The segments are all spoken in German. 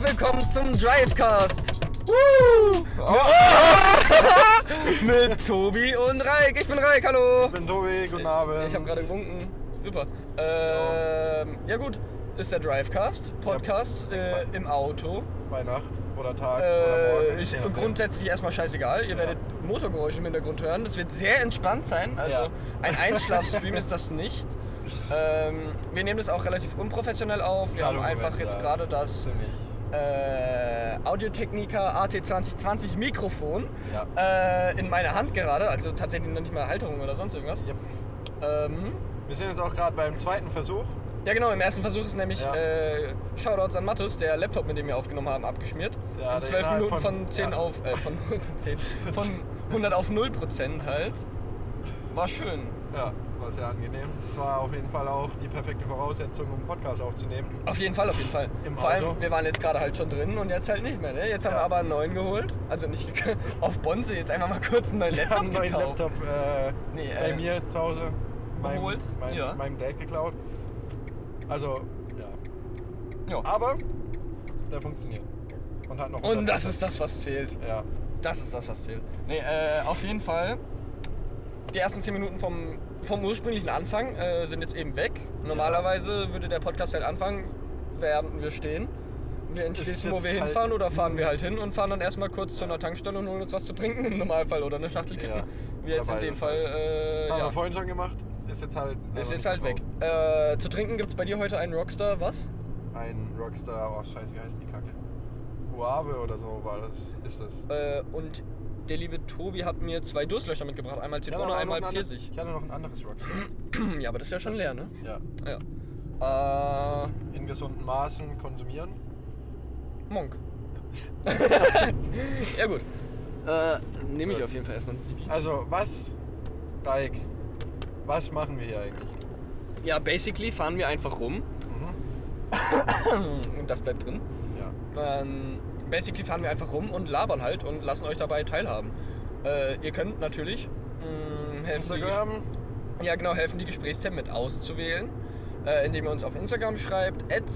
willkommen zum Drivecast. Woo! Mit Tobi und Raik. Ich bin Raik, hallo. Ich bin Tobi, guten Abend. Ich habe gerade gewunken. Super. Ähm, ja gut, ist der Drivecast, Podcast Ja, äh, exakt. im Auto. Bei Nacht oder Tag oder Morgen. Äh, ich, je nachdem. grundsätzlich erstmal scheißegal. Ihr werdet Motorgeräusche im Hintergrund hören. Das wird sehr entspannt sein. Also Ja. ein Einschlafstream ist das nicht. Ähm, wir nehmen das auch relativ unprofessionell auf. Wir haben Hallo, einfach Moment, jetzt ja, gerade ist das Ziemlich. äh, Audiotechnica AT2020 Mikrofon Ja. äh, in meiner Hand gerade, also tatsächlich noch nicht mal Halterung oder sonst irgendwas. Yep. Ähm, Wir sind jetzt auch gerade beim zweiten Versuch. ja genau, im ersten Versuch ist nämlich Ja. äh, Shoutouts an Mattes, der Laptop, mit dem wir aufgenommen haben, abgeschmiert. Ja, in der 12 innerhalb Minuten von- von 10 ja. auf, äh, von, von 10, von 100 auf 0 Prozent halt. War schön. Ja, war sehr angenehm. Es war auf jeden Fall auch die perfekte Voraussetzung, um einen Podcast aufzunehmen. Auf jeden Fall, auf jeden Fall. Im Vor allem, Auto? wir waren jetzt gerade halt schon drin und jetzt halt nicht mehr, ne? Jetzt haben Ja. wir aber einen neuen geholt. Also nicht gek- auf Bonze, jetzt einfach mal kurz einen neuen Ich habe Laptop einen gekauft. neuen Laptop äh, Nee, bei äh, mir zu Hause meinem, geholt? Mein, Ja. meinem Dad geklaut. Also, ja. Ja. Aber der funktioniert. Und hat noch Und das ist das, was zählt. Ja. Das ist das, was zählt. Nee, äh, auf jeden Fall. Die ersten 10 Minuten vom, vom ursprünglichen Anfang äh, sind jetzt eben weg. Normalerweise würde der Podcast halt anfangen, während wir stehen. Wir entschließen, wo jetzt wir halt- hinfahren oder fahren wir halt hin und fahren dann erstmal kurz zu einer Tankstelle und holen uns was zu trinken im Normalfall oder eine Schachtel kippen. Ja. Wie jetzt in Oder dem beides. Fall. Äh, Haben ja. wir vorhin schon gemacht. Ist jetzt halt. Ist also jetzt halt weg. nicht Äh, zu trinken gibt es bei dir heute einen Rockstar, was? Ein Rockstar, oh scheiße, wie heißt die Kacke? Guave oder so war das. Ist das. Äh, und der liebe Tobi hat mir zwei Durstlöcher mitgebracht. Einmal Ich hatte Zitrone, noch einmal ein anderes- Pfirsich. Ich hatte noch ein anderes Rockstar. Ja, aber das ist ja schon Das- leer, ne? Ja. Ja. Das Äh, ist in gesunden Maßen konsumieren. Monk. ja gut. Äh, Nehme ich auf jeden Fall erstmal ein Zivi. Also, was, Dike, was machen wir hier eigentlich? Ja, basically fahren wir einfach rum. Mhm. Und das bleibt drin. Ja. Ähm, basically fahren wir einfach rum und labern halt und lassen euch dabei teilhaben. Äh, ihr könnt natürlich mh, helfen, die, Ges- Instagram, ja, genau, helfen, die Gesprächsthemen mit auszuwählen, äh, indem ihr uns auf Instagram schreibt, at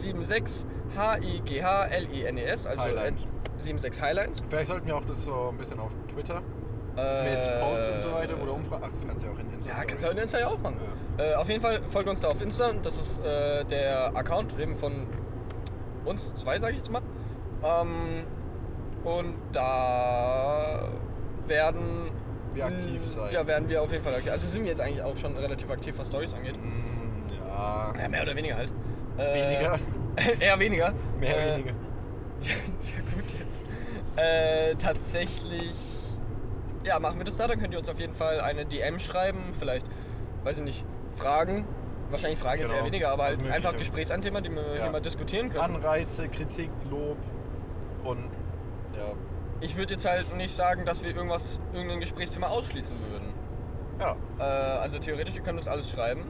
76highlightnes, also at Highlights. 76highlights. vielleicht sollten wir auch das so ein bisschen auf Twitter mit Äh, Polls und so weiter oder Umfragen. Ach, das kannst du ja auch in Instagram. Ja, kannst du auch in Insta ja auch machen. Äh, auf jeden Fall folgt uns da auf Insta. Das ist äh, der Account eben von uns zwei, sage ich jetzt mal. Ähm, und da werden Wir aktiv sein. Ja, werden wir auf jeden Fall aktiv. Also sind wir jetzt eigentlich auch schon relativ aktiv, was Stories angeht. Mm, Ja, Ja, mehr oder weniger halt. Äh, weniger, eher weniger. mehr Äh, weniger. Sehr gut jetzt. Äh, tatsächlich, ja, machen wir das da. Dann könnt ihr uns auf jeden Fall eine DM schreiben. Vielleicht, weiß ich nicht, Fragen. Wahrscheinlich Fragen jetzt Genau, eher weniger, aber alles halt Mögliche. einfach Gesprächsanthema, die wir Ja. hier mal diskutieren können. Anreize, Kritik, Lob und ja. Ich würde jetzt halt nicht sagen, dass wir irgendwas, irgendein Gesprächsthema ausschließen würden. Ja, Äh, also theoretisch, ihr könnt uns alles schreiben.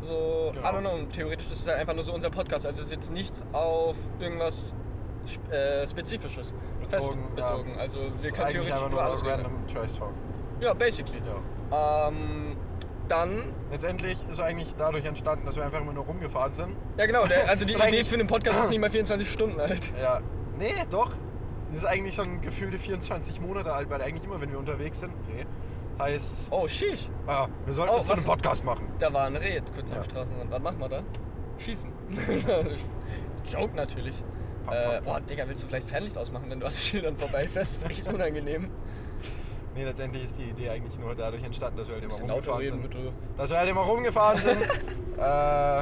So, Genau. I don't know, theoretisch ist es halt einfach nur so unser Podcast. Also es ist jetzt nichts auf irgendwas sp- äh, Spezifisches. bezogen. bezogen. ja, also es ist wir können eigentlich theoretisch einfach über alles reden. random Trash Talk. Ja, basically. Ja. Ähm, dann, Letztendlich ist eigentlich dadurch entstanden, dass wir einfach immer nur rumgefahren sind. ja genau, der, also die Weil Idee ich- für den Podcast ist nicht mal 24 Stunden alt. Ja. Nee, doch. Das ist eigentlich schon gefühlte 24 Monate alt, weil eigentlich immer, wenn wir unterwegs sind, nee, heißt, Oh, sheesh, ah, wir sollten Oh, das zu was- einem Podcast machen. da war ein Reh kurz am Ja. Straßenrand. Was machen wir da? Schießen. Joke natürlich. Pam, Äh, pam, oh, Digga, willst du vielleicht Fernlicht ausmachen, wenn du an den Schildern vorbeifährst? Das ist echt unangenehm. Nee, letztendlich ist die Idee eigentlich nur dadurch entstanden, dass wir halt immer Bisschen lauter rumgefahren reden, sind. bitte. Dass wir halt immer rumgefahren sind. äh,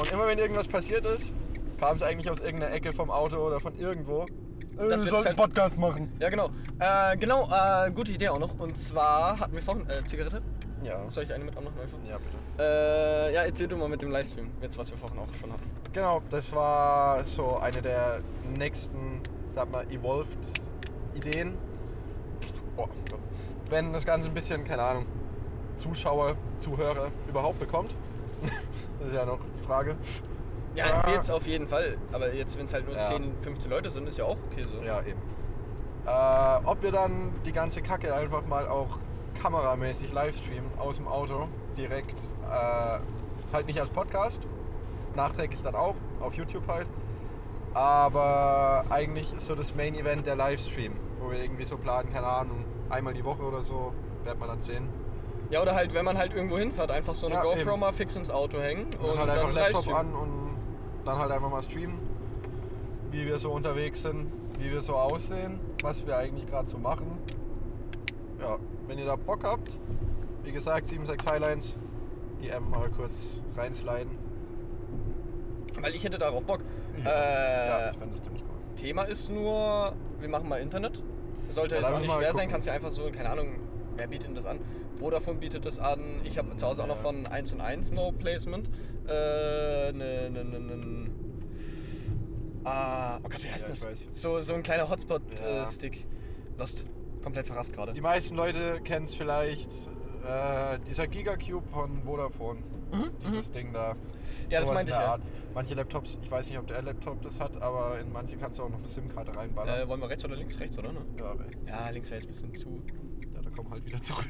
und immer wenn irgendwas passiert ist, kam es eigentlich aus irgendeiner Ecke vom Auto oder von irgendwo. Äh, Das wir wird sollten halt- einen Podcast machen. Ja, genau. Äh, genau, äh, gute Idee auch noch. Und zwar hatten wir vorhin, äh, Zigarette? Ja. Soll ich eine mit auch noch machen? Ja, bitte. Äh, ja, erzähl du mal mit dem Livestream, jetzt was wir vorhin auch schon hatten. Genau, das war so eine der nächsten, sag mal, evolved Ideen. Oh, Gott. wenn das Ganze ein bisschen, keine Ahnung, Zuschauer, Zuhörer überhaupt bekommt. das ist ja noch die Frage. Ja, Ah. jetzt auf jeden Fall. Aber jetzt, wenn es halt nur Ja. 10, 15 Leute sind, ist ja auch okay so. Ja, eben. Äh, ob wir dann die ganze Kacke einfach mal auch kameramäßig livestreamen aus dem Auto, direkt, äh, halt nicht als Podcast, nachträglich dann auch, auf YouTube halt, Aber eigentlich ist so das Main Event der Livestream, wo wir irgendwie so planen, keine Ahnung, einmal die Woche oder so, wird man dann sehen. Ja, oder halt, wenn man halt irgendwo hinfährt, einfach so eine Ja, GoPro eben. mal fix ins Auto hängen und, Und, halt einfach dann Laptop Livestream. an und dann halt einfach mal streamen, wie wir so unterwegs sind, wie wir so aussehen, was wir eigentlich gerade so machen. Ja, wenn ihr da Bock habt, wie gesagt, 76 Highlines, DM mal kurz reinsliden. Weil ich hätte darauf Bock. ja, Äh, ich fand das ziemlich cool. Thema ist nur, wir machen mal Internet. Sollte Ja, jetzt lass auch uns nicht mal schwer sein, gucken. kannst ja einfach so, keine Ahnung, wer bietet denn das an? Vodafone bietet das an. Ich habe zu Hause auch noch Ja. von 1 und 1 No Placement. Äh, ne, ne, ne, ne. Ah, oh Gott, wie heißt Ja, ich das? weiß. So, so ein kleiner Ja. Hotspot-Stick. Lost. Komplett verrafft gerade. Äh, Die meisten Leute kennen es vielleicht, äh, dieser Gigacube von Vodafone, dieses Ding da. Mhm, Ja, das Sowas meinte in der ich ja. Art. Manche Laptops, ich weiß nicht, ob der Laptop das hat, aber in manche kannst du auch noch eine SIM-Karte reinballern. Äh, wollen wir rechts oder links? Rechts, oder? Ne? Ja, aber- Ja, links wäre jetzt ein bisschen zu. ja, da kommen halt wieder zurück.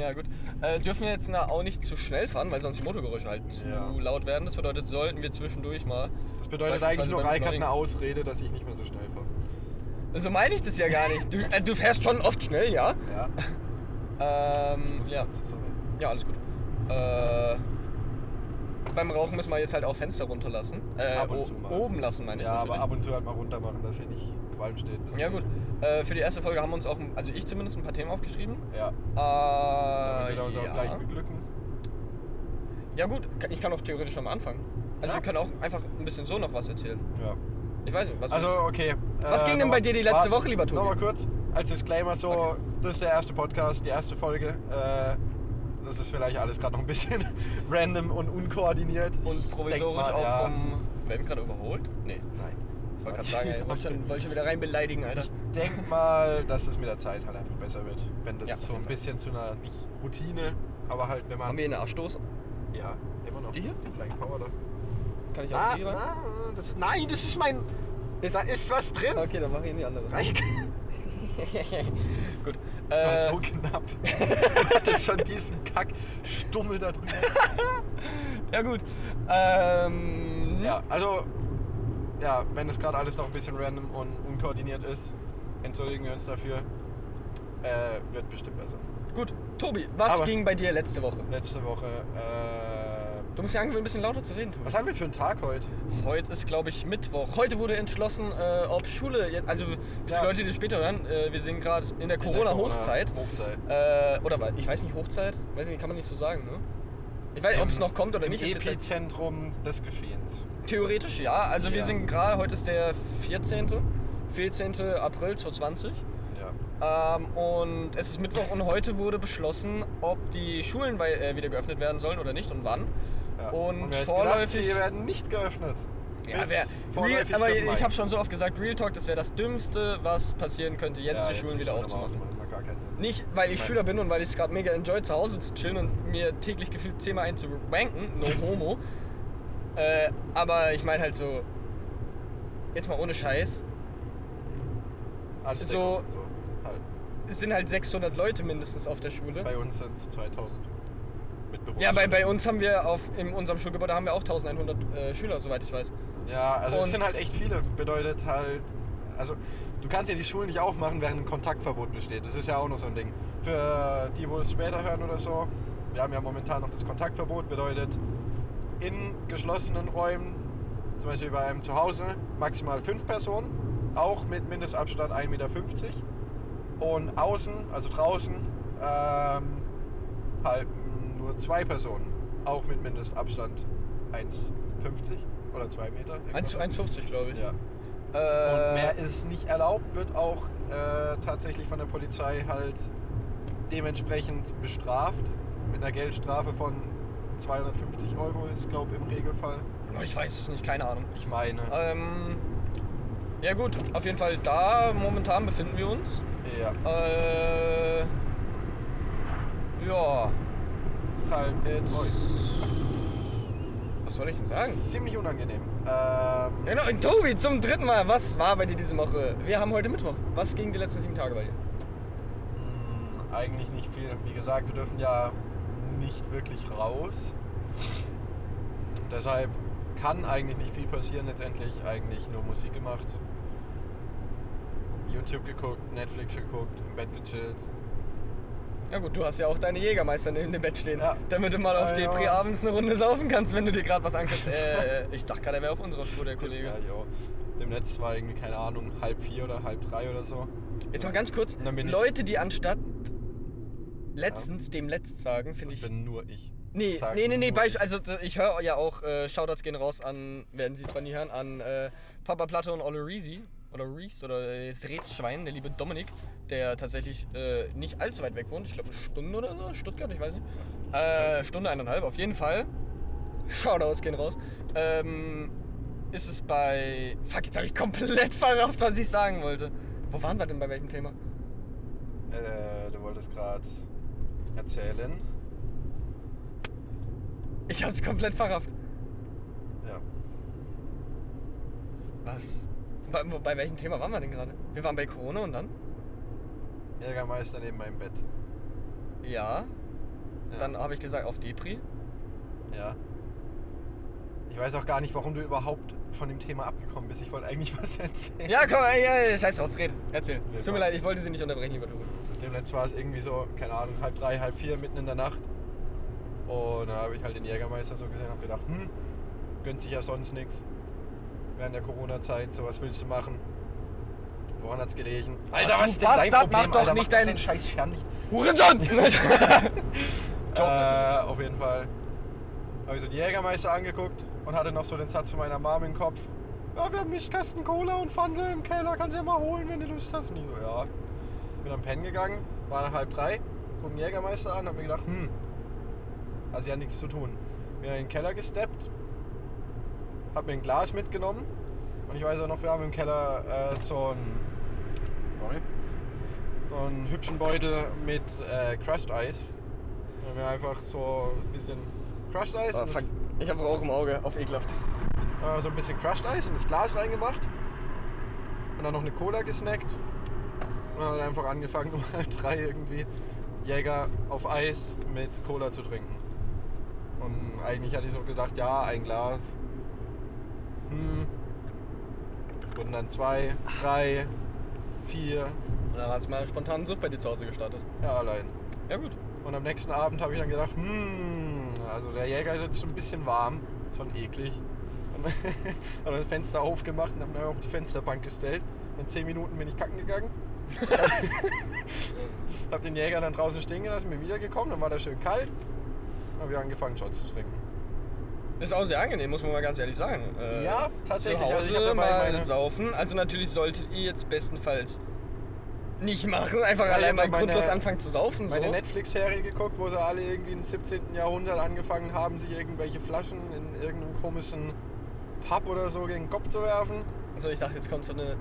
ja, gut. Äh, dürfen wir jetzt na, auch nicht zu schnell fahren, weil sonst die Motorgeräusche halt zu Ja. laut werden. Das bedeutet, sollten wir zwischendurch mal. Das Beispielsweise bedeutet eigentlich also nur, beim Raik hat Schneiding. eine Ausrede, dass ich nicht mehr so schnell fahre. So meine ich das ja gar nicht. Du, äh, du fährst schon oft schnell, ja? Ja. Ähm, ja. Sorry. ja, alles gut. Äh, beim Rauchen müssen wir jetzt halt auch Fenster runterlassen. Äh, Ab und o- zu mal. Oben lassen, meine ich. Ja, aber natürlich. ab und zu halt mal runter machen, dass hier nicht Qualm steht. Das Ja, geht. gut. Äh, für die erste Folge haben wir uns auch, also ich zumindest, ein paar Themen aufgeschrieben. Ja. Äh, Dann wieder Ah, ja. ja. gleich beglücken. Ja gut, kann- ich kann auch theoretisch schon mal anfangen. Also Ja. ich kann auch einfach ein bisschen so noch was erzählen. Ja. Ich weiß nicht, was Also, du- okay. äh, Was ging denn bei dir die letzte Woche, lieber Tobi? Nochmal kurz, als Disclaimer so, Okay. das ist der erste Podcast, die erste Folge. Äh, das ist vielleicht alles gerade noch ein bisschen random und unkoordiniert. und Ich denk provisorisch mal, auch ja. vom... Werden wir gerade überholt? Nee. Nein. Ich wollte gerade sagen, ey, wollte schon, wollte schon wieder rein beleidigen, Alter. Ich denk mal, dass es mit der Zeit halt einfach besser wird, wenn das Ja, auf so jeden ein Fall. bisschen zu einer, nicht Routine, aber halt, wenn man... Haben wir hier eine Arschdose? Ja, immer noch. Die hier? Die Flying Power da. Kann ich auch Ah, die rein? na, das, nein, das ist mein... Ist- da ist was drin. Okay, dann mache ich in die andere. Nein, Gut. Das war Äh, so knapp. das schon diesen Kackstummel da drüber. Mhm. Ja gut. Ähm, Ja, also, ja, wenn es gerade alles noch ein bisschen random und unkoordiniert ist, entschuldigen wir uns dafür. Äh, wird bestimmt besser. Gut. Tobi, was Aber- ging bei dir letzte Woche? Letzte Woche, äh, Du musst ja angewöhnen, ein bisschen lauter zu reden, Tobi. was haben wir für einen Tag heute? Heute ist, glaube ich, Mittwoch. Heute wurde entschlossen, äh, ob Schule jetzt, also für Ja. die Leute, die das später hören, äh, wir sind gerade in der In der Corona-Hochzeit. Hochzeit. Äh, oder wa- ich weiß nicht, Hochzeit? Weiß nicht, kann man nicht so sagen, ne? Ich weiß nicht, ob es Im- noch kommt oder nicht. Im E Ist jetzt halt- Epizentrum des Geschehens. theoretisch ja. Also wir Ja. sind gerade, heute ist der 14. 14. April 2020. Ja. Ähm, und es ist Mittwoch und heute wurde beschlossen, ob die Schulen wei- äh, wieder geöffnet werden sollen oder nicht und wann. ja. Und, wer jetzt Gedacht, vorläufig. sie werden nicht geöffnet. Ja, Bis wer, Real, vorläufig aber für Mai. ich habe schon so oft gesagt, Real Talk, das wäre das Dümmste, was passieren könnte, jetzt Ja, die Schulen wieder aber aufzumachen. aufzumachen, macht gar keinen Sinn. Nicht, weil ich Nein. Schüler bin und weil ich es gerade mega enjoy, zu Hause zu chillen und mir täglich gefühlt zehnmal einzuranken, no homo. äh, aber ich meine halt so, jetzt mal ohne Scheiß, Alles So- Deckung, so. Halt. es sind halt 600 Leute mindestens auf der Schule. Bei uns sind es 2000. Mit Berufs ja, bei, bei uns haben wir auf in unserem Schulgebäude haben wir auch 1100 äh, Schüler, soweit ich weiß. Ja, also es Und- sind halt echt viele. Bedeutet halt, also du kannst ja die Schulen nicht aufmachen, während ein Kontaktverbot besteht. Das ist ja auch noch so ein Ding. Für die, wo es später hören oder so, wir haben ja momentan noch das Kontaktverbot. Bedeutet in geschlossenen Räumen, zum Beispiel bei einem Zuhause, maximal fünf Personen, auch mit Mindestabstand 1,50 Meter. Und außen, also draußen, ähm, halt mh, nur zwei Personen, auch mit Mindestabstand 1,50 oder 2 Meter. irgendwas. 1 zu 1,50 glaube ich. Äh, Ja. Und mehr ist nicht erlaubt, wird auch äh, tatsächlich von der Polizei halt dementsprechend bestraft. Mit einer Geldstrafe von 250 Euro ist, glaube ich, im Regelfall. oh, ich weiß es nicht, keine Ahnung. Ich meine. Ähm, ja gut, auf jeden Fall da momentan befinden wir uns. Ja. Äh, ja, Ist halt jetzt. Was soll ich denn oh, sagen? ist ziemlich unangenehm. Ähm, Genau, Tobi, zum dritten Mal. Was war bei dir diese Woche? Wir haben heute Mittwoch. Was ging die letzten sieben Tage bei dir? Mm, Eigentlich nicht viel. Wie gesagt, wir dürfen ja nicht wirklich raus. Deshalb kann eigentlich nicht viel passieren, letztendlich eigentlich nur Musik gemacht. YouTube geguckt, Netflix geguckt, im Bett gechillt. Ja gut, du hast ja auch deine Jägermeister neben dem Bett stehen, Ja. damit du mal auf Ja, die ja. Depri abends eine Runde saufen kannst, wenn du dir gerade was anguckst. äh, ich dachte gerade, er wäre auf unserer Spur, der Kollege. Ja, jo. Dem Netz war irgendwie, keine Ahnung, halb vier oder halb drei oder so. Jetzt mal ganz kurz, Dann bin ich- Leute, die anstatt letztens dem letzt sagen, finde Das ich... bin nur ich. Nee, Sag nee, nee, nee, nur Beispiel- also d- ich höre ja auch, äh, Shoutouts gehen raus an, werden sie zwar nie hören, an äh, Papa Platte und Olle Reezy oder Reese oder äh, das Rätschwein, der liebe Dominik, der tatsächlich äh, nicht allzu weit weg wohnt, ich glaube eine Stunde oder so, Stuttgart, ich weiß nicht. Äh, Stunde, eineinhalb, auf jeden Fall. Shoutouts gehen raus. Ähm, ist es bei... Fuck, jetzt habe ich komplett verrafft, was ich sagen wollte. Wo waren wir denn bei welchem Thema? Äh, du wolltest gerade erzählen. Ich hab's komplett verrafft. Ja. Was? Bei, wo- bei welchem Thema waren wir denn gerade? Wir waren bei Corona und dann? Jägermeister neben meinem Bett. Ja. Ja. Dann habe ich gesagt, auf Depri. Ja. Ich weiß auch gar nicht, warum du überhaupt von dem Thema abgekommen bist. Ich wollte eigentlich was erzählen. Ja, komm, ey, ey, scheiß drauf, Fred. Erzähl. Es tut komm. mir leid, ich wollte sie nicht unterbrechen, lieber du. Dem letzten war es irgendwie so, keine Ahnung, halb drei, halb vier, mitten in der Nacht. Und da habe ich halt den Jägermeister so gesehen und habe gedacht, hm, gönnt sich ja sonst nichts. Während der Corona-Zeit, so was willst du machen? Woran hat's gelegen? du Bastard, mach doch nicht mach deinen- den Scheiß fern nicht. Hurensohn! Äh, Job natürlich. auf jeden Fall. Habe ich so die Jägermeister angeguckt und hatte noch so den Satz von meiner Mom im Kopf. Ja, wir haben Mischkasten Cola und Pfanne im Keller, kannst du ja mal holen, wenn du Lust hast. Und ich so, ja. Bin am Pennen gegangen, war nach halb drei, guck den Jägermeister an, hab mir gedacht, hm, hast ja nichts zu tun. Bin in den Keller gesteppt, hab mir ein Glas mitgenommen und ich weiß auch noch, wir haben im Keller äh, so ein Sorry. Ah, So einen hübschen Beutel mit äh, Crushed Eis. Da haben wir einfach so ein bisschen Crushed Eis. Oh, und das, fuck. Ich habe Rauch im Auge, auf ekelhaft. äh, so ein bisschen Crushed Eis in das Glas reingemacht. Und dann noch eine Cola gesnackt. Und dann einfach angefangen, um halb drei irgendwie Jäger auf Eis mit Cola zu trinken. Und eigentlich hatte ich so gedacht, ja, ein Glas. Hm. Wurden dann zwei, drei, vier. Und dann hat's mal spontan einen Suff bei dir zu Hause gestartet. Ja, allein. Ja, gut. Und am nächsten Abend habe ich dann gedacht, hm, also der Jäger ist jetzt schon ein bisschen warm, schon eklig. Und habe das Fenster aufgemacht und habe dann auf die Fensterbank gestellt. In zehn Minuten bin ich kacken gegangen. habe den Jäger dann draußen stehen gelassen, bin wiedergekommen, dann war der schön kalt. Dann habe ich angefangen, Shots zu trinken. Ist auch sehr angenehm, muss man mal ganz ehrlich sagen. Äh, Ja, tatsächlich. Zu Also ich Hause hab dabei mal meine- saufen. Also natürlich solltet ihr jetzt bestenfalls nicht machen. Einfach ich allein hab mal meine- grundlos anfangen zu saufen. So. Meine Netflix-Serie geguckt, wo sie alle irgendwie im 17. Jahrhundert angefangen haben, sich irgendwelche Flaschen in irgendeinem komischen Pub oder so gegen den Kopf zu werfen. Also ich dachte, jetzt kommt so eine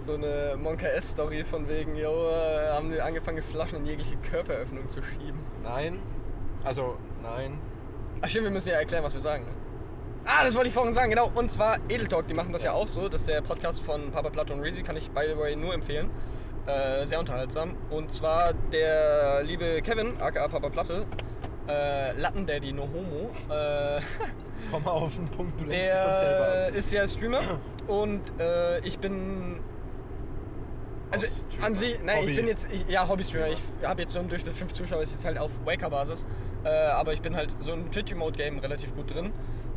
so eine Monka S-Story von wegen, yo, äh, haben die angefangen, Flaschen in jegliche Körperöffnung zu schieben. Nein. Also, nein. Ach stimmt, wir müssen ja erklären, was wir sagen. Ne? Ah, das wollte ich vorhin sagen, genau. Und zwar Edel Talk, die machen das ja, auch so. Das ist der Podcast von Papa Platte und Reezy, kann ich by the way nur empfehlen. Äh, sehr unterhaltsam. Und zwar der liebe Kevin, aka Papa Platte, äh, Latten Daddy, no homo, äh, Komm mal auf den Punkt, du lenkst es sonst selber Der ab. ist ja Streamer und äh, ich bin. Also Streamer. an sich, nein, ich Hobby. bin jetzt, ich, ja, Hobby-Streamer. Streamer. Ich habe jetzt so im Durchschnitt fünf Zuschauer, ist jetzt halt auf Waker-Basis. Äh, aber ich bin halt so im Twitch-Emote-Game relativ gut drin.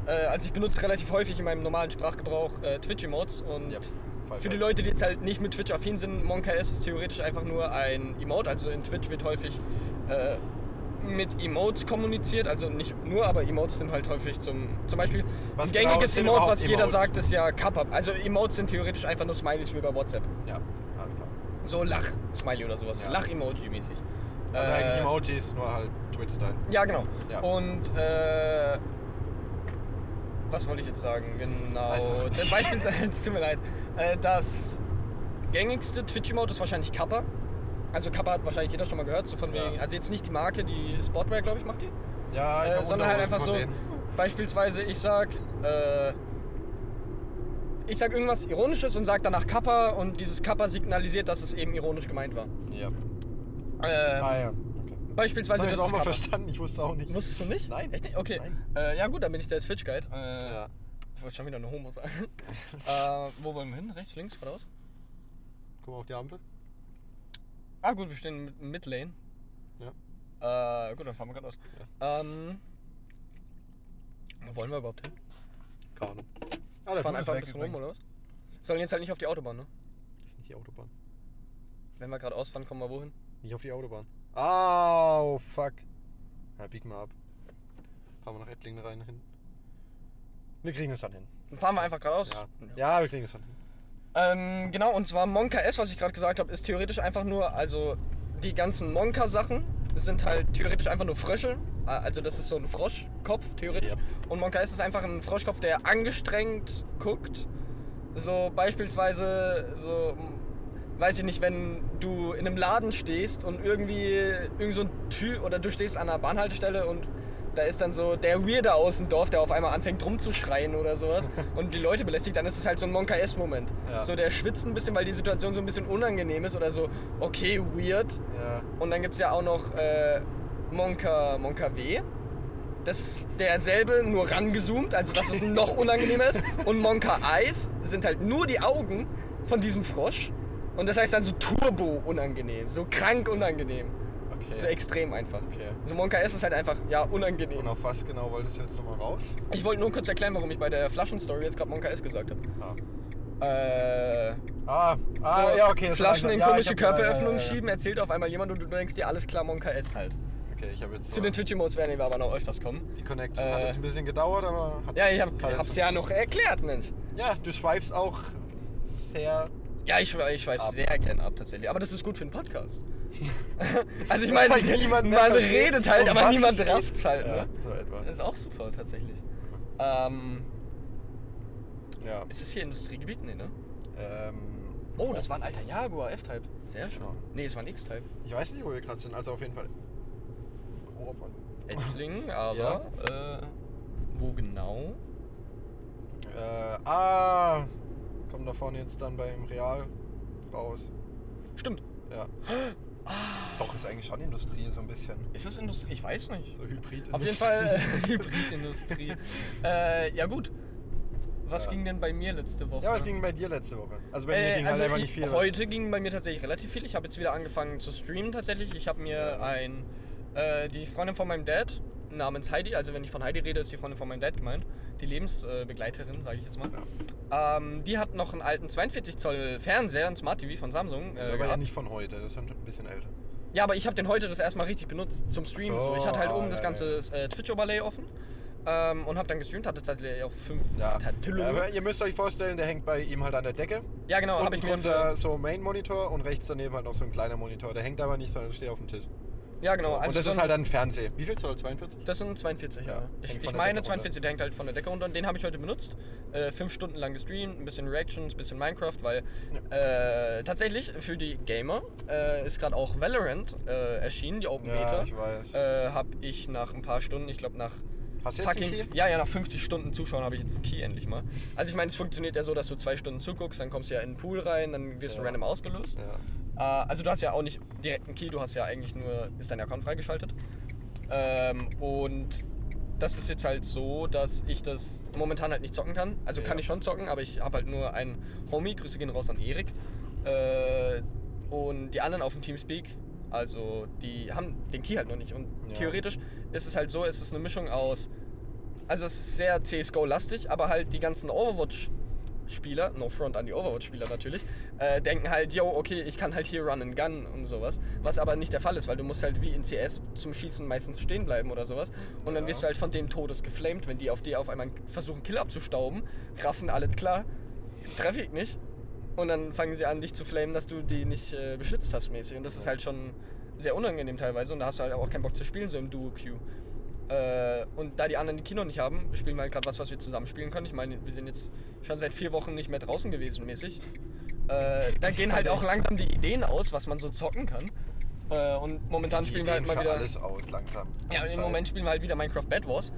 Äh, also ich benutze relativ häufig in meinem normalen Sprachgebrauch äh, Twitch-Emotes und Ja, voll, für voll. die Leute, die jetzt halt nicht mit Twitch affin sind, Monka S ist theoretisch einfach nur ein Emote. Also in Twitch wird häufig äh, mit Emotes kommuniziert, also nicht nur, aber Emotes sind halt häufig zum, zum Beispiel Was ein gängiges genau sind Emote, überhaupt was jeder Emotes? sagt, ist ja Cup Up. Also Emotes sind theoretisch einfach nur Smileys wie bei WhatsApp. Ja, alles klar. So Lach-Smiley oder sowas, Ja. Lach-Emoji-mäßig. Also Äh, eigentlich Emojis, nur halt Twitch-Style. ja, genau. Ja. Und äh, was wollte ich jetzt sagen? Weiß Genau. ich nicht. Das Beispiel ist, tut mir leid. Äh, das gängigste Twitch-Emote ist wahrscheinlich Kappa. Also Kappa hat wahrscheinlich jeder schon mal gehört, so von Ja. wegen. Also jetzt nicht die Marke, die Sportwear, glaube ich, macht die. Ja, ich Äh, hab sondern halt Unterhosen einfach von so, denen. beispielsweise ich sag, äh, ich sag irgendwas Ironisches und sag danach Kappa und dieses Kappa signalisiert, dass es eben ironisch gemeint war. Ja. Ähm, Ah ja, okay. Das Beispielsweise habe ich jetzt auch mal Business verstanden, ich wusste auch nicht. Musstest du nicht? Nein. Echt nicht? Okay. Nein. Äh, ja gut, dann bin ich der Twitch-Guide. Äh, Ja. Ich wollte schon wieder eine Homo sagen. äh, wo wollen wir hin? Rechts, links, geradeaus? Guck mal auf die Ampel. Ah gut, wir stehen mit Midlane. Äh, gut, dann fahren wir geradeaus. Ähm, wo wollen wir überhaupt hin? Keine Ahnung. Ah, der fahren Bus ist einfach ein weg bisschen rum, übrigens. oder was? Sollen jetzt halt nicht auf die Autobahn, ne? Das ist nicht die Autobahn. Wenn wir geradeaus fahren, kommen wir wohin? Nicht auf die Autobahn. Au, fuck. Na, bieg mal ab. Fahren wir nach Ettlingen rein hin. Wir kriegen es dann hin. Dann fahren wir einfach geradeaus. Ja. Ja. ja, wir kriegen es dann hin. Ähm, genau, und zwar Monka S, was ich gerade gesagt habe, ist theoretisch einfach nur, also die ganzen Monka-Sachen sind halt theoretisch einfach nur Frösche. Äh, Also das ist so ein Froschkopf, theoretisch. Yep. Und Monka S ist einfach ein Froschkopf, der angestrengt guckt. So beispielsweise, so, m, weiß ich nicht, wenn du in einem Laden stehst und irgendwie irgend so ein Typ, oder du stehst an einer Bahnhaltestelle und da ist dann so der Weirder aus dem Dorf, der auf einmal anfängt rumzuschreien oder sowas und die Leute belästigt, dann ist es halt so ein Monka S-Moment. Ja. So der schwitzt ein bisschen, weil die Situation so ein bisschen unangenehm ist oder so, okay, weird. Ja. Und dann gibt es ja auch noch äh, Monka, Monka W. Das ist derselbe, nur rangezoomt, also dass es noch unangenehmer ist. Und Monka Eis sind halt nur die Augen von diesem Frosch. Und das heißt dann so turbo unangenehm, so krank unangenehm, Okay. so extrem einfach. Okay. So Monka S ist halt einfach, ja, Und unangenehm. auf was genau wolltest du jetzt nochmal raus? Ich wollte nur kurz erklären, warum ich bei der Flaschenstory jetzt gerade Monka S gesagt habe. Ah. Äh, Ah, ah so ja, okay. jetzt Flaschen langsam. in Ja, ich komische hab- äh, ja, Körperöffnungen ja, ja, ja. schieben, erzählt auf einmal jemand und du denkst dir, alles klar, Monka S halt. Okay, ich habe jetzt Zu so den Twitch-Emotes werden wir aber noch öfters kommen. die Connection. hat äh, jetzt ein bisschen gedauert, aber hat Ja, ich hab, hat jetzt- hab's ja noch erklärt, Mensch. Ja, du schweifst auch sehr. Ja, ich, schwe- ich schweife Ab. sehr gerne ab tatsächlich. Aber das ist gut für einen Podcast. also ich Das meine, halt niemand mehr man versteht, redet halt, um aber was niemand es geht. rafft's halt. Ja, Ne? so etwa. Das ist auch super tatsächlich. Ähm, Ja. ist es hier Industriegebiet? Nee, ne? Ähm, Oh, das war ein alter Jaguar, F-Type. Sehr schön. Genau. Nee, es war ein X-Type. ich weiß nicht, wo wir gerade sind. Also auf jeden Fall. Oh Mann. Ettling, aber äh, wo genau? Äh, ah, kommen da vorne jetzt dann beim Real raus. Stimmt. Ja. Ah. Doch, ist eigentlich schon Industrie, so ein bisschen. Ist es Industrie? Ich weiß nicht. So Hybrid. Auf jeden Fall äh, Hybridindustrie. äh, ja gut. Was Ja. ging denn bei mir letzte Woche? Ja, was ging bei dir letzte Woche? Also bei mir äh, ging also halt einfach ich, nicht viel. Heute ging bei mir tatsächlich relativ viel. Ich habe jetzt wieder angefangen zu streamen tatsächlich. Ich habe mir Ja. ein äh, die Freundin von meinem Dad namens Heidi, also wenn ich von Heidi rede, ist die Freundin von meinem Dad gemeint, die Lebensbegleiterin, sage ich jetzt mal. Ähm, die hat noch einen alten 42 Zoll Fernseher, ein Smart TV von Samsung. Ja, Äh, aber ja gehabt. nicht von heute, das ist schon ein bisschen älter. Ja, aber ich habe den heute das erstmal richtig benutzt zum Stream. Ach So, so, Ich hatte halt ah, oben das ja, ganze äh, Twitch-Overlay offen ähm, und habe dann gestreamt, hatte tatsächlich auch fünf Ja. Tattoo. ja. Aber ihr müsst euch vorstellen, der hängt bei ihm halt an der Decke. Ja, genau, habe Unten ich mir drunter so Main-Monitor und rechts daneben halt noch so ein kleiner Monitor. Der hängt aber nicht, sondern steht auf dem Tisch. Ja, genau. So. Und das so ist ein- halt dann ein Fernseher. Wie viel Zoll? 42? Das sind 42, ja. Ja, hängt Ich, von ich der meine Decke 42, der hängt halt von der Decke runter. Und den habe ich heute benutzt. Äh, fünf Stunden lang gestreamt, ein bisschen Reactions, ein bisschen Minecraft, weil äh, tatsächlich für die Gamer äh, ist gerade auch Valorant äh, erschienen, die Open Ja, Beta. ich weiß. Äh, habe ich nach ein paar Stunden, ich glaube nach Hast du jetzt fucking. einen Key? Ja, ja, nach 50 Stunden Zuschauen habe ich jetzt einen Key endlich mal. Also ich meine, es funktioniert ja so, dass du zwei Stunden zuguckst, dann kommst du ja in den Pool rein, dann wirst du Ja. random ausgelöst. Ja. Äh, also du hast ja auch nicht direkt einen Key, du hast ja eigentlich nur, ist dein Account freigeschaltet. Ähm, und das ist jetzt halt so, dass ich das momentan halt nicht zocken kann. Also kann Ja. ich schon zocken, aber ich habe halt nur einen Homie, Grüße gehen raus an Erik. Äh, und die anderen auf dem Teamspeak, also die haben den Key halt noch nicht. Und Ja. theoretisch ist es halt so, es ist eine Mischung aus, also es ist sehr CSGO-lastig, aber halt die ganzen Overwatch- Spieler, no front an die Overwatch-Spieler natürlich, äh, denken halt, yo, okay, ich kann halt hier run and gun und sowas. Was aber nicht der Fall ist, weil du musst halt wie in CS zum Schießen meistens stehen bleiben oder sowas. Und dann Ja. wirst du halt von dem Todes geflamed, wenn die auf dir auf einmal versuchen, Kill abzustauben, raffen, alles klar, treffe ich nicht. Und dann fangen sie an, dich zu flamen, dass du die nicht äh, beschützt hast mäßig. Und das ist halt schon sehr unangenehm teilweise. Und da hast du halt auch keinen Bock zu spielen, so im Duo-Queue. Äh, und da die anderen die Kinder nicht haben, spielen wir halt gerade was, was wir zusammen spielen können. Ich meine, wir sind jetzt schon seit vier Wochen nicht mehr draußen gewesen, mäßig. Äh, da gehen halt auch langsam die Ideen aus, was man so zocken kann. Äh, und momentan Die spielen wir halt Ideen mal für wieder. alles aus, langsam. Ja, Das ist im Moment spielen wir halt wieder Minecraft Bad Wars.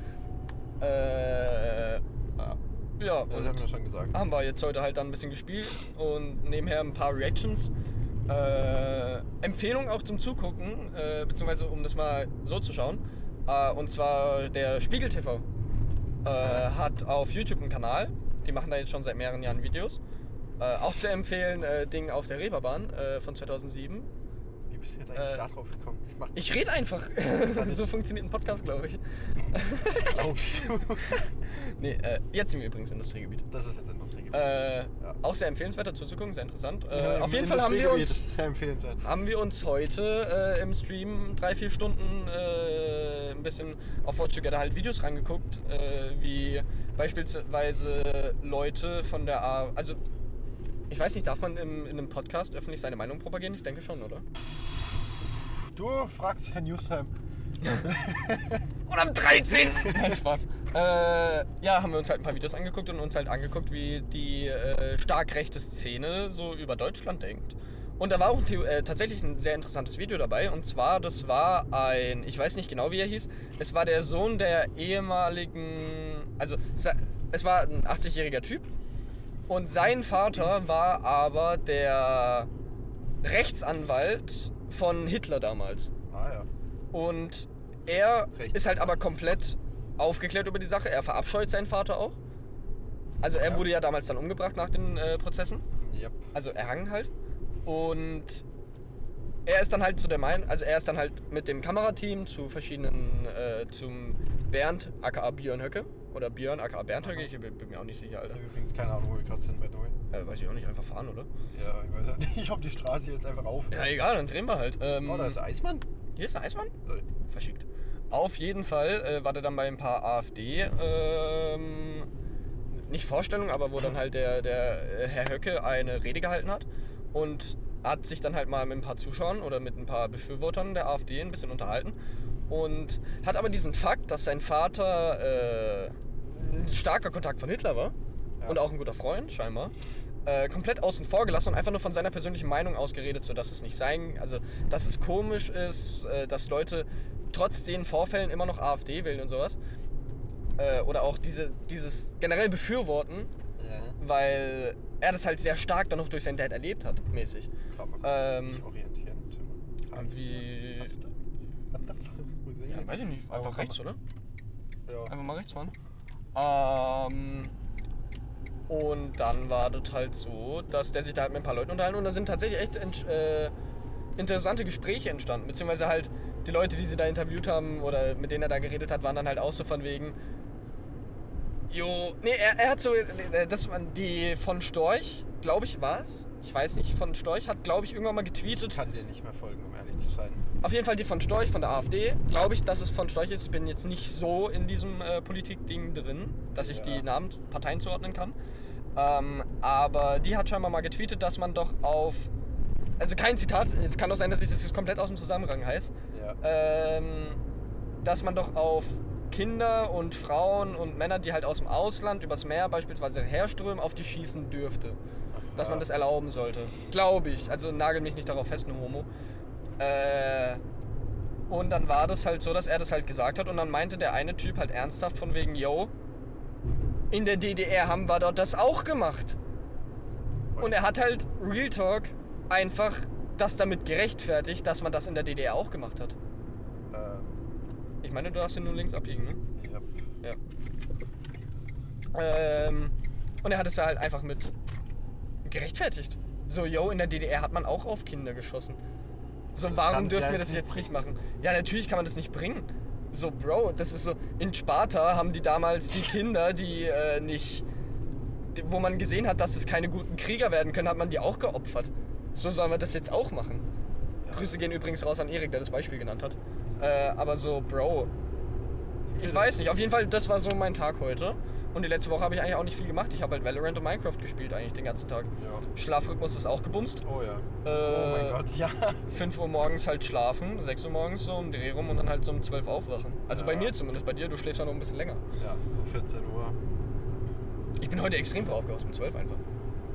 Äh, Halt, ja, ja, das haben und Ah. wir schon gesagt. haben wir jetzt heute halt dann ein bisschen gespielt und nebenher ein paar Reactions Äh, Empfehlung auch zum Zugucken, äh, beziehungsweise um das mal so zu schauen. Äh, und zwar der Spiegel TV äh, hat auf YouTube einen Kanal. Die machen da jetzt schon seit mehreren Jahren Videos. Äh, auch zu empfehlen, äh, Ding auf der Reeperbahn äh, von 2007. Wie bist du jetzt eigentlich Äh, da drauf gekommen? Das macht Ich rede einfach. hat so jetzt- funktioniert ein Podcast, glaube ich. glaubst du. Nee, äh, jetzt sind wir übrigens Industriegebiet. Das ist jetzt Industriegebiet. Äh, Ja. Auch sehr empfehlenswert dazu zu gucken, sehr interessant. Ja, Äh, im auf jeden Fall haben wir Industriegebiet. uns, Sehr empfehlenswert. haben wir uns heute äh, im Stream drei, vier Stunden äh, ein bisschen auf Watch Together halt Videos rangeguckt, äh, wie beispielsweise Leute von der A. Also, ich weiß nicht, darf man im, in einem Podcast öffentlich seine Meinung propagieren? Ich denke schon, oder? Du fragst Herrn Newstime. Und am 13. Nein, Spaß. Äh, ja, haben wir uns halt ein paar Videos angeguckt und uns halt angeguckt, wie die äh, stark rechte Szene so über Deutschland denkt. Und da war auch ein Theo- äh, tatsächlich ein sehr interessantes Video dabei. Und zwar, das war ein, ich weiß nicht genau, wie er hieß. Es war der Sohn der ehemaligen, also sa- es war ein 80-jähriger Typ. Und sein Vater war aber der Rechtsanwalt von Hitler damals. Ah ja. Und er Recht. ist halt aber komplett aufgeklärt über die Sache. Er verabscheut seinen Vater auch. Also er Ja. wurde ja damals dann umgebracht nach den äh, Prozessen. Yep. Also erhangen halt. Und er ist dann halt zu der Meinung, also er ist dann halt mit dem Kamerateam zu verschiedenen, äh, zum Bernd aka Björn Höcke. Oder Björn aka Bernd Höcke, ich bin, bin mir auch nicht sicher, Ich Alter. hab übrigens keine Ahnung, wo wir gerade sind, by the way. Äh, weiß ich auch nicht, einfach fahren, oder? Ja, ich weiß auch nicht. Ich hab die Straße jetzt einfach auf. Ja, egal, dann drehen wir halt. Ähm, Oh, da ist Eismann. hier ist der Eismann? Lol. verschickt. Auf jeden Fall äh, war der dann bei ein paar AfD, ähm, nicht Vorstellungen, aber wo dann halt der, der äh, Herr Höcke eine Rede gehalten hat und hat sich dann halt mal mit ein paar Zuschauern oder mit ein paar Befürwortern der AfD ein bisschen unterhalten und hat aber diesen Fakt, dass sein Vater äh, ein starker Kontakt von Hitler war Ja. und auch ein guter Freund scheinbar, äh, komplett außen vor gelassen und einfach nur von seiner persönlichen Meinung ausgeredet, so dass es nicht sein, also dass es komisch ist, äh, dass Leute trotz den Vorfällen immer noch AfD wählen und sowas äh, oder auch diese, dieses generell befürworten, Ja. weil er das halt sehr stark dann noch durch seinen Dad erlebt hat, mäßig. Gerade mal Ähm, kurz mich orientieren. Tim. Also wie- Was ist das? What the fuck? Wo sind wir? weiß ich nicht, einfach rechts, oder? Ja. Einfach mal rechts fahren. Ähm, und dann war das halt so, dass der sich da halt mit ein paar Leuten unterhalten und da sind tatsächlich echt ent- äh, interessante Gespräche entstanden. Beziehungsweise halt die Leute, die sie da interviewt haben oder mit denen er da geredet hat, waren dann halt auch so von wegen. Jo, nee, er, er hat so, äh, das waren die von Storch, glaube ich, war's. Ich weiß nicht, von Storch hat, glaube ich, irgendwann mal Ich getweetet. kann dir nicht mehr folgen, um ehrlich zu sein. Auf jeden Fall die von Storch, von der AfD. Glaube ich, dass es von Storch ist. Ich bin jetzt nicht so in diesem äh, Politikding drin, dass ich Ja. die Namen Parteien zuordnen kann. Ähm, aber die hat scheinbar mal getweetet, dass man doch auf. Also kein Zitat, jetzt kann doch sein, dass ich das jetzt komplett aus dem Zusammenhang heiß. Ja. Ähm, dass man doch auf Kinder und Frauen und Männer, die halt aus dem Ausland übers Meer beispielsweise herströmen, auf die schießen dürfte dass man das erlauben sollte. Glaube ich. Also nagel mich nicht darauf fest, ne Homo. Äh, und dann war das halt so, dass er das halt gesagt hat und dann meinte der eine Typ halt ernsthaft von wegen, yo, in der DDR haben wir dort das auch gemacht. Und er hat halt Real Talk einfach das damit gerechtfertigt, dass man das in der DDR auch gemacht hat. Ähm, Ich meine, du darfst ja nur links abbiegen, ne? ja. Ja. Ähm, und er hat es ja halt einfach mit gerechtfertigt. So, yo, in der DDR hat man auch auf Kinder geschossen. So, Das warum kannst du dürfen ja wir jetzt das nicht jetzt nicht machen? Ja, natürlich kann man das nicht bringen. So, Bro, das ist so, in Sparta haben die damals die Kinder, die äh, nicht, die, wo man gesehen hat, dass es keine guten Krieger werden können, hat man die auch geopfert. So sollen wir das jetzt auch machen. Grüße gehen übrigens raus an Erik, der das Beispiel genannt hat. Äh, aber so, Bro, ich weiß nicht. Auf jeden Fall, das war so mein Tag heute. Und die letzte Woche habe ich eigentlich auch nicht viel gemacht. Ich habe halt Valorant und Minecraft gespielt eigentlich den ganzen Tag. Ja. Schlafrhythmus ist auch gebumst. Oh ja. Äh, oh mein Gott, ja. 5 Uhr morgens halt schlafen, 6 Uhr morgens so um Dreh rum und dann halt so um 12 Uhr aufwachen. Also bei Ja. mir zumindest, bei dir, du schläfst ja noch ein bisschen länger. Ja, so 14 Uhr. Ich bin heute extrem früh aufgewacht, um 12 einfach.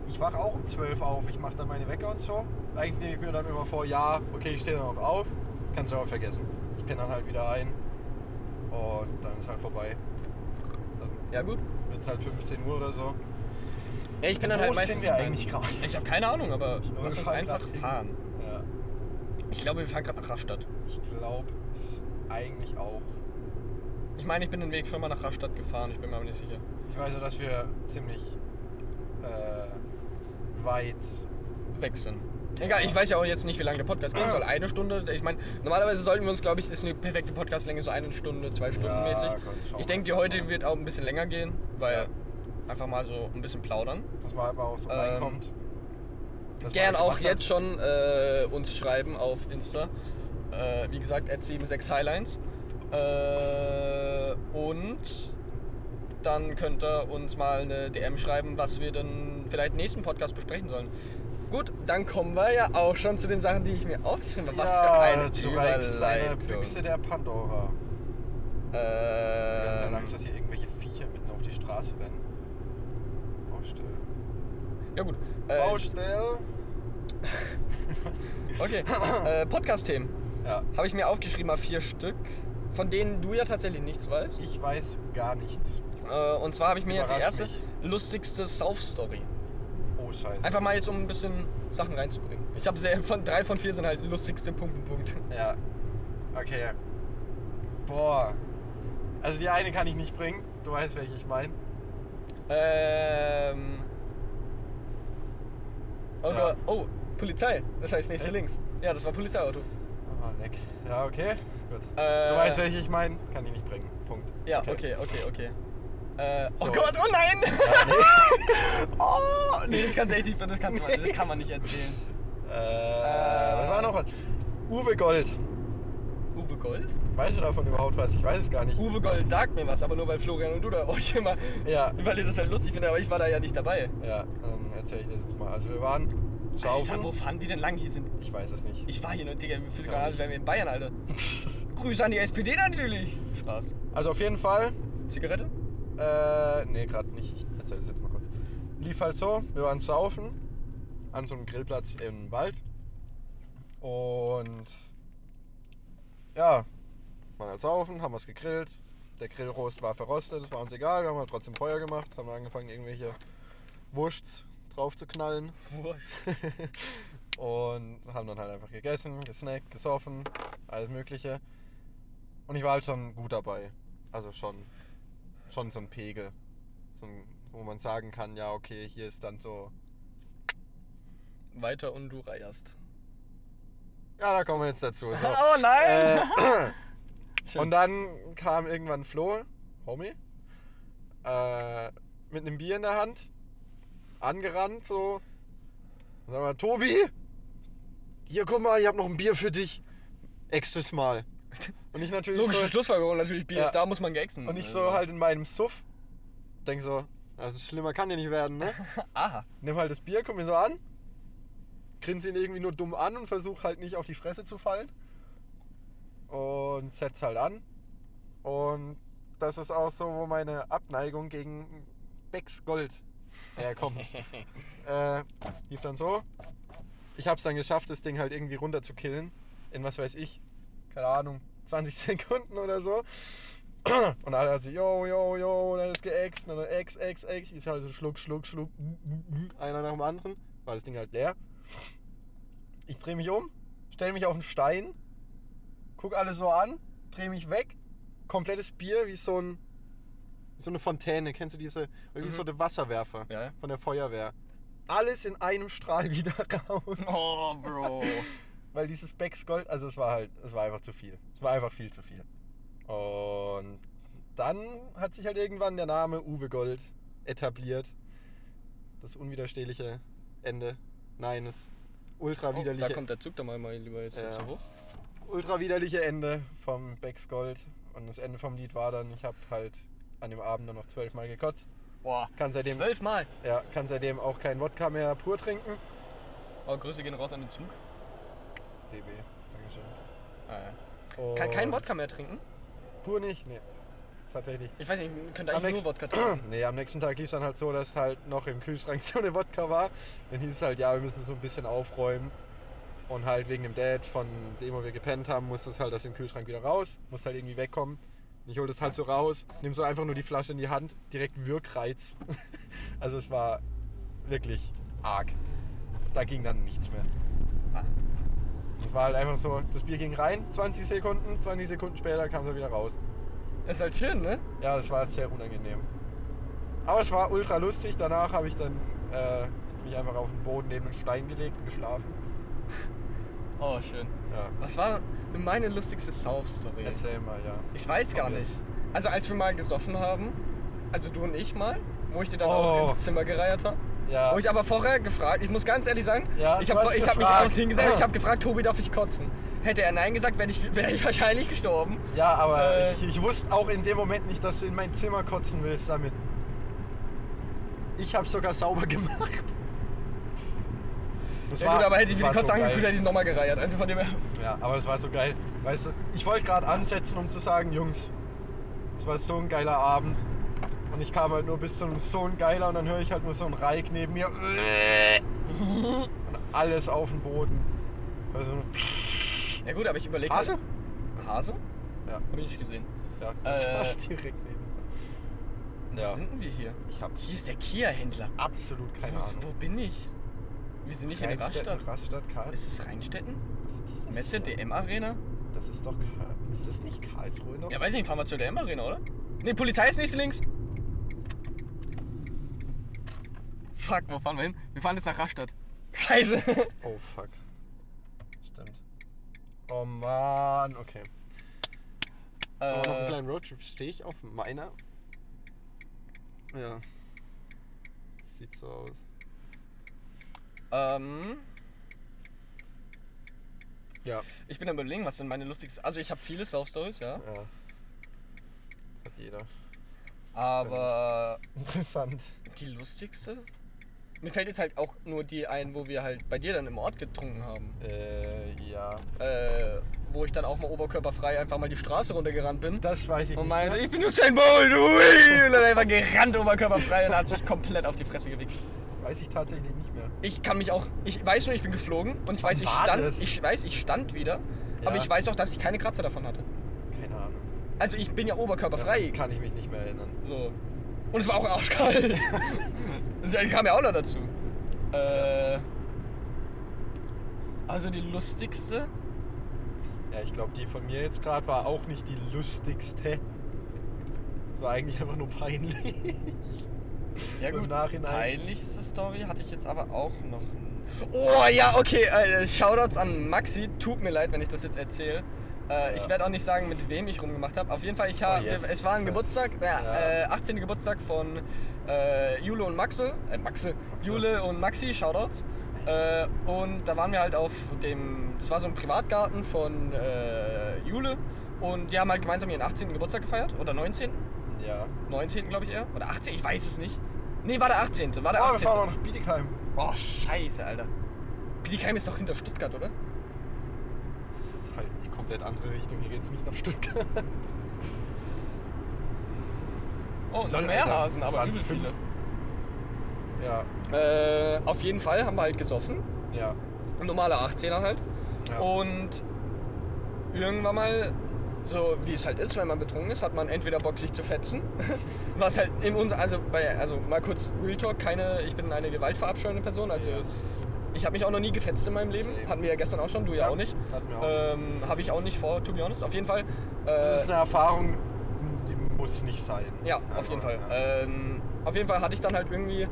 Ich wache auch um 12 auf. Ich mache dann meine Wecker und so. Eigentlich nehme ich mir dann immer vor, ja, okay, ich stehe dann auch auf. Kannst du aber vergessen. Ich penne dann halt wieder ein. Und dann ist halt vorbei. Dann Ja gut. wird es halt 15 Uhr oder so. Ja, ich bin dann Wo halt meistens. sind wir dabei. eigentlich gerade? Ich habe keine Ahnung, aber lass uns fahren einfach grad hin. fahren. Ja, Ich glaube, wir fahren gerade nach Rastatt. ich glaube es eigentlich auch. Ich meine, ich bin den Weg schon mal nach Rastatt gefahren, ich bin mir aber nicht sicher. Ich weiß nur, dass wir ziemlich äh, weit. Wechseln. Egal, ich weiß ja auch jetzt nicht, wie lange der Podcast Ah. gehen soll. Eine Stunde. Ich meine, normalerweise sollten wir uns, glaube ich, ist eine perfekte Podcastlänge so eine Stunde, zwei Stunden Ja, mäßig. komm, schauen ich wir denke, die uns heute mal. wird auch ein bisschen länger gehen, weil Ja. einfach mal so ein bisschen plaudern. dass man halt mal auch so Ähm, reinkommt. Dass man Gern halt auch gemacht hat. jetzt schon äh, uns schreiben auf Insta. Äh, wie gesagt, at 76 Highlines. Äh, und dann könnt ihr uns mal eine DM schreiben, was wir dann vielleicht im nächsten Podcast besprechen sollen. Gut, dann kommen wir ja auch schon zu den Sachen, die ich mir aufgeschrieben habe. Was für eine zu Reichs, seine Überleitung. Äh, Büchse der Pandora. Ganz Ähm, Angst, dass hier irgendwelche Viecher mitten auf die Straße rennen. Baustelle. ja gut. Äh, Baustelle! okay. Äh, Podcast-Themen Ja, habe ich mir aufgeschrieben, mal vier Stück, von denen du ja tatsächlich nichts weißt. ich weiß gar nichts. Äh, und zwar habe ich mir die Überrascht erste mich. lustigste South-Story. Oh, scheiße. Einfach mal jetzt, um ein bisschen Sachen reinzubringen. Ich habe sehr, von drei von vier sind halt lustigste Punkte, Punkt. Ja. Okay. Boah. Also die eine kann ich nicht bringen. Du weißt, welche ich meine. Ähm. Oh, Ja. Gott. oh, Polizei. Das heißt nächste Echt? links. Ja, das war Polizeiauto. Ah, leck. Ja, okay. Gut. Äh, du weißt, welche ich meine. Kann ich nicht bringen. Punkt. Ja, okay, okay, okay. Äh, oh So. Gott, oh nein! oh, nee, das kannst du echt nicht, das, kannst du mal, das kann man nicht erzählen. Äh, was war noch was? Uwe Gold. Uwe Gold? Weißt du davon überhaupt was? Ich weiß es gar nicht. Uwe Gold sagt mir was, aber nur weil Florian und du da euch immer, Ja. weil ihr das halt lustig findet, aber ich war da ja nicht dabei. Ja, dann erzähle ich das jetzt mal. Also wir waren Alter, saufen. wo fahren die denn lang? Hier sind. Ich weiß es nicht. Ich war hier noch, Digga, wie viel Ja. Granate wären wir in Bayern, Alter? Grüße an die SPD natürlich! Spaß. Also auf jeden Fall. Zigarette? Äh, nee, gerade nicht. Ich erzähle das jetzt mal kurz. Lief halt so, wir waren saufen an so einem Grillplatz im Wald. Und ja, waren halt saufen, haben was gegrillt. Der Grillrost war verrostet, das war uns egal. Wir haben halt trotzdem Feuer gemacht, haben angefangen, irgendwelche Wursts drauf zu knallen. und haben dann halt einfach gegessen, gesnackt, gesoffen, alles Mögliche. Und ich war halt schon gut dabei. Also schon, schon so ein Pegel. So ein, wo man sagen kann, ja, okay, hier ist dann so. Weiter und du reierst. Ja, da kommen wir jetzt dazu. So. Oh nein! Äh, und dann kam irgendwann Flo, Homie, äh, mit einem Bier in der Hand, angerannt so. Und Sag mal, Tobi, hier guck mal, ich hab noch ein Bier für dich. Extes Mal. Und ich natürlich Logische so, Schlussfolgerung natürlich, Bier Ja. ist da, muss man gexen. und ich so halt in meinem Suff, denk so, also schlimmer kann ja nicht werden, ne? Aha. Nimm halt das Bier, guck mir so an, grinse ihn irgendwie nur dumm an und versuch halt nicht auf die Fresse zu fallen. Und setz halt an. Und das ist auch so, wo meine Abneigung gegen Becks Gold herkommt. äh, lief dann so. Ich hab's dann geschafft, das Ding halt irgendwie runter zu killen. In was weiß ich, keine Ahnung, 20 Sekunden oder so. Und alle hat sich, yo, yo, yo, dann ist geäxt, und dann ex, ex, ex. Ich halt so schluck, schluck, schluck, mm, einer nach dem anderen. War das Ding halt leer. Ich drehe mich um, stelle mich auf einen Stein, guck alles so an, drehe mich weg. Komplettes Bier wie so ein wie so eine Fontäne, kennst du diese oder wie so eine Wasserwerfer Ja. Oh, von der Feuerwehr. Alles in einem Strahl wieder raus, Oh, Bro. weil dieses Becks Gold, also es war halt, es war einfach zu viel. Es war einfach viel zu viel. Und dann hat sich halt irgendwann der Name Uwe Gold etabliert. Das unwiderstehliche Ende. Nein, das ultra Oh, da widerliche, kommt der Zug doch mal, mein Lieber, jetzt Ja. ja. hoch. ultra widerliche Ende vom Becks Gold. Und das Ende vom Lied war dann, ich habe halt an dem Abend nur noch zwölfmal gekotzt. Boah, Kann seitdem- zwölfmal. Ja, kann seitdem auch kein Wodka mehr pur trinken. Oh, Grüße gehen raus an den Zug. DB, Dankeschön. Ah, ja. Und Kann kein Wodka mehr trinken? Äh, Pur nicht, nee. Tatsächlich. Ich weiß nicht, ich könnte Am eigentlich nur nächsten- Wodka trinken. Nee, am nächsten Tag lief es dann halt so, dass halt noch im Kühlschrank so eine Wodka war. Dann hieß es halt, ja, wir müssen so ein bisschen aufräumen. Und halt wegen dem Dad, von dem wo wir gepennt haben, musste es halt aus dem Kühlschrank wieder raus. Musste halt irgendwie wegkommen. Und ich hole das halt so raus, nimm so einfach nur die Flasche in die Hand, direkt Wirkreiz. also es war wirklich arg. Da ging dann nichts mehr. Ah. war halt einfach so, das Bier ging rein, 20 Sekunden, 20 Sekunden später kam es wieder raus. Ist halt schön, ne? Ja, das war sehr unangenehm. Aber es war ultra lustig. Danach habe ich dann äh, mich einfach auf den Boden neben einen Stein gelegt und geschlafen. Oh, schön. Ja. Was war meine lustigste Sauf-Story? Erzähl mal, ja. Ich weiß gar Komm nicht. jetzt. Also als wir mal gesoffen haben, also du und ich mal, wo ich dir dann Oh. auch ins Zimmer gereiert habe. Ja. Wo Oh, ich aber vorher gefragt, ich muss ganz ehrlich sagen, Ja, ich du habe hast ich hab mich gefragt. abends hingesagt, ich habe gefragt, Tobi, darf ich kotzen? Hätte er Nein gesagt, wäre ich, wär ich wahrscheinlich gestorben. ja, aber Äh. ich, ich wusste auch in dem Moment nicht, dass du in mein Zimmer kotzen willst damit. Ich habe sogar sauber gemacht. Das ja gut, aber hätte ich das mir die war Kotze geil. angekühlt, hätte ich nochmal gereiert. Also von dem her, Ja, aber das war so geil. Weißt du, ich wollte gerade ansetzen, um zu sagen, Jungs, es war so ein geiler Abend. Und ich kam halt nur bis zu einem so ein geiler und dann höre ich halt nur so einen Reik neben mir. Und alles auf den Boden. Also, ja gut, aber ich überlege... Hase? Hase? Ja. Hab ich nicht gesehen. Ja, das Äh. war direkt neben mir. Wo Ja, sind denn wir hier? ich habe Hier ist der Kia-Händler. absolut keine Wo, Ahnung. wo bin ich? Wir sind nicht in Rastatt. Rastatt, Karl. Ist es Rheinstetten? was ist das Messe hier? DM Arena? Das ist doch Karl. Ist das nicht Karlsruhe noch? Ja, weiß ich nicht, fahren wir zur DM Arena, oder? Ne, Polizei ist nicht links. Fuck, wo fahren wir hin? Wir fahren jetzt nach Rastatt. Scheiße. Äh, Oh fuck. Stimmt. Oh Mann, okay. Aber noch einen äh, kleinen Roadtrip. Stehe ich auf meiner? Ja. Sieht so aus. ähm, Ja. ich bin am überlegen, was denn meine lustigste... Also ich habe viele South-Stories, ja. ja. Das hat jeder. Aber Interessant. die lustigste? Mir fällt jetzt halt auch nur die ein, wo wir halt bei dir dann im Ort getrunken haben. Äh, ja. Äh, wo ich dann auch mal oberkörperfrei einfach mal die Straße runtergerannt bin. Das weiß ich Und nicht. meinte, mehr. ich bin Usain Bolt, ui! Und dann einfach gerannt, oberkörperfrei und hat sich komplett auf die Fresse gewichst. Das weiß ich tatsächlich nicht mehr. Ich kann mich auch, ich weiß nur, ich bin geflogen und ich weiß, ich Wann war stand, das? ich weiß, ich stand wieder, aber Ja. ich weiß auch, dass ich keine Kratzer davon hatte. Keine Ahnung. Also ich bin ja oberkörperfrei, Kann ich mich nicht mehr erinnern. so. Und es war auch arschkalt. das kam ja auch noch dazu. Äh, also die lustigste, Ja, ich glaube, die von mir jetzt gerade war auch nicht die lustigste. Es war eigentlich einfach nur peinlich. Ja So im gut, Nachhinein. peinlichste Story hatte ich jetzt aber auch noch. n- Oh ja, okay, äh, Shoutouts an Maxi. Tut mir leid, wenn ich das jetzt erzähle. Äh, Ich Ja. werde auch nicht sagen, mit wem ich rumgemacht habe. Auf jeden Fall, ich habe, Oh, yes. es war ein Geburtstag, ja, Ja. Äh, 18. Geburtstag von äh, Jule und Maxe, äh, Maxe, Jule und Maxi, Shoutouts. Äh, und da waren wir halt auf dem, das war so ein Privatgarten von äh, Jule und die haben halt gemeinsam ihren 18. Geburtstag gefeiert oder 19. Ja. 19. glaube ich eher. Oder 18. Ich weiß es nicht. Nee, war der 18. War der Ah, wir 18. fahren noch nach Bietigheim. Oh, scheiße, Alter. Bietigheim ist doch hinter Stuttgart, oder? Das ist halt die komplett andere Richtung. Hier geht's nicht nach Stuttgart. Oh, noch Lol, mehr Alter. Hasen, Das aber waren übel fünf. viele. Ja. Äh, auf jeden Fall haben wir halt gesoffen. Ja. Ein normaler 18er halt. Ja. Und irgendwann mal, so wie es halt ist, wenn man betrunken ist, hat man entweder Bock, sich zu fetzen. Was halt im Unter... Also, bei, also mal kurz Real Talk. Keine, ich bin eine gewaltverabscheuende Person. Also Ja. ich habe mich auch noch nie gefetzt in meinem Leben. Same. Hatten wir ja gestern auch schon, du ja, Ja, auch nicht. hatten wir auch. Ähm, habe ich auch nicht vor, to be honest. Auf jeden Fall. Äh, Das ist eine Erfahrung, die muss nicht sein. ja, auf Also, jeden Fall. ja. Ähm, auf jeden Fall hatte ich dann halt irgendwie,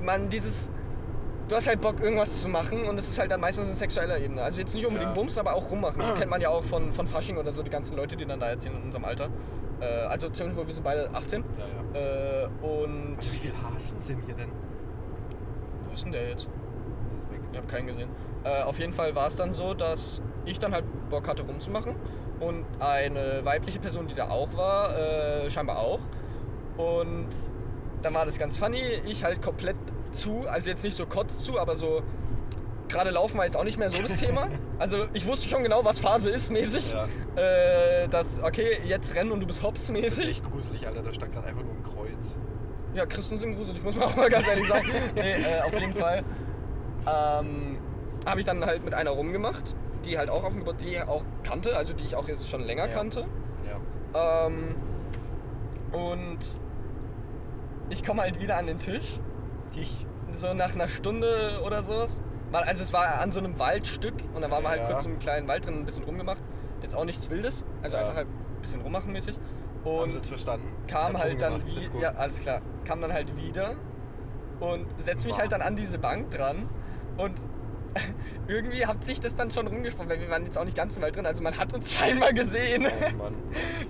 man, dieses, du hast halt Bock, irgendwas zu machen und es ist halt dann meistens in sexueller Ebene. Also jetzt nicht unbedingt Ja. Bums, aber auch rummachen. So kennt man ja auch von, von Fasching oder so, die ganzen Leute, die dann da erzählen in unserem Alter. Äh, also ziemlich wohl, wir sind beide 18. Ja, ja. Also, Äh, und, Wie viele Hasen sind hier denn? wo ist denn der jetzt? Weg. Ich habe keinen gesehen. Äh, auf jeden Fall war es dann so, dass ich dann halt Bock hatte rumzumachen und eine weibliche Person, die da auch war, äh, scheinbar auch. Und dann war das ganz funny. Ich halt komplett zu, also jetzt nicht so kotz zu, aber so gerade laufen war jetzt auch nicht mehr so das Thema. Also ich wusste schon genau, was Phase ist mäßig. Ja. Äh, dass, okay, jetzt rennen und du bist hops Das ist mäßig. echt gruselig, Alter. Da stand gerade einfach nur ein Kreuz. Ja, Christen sind gruselig, muss man auch mal ganz ehrlich sagen. nee, äh, auf jeden Fall ähm, habe ich dann halt mit einer rumgemacht, die halt auch auf dem Geburt, die ich auch kannte, also die ich auch jetzt schon länger Ja. kannte. Ja. Ähm, und ich komme halt wieder an den Tisch, Ich. so nach einer Stunde oder sowas. War, also es war an so einem Waldstück und da waren wir halt Ja. kurz im kleinen Wald drin ein bisschen rumgemacht. Jetzt auch nichts Wildes, also Ja. einfach halt ein bisschen rummachen mäßig. Haben Und sie jetzt verstanden. kam Hab halt dann rumgemacht, ist wieder, gut. ja alles klar, kam dann halt wieder und setz mich Boah. halt dann an diese Bank dran und irgendwie hat sich das dann schon rumgesprochen, weil wir waren jetzt auch nicht ganz im Wald drin, also man hat uns scheinbar gesehen, Oh Mann,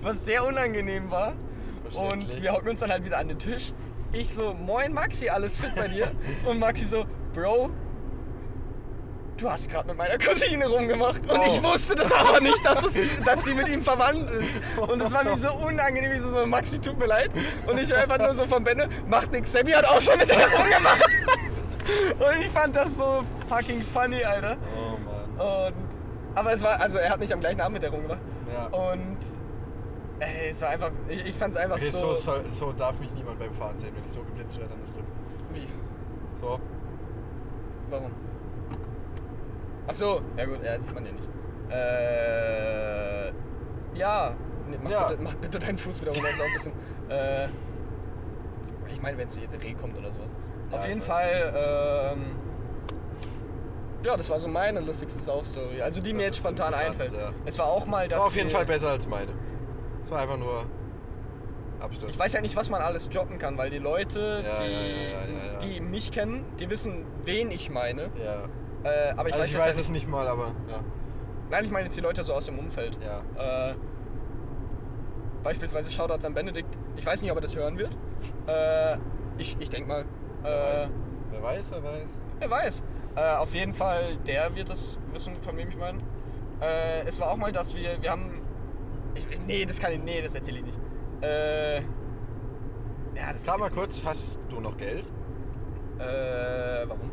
was sehr unangenehm war und Verständlich. wir hocken uns dann halt wieder an den Tisch. Ich so, moin Maxi, alles fit bei dir? und Maxi so, Bro, du hast gerade mit meiner Cousine rumgemacht. Und ich Oh. wusste das aber nicht, dass, es, dass sie mit ihm verwandt ist. Und es war mir so unangenehm, wie so, so, Maxi, tut mir leid. Und ich höre einfach nur so von Benne, macht nix, Sammy hat auch schon mit der rumgemacht. und ich fand das so fucking funny, Alter. oh Und, Mann. aber es war, also er hat nicht am gleichen Abend mit der rumgemacht. Ja. Und ey, es war einfach, ich, ich fand es einfach Okay, so. so, so, so darf mich niemand beim Fahren sehen, wenn ich so geblitzt werde, dann ist Rippen. Wie? So, Warum? Ach so, ja gut, ja, sieht man ja nicht. Äh, ja. Nee, mach, Ja. Bitte, mach bitte deinen Fuß wieder runter, ist auch ein bisschen. Äh, ich meine, wenn es ein Reh kommt oder sowas. Ja, Auf ich jeden weiß. Fall, ähm, ja, das war so meine lustigste Sauf-Story. Also die mir Das jetzt ist spontan interessant, einfällt. ja. Es war auch mal, das dass war auf jeden wir- Fall besser als meine. Es war einfach nur Absturz. Ich weiß ja nicht, was man alles droppen kann, weil die Leute, Ja, die, ja, ja, ja, ja. die mich kennen, die wissen, wen ich meine. ja. Äh, aber ich also weiß, ich jetzt weiß ja es nicht mal, aber ja. nicht- Nein, ich meine jetzt die Leute so aus dem Umfeld. ja. Äh, beispielsweise Shoutouts an Benedikt. Ich weiß nicht, ob er das hören wird. Äh, ich ich denke mal. Äh, Wer weiß, wer weiß. wer weiß. Äh, auf jeden Fall, der wird das wissen, von wem ich meine. Äh, es war auch mal, dass wir. Wir haben. Ich, nee, das kann ich. Nee, das erzähle ich nicht. Äh, ja, das Sag erzähl mal kurz, hast du noch Geld? ich- Äh, warum?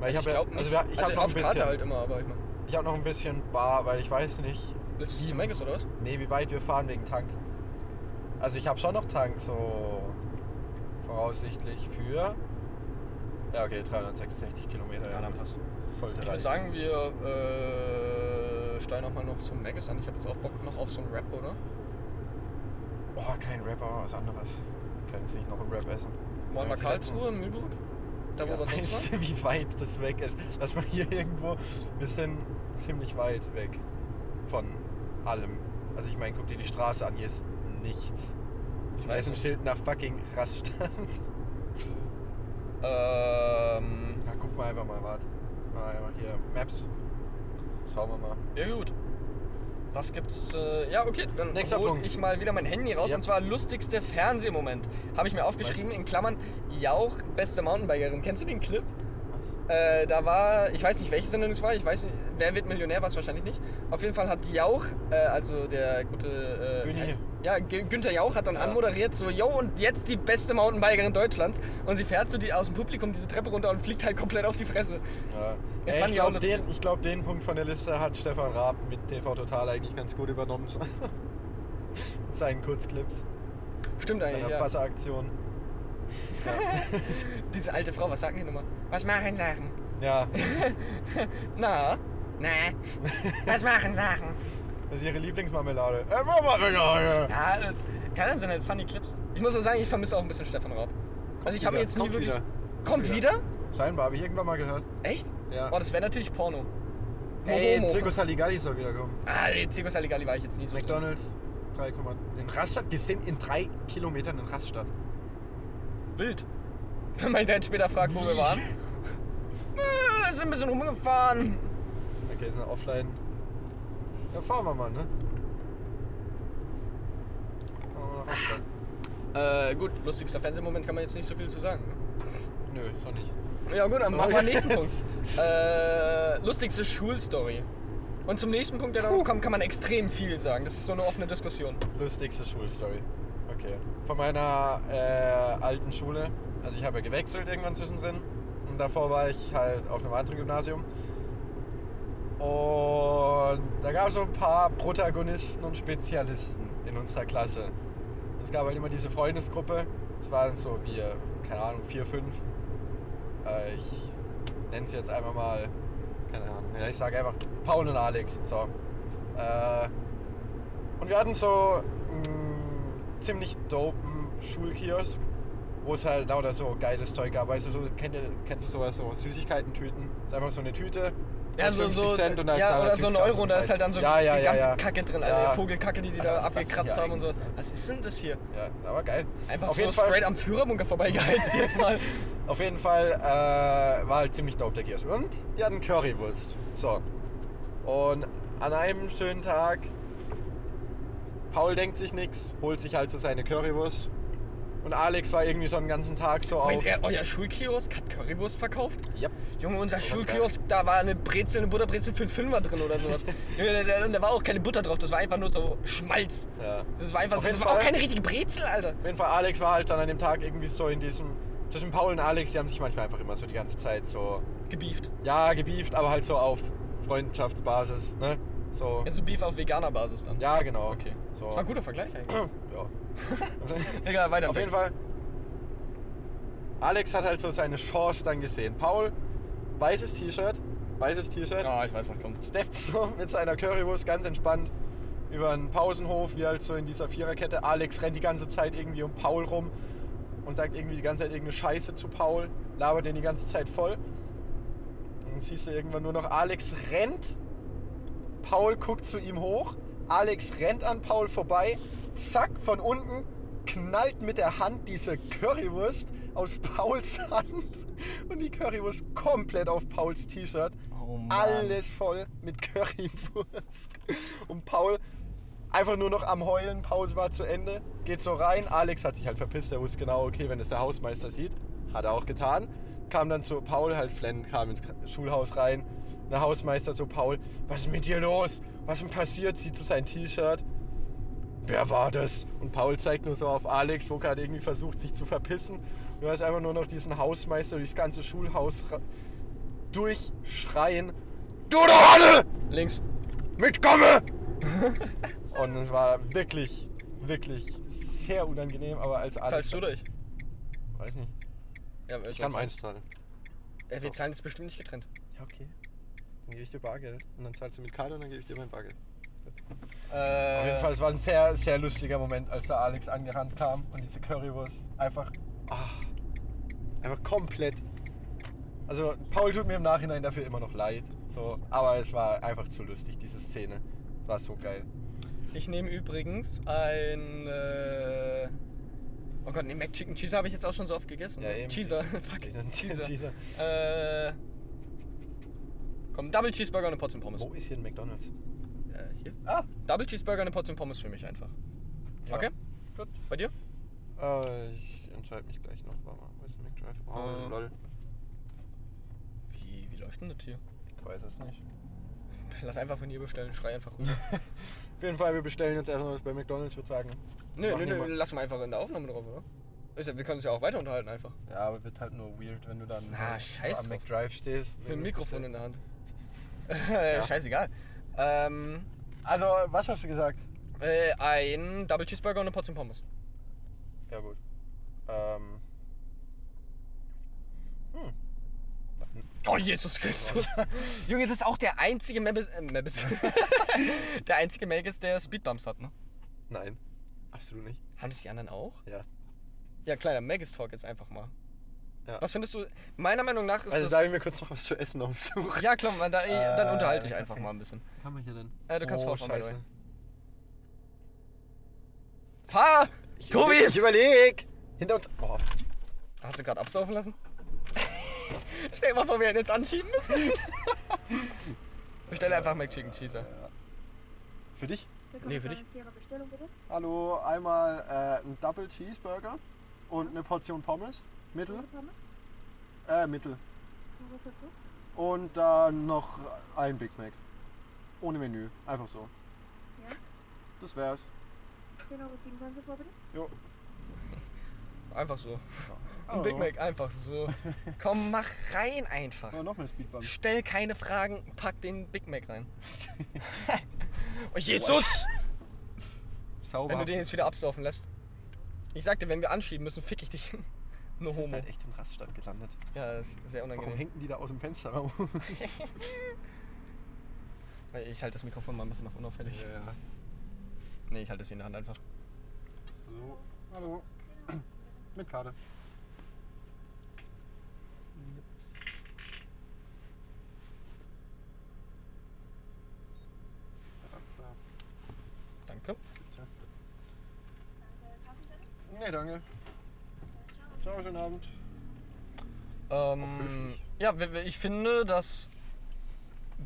Weil Also ich glaub habe nicht. also wir- ich Also hab noch ein auf Karte bisschen, halt immer, aber ich meine. ich habe noch ein bisschen Bar, weil ich weiß nicht, Willst du zum Megas oder was? nee, wie weit wir fahren wegen Tank. Also ich habe schon noch Tank so voraussichtlich für ja okay 366 Kilometer. passt. Sollte Ich reichen. würde sagen, wir äh, steigen auch mal noch zum Megas an. Ich habe jetzt auch Bock noch auf so einen Rap, oder? Oh, kein Rapper, was anderes. Ich kann jetzt nicht noch einen Rap essen. Wollen wir Kannst du Karlsruhe, Mühlburg? Da wo Ja, wir sonst weißt waren? du, wie weit das weg ist? Dass man hier irgendwo, wir sind ziemlich weit weg von allem. Also ich meine, guck dir die Straße an, hier ist nichts. Ich weiß weiß ein nicht. Schild nach fucking Raststand. Ähm, Na, guck mal einfach mal, warte. Mal einfach hier Maps. Schauen wir mal. ja gut. Was gibt's? Äh, ja, okay, dann Nächster hol Punkt. ich mal wieder mein Handy raus. Ja. Und zwar lustigste Fernsehmoment. Habe ich mir aufgeschrieben, Was? in Klammern, Jauch, beste Mountainbikerin. Kennst du den Clip? Was? Äh, da war, ich weiß nicht, welche Sendung es war, ich weiß nicht, wer wird Millionär, war es wahrscheinlich nicht. Auf jeden Fall hat Jauch, äh, also der gute. Äh, Günni. heißt- ja, G- Günther Jauch hat dann Ja. anmoderiert, so, yo, und jetzt die beste Mountainbikerin Deutschlands. Und sie fährt so die aus dem Publikum diese Treppe runter und fliegt halt komplett auf die Fresse. Ja. Jetzt fand Ey, ich ich auch glaube, lustig. den, ich glaub, den Punkt von der Liste hat Stefan Raab mit TV Total eigentlich ganz gut übernommen. Mit Seinen Kurzclips, Stimmt eigentlich, seiner ja. Wasseraktion. Diese alte Frau, was sagen die nochmal? Was machen Sachen? Ja, Na? Na? was machen Sachen? das ist ihre Lieblingsmarmelade. Äh, Marmelade. Ja, das, keine Ahnung, sind halt funny Clips. Ich muss auch sagen, ich vermisse auch ein bisschen Stefan Raab. also ich habe wieder, jetzt nie kommt wirklich... wieder. Kommt wieder. wieder? Scheinbar, habe ich irgendwann mal gehört. Echt? Ja. Oh, das wäre natürlich Porno. No Ey, homo. Circus Halligalli soll wieder kommen. Ah, nee, Zirkus Halligalli war ich jetzt nie so. drin. McDonalds, 3, in Raststadt. Wir sind in drei Kilometern in Raststadt. Wild. Wenn mein Dad später fragt, wo wir Wie? waren. Äh, sind ein bisschen rumgefahren. Okay, ist eine Offline. Ja, fahren wir mal, ne? Fahren wir nach Raststadt. Äh, gut, lustigster Fernsehmoment kann man jetzt nicht so viel zu sagen. ne? Nö, ist doch nicht. Ja gut, dann machen wir den nächsten Punkt. Yes. Äh, lustigste Schulstory. Und zum nächsten Punkt, der da noch kommt, kann man extrem viel sagen. Das ist so eine offene Diskussion. Lustigste Schulstory. Okay. Von meiner äh, alten Schule. Also ich habe ja gewechselt irgendwann zwischendrin. Und davor war ich halt auf einem anderen Gymnasium. Und da gab es so ein paar Protagonisten und Spezialisten in unserer Klasse. Es gab halt immer diese Freundesgruppe. Es waren so wir, keine Ahnung, vier, fünf. Äh, ich nenne es jetzt einfach mal, keine Ahnung. Ja, ich sage einfach Paul und Alex. So. Äh, und wir hatten so einen ziemlich dopen mm, Schulkiosk, wo es halt lauter so geiles Zeug gab. Weißt du, so, kennt ihr, kennst du sowas, so Süßigkeiten-Tüten? Ist einfach so eine Tüte. Ja, so, 50 so, Cent und da ist ja halt oder so ein Süßigkeiten Euro und da ist halt dann so Ja, ja, die ja, ganze ja. Kacke drin, Alter, Ja. die Vogelkacke, die die da Alter, was ist das abgekratzt hier haben und so. Was ist denn das hier? Ja, aber geil. Einfach Auf so jeden Fall- straight am Führerbunker vorbeigeheizt jetzt mal. Auf jeden Fall äh, war halt ziemlich dope der Kiosk. Und die hatten Currywurst. So. Und an einem schönen Tag, Paul denkt sich nichts, holt sich halt so seine Currywurst. Und Alex war irgendwie schon den ganzen Tag so auf. Meint ihr, euer Schulkiosk hat Currywurst verkauft? Yep. Junge, unser Schulkiosk, da war eine Brezel, eine Butterbrezel für einen Fünfer drin oder sowas. Junge, da, da, da war auch keine Butter drauf, das war einfach nur so Schmalz. Ja. Das war einfach Auf so, jeden das war auch Fall- keine richtige Brezel, Alter. Auf jeden Fall, Alex war halt dann an dem Tag irgendwie so in diesem. Zwischen Paul und Alex, die haben sich manchmal einfach immer so die ganze Zeit so. Gebieft. Ja, gebieft, aber halt so auf Freundschaftsbasis, ne? So. Also Beef auf veganer Basis dann. Ja, genau. Okay. So. Das war ein guter Vergleich eigentlich. Ja. Egal, weiter. im Auf jeden Text. Fall. Alex hat halt so seine Chance dann gesehen. Paul, weißes T-Shirt, weißes T-Shirt. Ah, ich weiß, was kommt. Steppt so mit seiner Currywurst ganz entspannt über einen Pausenhof, wie halt so in dieser Viererkette. Alex rennt die ganze Zeit irgendwie um Paul rum und sagt irgendwie die ganze Zeit irgendeine Scheiße zu Paul, labert den die ganze Zeit voll. Und dann siehst du irgendwann nur noch, Alex rennt, Paul guckt zu ihm hoch, Alex rennt an Paul vorbei, zack, von unten knallt mit der Hand diese Currywurst aus Pauls Hand und die Currywurst komplett auf Pauls T-Shirt. Oh Mann. Alles voll mit Currywurst. Und Paul einfach nur noch am Heulen, Pause war zu Ende, geht so rein. Alex hat sich halt verpisst, er wusste genau, okay, wenn es der Hausmeister sieht, hat er auch getan. Kam dann zu Paul, halt flennend, kam ins Schulhaus rein. Und Der Hausmeister zu Paul, was ist mit dir los? Was ist denn passiert? Sieht zu sein T-Shirt. Wer war das? Und Paul zeigt nur so auf Alex, wo gerade irgendwie versucht, sich zu verpissen. Und du hast einfach nur noch diesen Hausmeister durchs ganze Schulhaus ra- durchschreien. Du da Hanne! Links. mitkomme! und es war wirklich, wirklich sehr unangenehm, aber als Alex. Zahlst du durch? Weiß nicht. Ja, ich einzahlen. Ja, wir zahlen jetzt bestimmt nicht getrennt. Ja, okay. Dann gebe ich dir Bargeld. Und dann zahlst du mit Karte und dann gebe ich dir mein Bargeld. Äh, Auf jeden Fall, es war ein sehr, sehr lustiger Moment, als der Alex angerannt kam und diese Currywurst einfach. Ah, einfach komplett. Also, Paul tut mir im Nachhinein dafür immer noch leid. So, aber es war einfach zu lustig, diese Szene. War so geil. Ich nehme übrigens ein. Äh, oh Gott, nee, McChicken Cheese habe ich jetzt auch schon so oft gegessen. Ja, eben. Cheeser. Fuck. Cheeser. Cheeser. Äh, komm, Double Cheeseburger und eine Portion Pommes. Wo ist hier ein McDonalds? Äh, hier. Ah, Double Cheeseburger und eine Portion Pommes für mich einfach. Ja. Okay? Gut. Bei dir? Äh, ich entscheide mich gleich noch. Warte mal, wo ist ein McDrive? Oh, Äh. lol. Wie, wie läuft denn das hier? Ich weiß es nicht. Lass einfach von hier bestellen, schrei einfach runter. Auf jeden Fall, wir bestellen jetzt erstmal was bei McDonalds, würde sagen. nö, Mach nö, nö, niemand. lass mal einfach in der Aufnahme drauf, oder? Ist ja, wir können uns ja auch weiter unterhalten einfach. Ja, aber wird halt nur weird, wenn du dann Na, äh, scheiß am drauf. McDrive stehst. Mit dem Mikrofon in der Hand. Äh, Ja. Scheißegal. Ähm, Also, was hast du gesagt? äh, ein Double Cheeseburger und eine Portion Pommes. Ja, gut. Ähm. Oh, Jesus Christus. Junge, das ist auch der einzige Mabis. Äh, Mabis. der einzige Magus, der Speedbumps hat, ne? Nein. Absolut nicht. Haben das die anderen auch? Ja. Ja, kleiner Magus-Talk jetzt einfach mal. Ja. Was findest du? Meiner Meinung nach ist Also, darf das. ich mir kurz noch was zu essen aussuchen? Ja, klar, man, da, Ah, dann Äh, unterhalte ich einfach okay. mal ein bisschen. Kann man hier denn? Äh, du kannst oh, vorfahren, by the Scheiße. Fahr! Ich Tobi! überleg- Ich überleg! Hinter uns. Oh, Hast du gerade absaufen lassen? Stell dir mal vor, wir hätten jetzt anschieben müssen. Bestell einfach McChicken Cheeser. für dich? Nee, für dich. Ihre Bestellung bitte. Hallo, einmal äh, ein Double Cheeseburger und eine Portion Pommes. Mittel? Pommes, Äh, mittel. noch was dazu? Und dann noch ein Big Mac. Ohne Menü. Einfach so. Ja. Hm? Das wär's. 10,27 Euro bitte. Jo. Einfach so. Ein Oh. Big Mac, einfach so. Komm, mach rein einfach. Ja, nochmal Speedbump. Stell keine Fragen, pack den Big Mac rein. oh, Jesus! Sauber. Wenn du den jetzt wieder absaufen lässt. Ich sagte, wenn wir anschieben müssen, fick ich dich. Nur Homo. echt in Raststadt gelandet. Ja, das ist sehr Warum unangenehm. hängen die da aus dem Fenster raus? Ich halte das Mikrofon mal ein bisschen auf unauffällig. Ja. Nee, ich halte es hier in der Hand einfach. So. Hallo. Mit Karte. Danke. Nee, danke. Ciao, schönen Abend. Auf Ähm, höflich. ja, wir- wir- ich finde das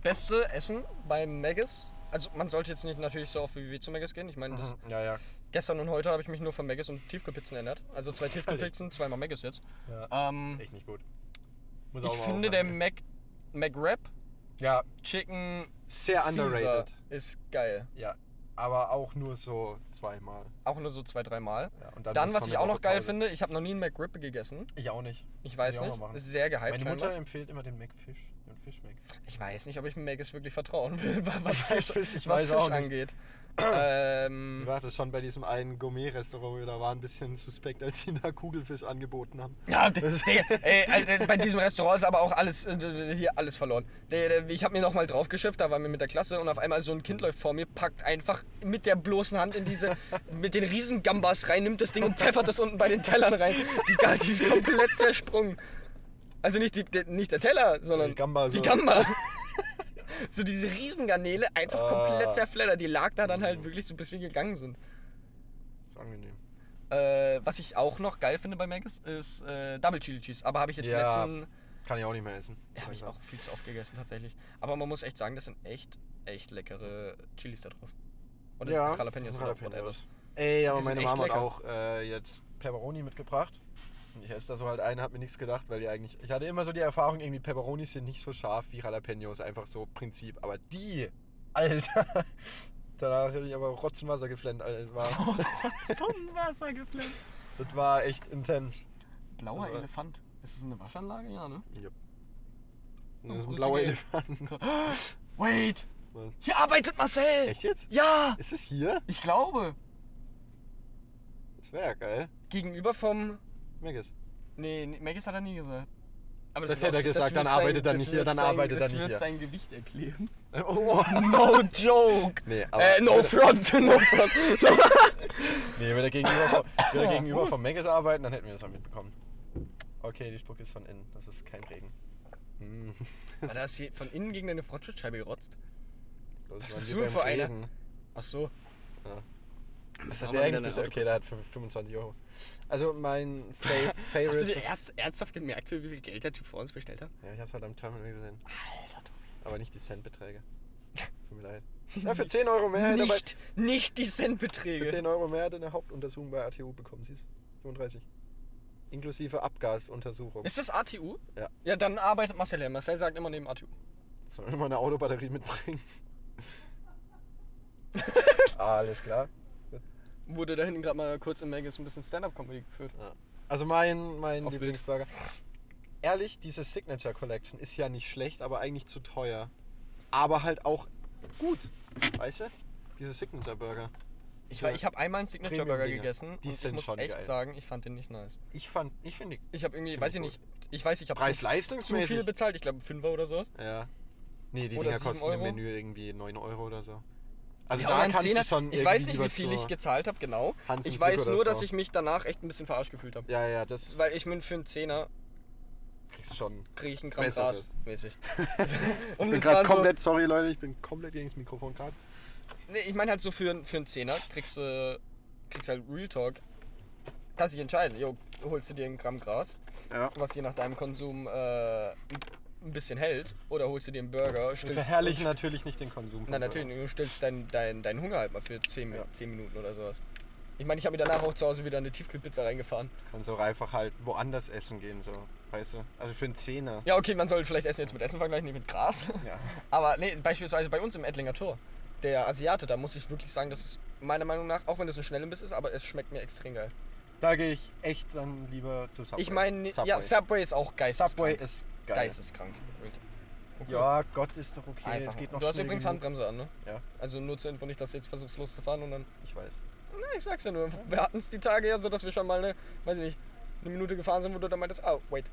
beste Essen bei Maggis. Also man sollte jetzt nicht natürlich so auf WW zu Maggis gehen. Ich meine, das Ja, ja. gestern und heute habe ich mich nur von Maggis und Tiefkühlpizzen ernährt. Also zwei Völlig. Tiefkühlpizzen, zweimal Maggis jetzt. ja. Ähm, Echt nicht gut. Muss ich auch mal finde aufhören, der ey. Mac McWrap Ja, Chicken sehr Caesar underrated. ist geil. Ja. Aber auch nur so zweimal. Auch nur so zwei, dreimal. Ja, und Dann, dann ist was schon ich eine auch noch Woche geil Pause. finde, ich habe noch nie einen McRib gegessen. Ich auch nicht. Ich weiß ich auch mal nicht. machen. Ist sehr gehypt. Meine Mutter scheinbar. empfiehlt immer den Macfish. Den Fischmac. Ich weiß nicht, ob ich Maggis wirklich vertrauen will, was Fisch, Fisch, ich was weiß Fisch auch nicht. angeht. Mir ähm, war das schon bei diesem einen Gourmet-Restaurant, wo wir da waren, ein bisschen suspekt, als sie da Kugelfisch angeboten haben. ja, d- Digga, ey, Alter, also, bei diesem Restaurant ist aber auch alles äh, d- d- hier alles verloren. Der- der- Ich habe mir noch mal drauf geschifft, da waren wir mit der Klasse und auf einmal so ein Kind läuft vor mir, packt einfach mit der bloßen Hand in diese, mit den riesen Gambas rein, nimmt das Ding und pfeffert das unten bei den Tellern rein. Die, Ga- die ist komplett zersprungen. Also nicht, die, der- nicht der Teller, sondern Die Gamba, Die so. Gamba. so diese Riesengarnele, einfach komplett Ah. zerfleddert. Die lag da dann halt wirklich so, bis wir gegangen sind. Ist angenehm. Äh, was ich auch noch geil finde bei Maggis ist äh, Double Chili Cheese. Aber habe ich jetzt Ja, letzten. Kann ich auch nicht mehr essen. Ja, habe ich auch viel zu oft gegessen tatsächlich. Aber man muss echt sagen, das sind echt, echt leckere Chilis da drauf. Oder Ja, sind Jalapenos, das sind oder whatever. Jalapenos. Ey, aber Die sind meine echt Mama lecker. hat auch äh, jetzt Pepperoni mitgebracht. Und ich esse da so halt eine, hab mir nichts gedacht, weil die eigentlich. Ich hatte immer so die Erfahrung, irgendwie Pepperonis sind nicht so scharf wie Jalapenos, einfach so Prinzip. Aber die, Alter. Danach habe ich aber Rotzenwasser geflennt, Alter. Das war, Sonnenwasser geflammt. das war echt intens. Blauer Also, äh, Elefant. Ist das eine Waschanlage? Ja, ne? Das ist Oh, Grüße ein blauer gehen. Elefant. Wait! Was? Hier arbeitet Marcel! Echt jetzt? Ja! Ist es hier? Ich glaube. Das wäre ja geil. Gegenüber vom Megas. Nee, nee, Maggis hat er nie gesagt. Aber Das hätte er gesagt, dann arbeitet er nicht hier, dann arbeitet er nicht Das hier. wird sein Gewicht erklären. Oh. No joke! Nee, aber. äh, no front, no front. Nee, wenn er gegenüber, vom- wenn er gegenüber vom Megas arbeiten, dann hätten wir das mal mitbekommen. Okay, die Spucke ist von innen. Das ist kein Regen. Hm. Alter, hast du Ah, hier von innen gegen deine Frontschutzscheibe gerotzt? Das Was waren bist wir du denn beim für einer? Reden. Ach so. Ja. Was Was hat der eigentlich bis- Okay, der hat fün- 25 Euro. Also mein Fa Hast du Favorite. dir erst ernsthaft gemerkt, für wie viel Geld der Typ vor uns bestellt hat? ja, ich hab's halt am Terminal gesehen. Alter, Aber nicht die Centbeträge. Tut mir leid. Ja, für 10 Euro mehr hätte er bei, Nicht, nicht die für Centbeträge. 10 Euro mehr hätte er eine Hauptuntersuchung bei ATU bekommen. Siehst du? 35. Inklusive Abgasuntersuchung. Ist das ATU? Ja. Ja, dann arbeitet Marcel hier. Marcel sagt immer neben ATU. Sollen wir mal eine Autobatterie mitbringen? Alles klar. Wurde da hinten gerade mal kurz im Maggis ein bisschen Stand-Up-Comedy geführt. Also mein, mein Auf Wild. Lieblingsburger. Ehrlich, diese Signature Collection ist ja nicht schlecht, aber eigentlich zu teuer. Aber halt auch gut. Weißt du? Diese Signature Burger. Ich, Diese- war- ich habe einmal einen Signature Burger Premium-Dinger. gegessen Die und ich sind muss schon echt geil. sagen, ich fand den nicht nice. Ich fand, ich finde die Ich habe irgendwie, Ziemlich weiß ich gut. nicht, ich weiß, ich habe zu, zu preis-leistungsmäßig. viel bezahlt, ich glaube Fünfer oder sowas. ja. Nee, die Oder Dinger sieben kosten im Euro. Menü irgendwie 9 Euro oder so. Also Ja, oder da ein kannst Zehner. du schon ich weiß nicht, irgendwie wie lieber viel zur- ich gezahlt habe, genau. Hans im ich Glück weiß oder nur, so. dass ich mich danach echt ein bisschen verarscht gefühlt habe. Ja, ja, das Weil ich bin für einen Zehner kriegst du schon. kriege ich einen Gramm Besseres. Gras mäßig. Um Und Ich bin es war gerade komplett, sorry Leute, ich bin komplett gegen das Mikrofon gerade. So, nee, ich meine halt so für, einen- für einen Zehner kriegst du kriegst halt Real Talk. Kannst dich entscheiden. Jo, holst du dir einen Gramm Gras Ja. was je nach deinem Konsum äh, ein bisschen hält. Oder holst du dir einen Burger, Wir stillst, verherrlichen natürlich nicht den Konsum. na, natürlich, du stillst deinen dein, deinen Hunger halt mal für 10, Mi- Ja. 10 Minuten oder sowas. Ich meine, ich habe mir danach auch zu Hause wieder eine Tiefkühlpizza reingefahren. Kannst auch einfach halt woanders essen gehen, so. Weißt du? Also für einen Zehner. Ja, okay, man soll vielleicht Essen jetzt mit Essen vergleichen, nicht mit Gras. Ja. Aber nee, beispielsweise bei uns im Ettlinger Tor, der Asiate, da muss ich wirklich sagen, das ist meiner Meinung nach, auch wenn es ein schneller Biss ist, aber es schmeckt mir extrem geil. Da gehe ich echt dann lieber zu Subway. Ich meine, Subway. ja, Subway ist auch geisteskrank. Subway ist geil. geisteskrank. Okay. Ja, Gott ist doch okay. Einfach. Es geht noch du hast schnell übrigens genug. Handbremse an, ne? Ja. Also nur zur Info nicht, dass du jetzt versuchst loszufahren und dann. Ich weiß. Na, ich sag's ja nur. Wir hatten es die Tage ja so, dass wir schon mal eine, weiß ich nicht, eine Minute gefahren sind, wo du dann meintest, oh, wait,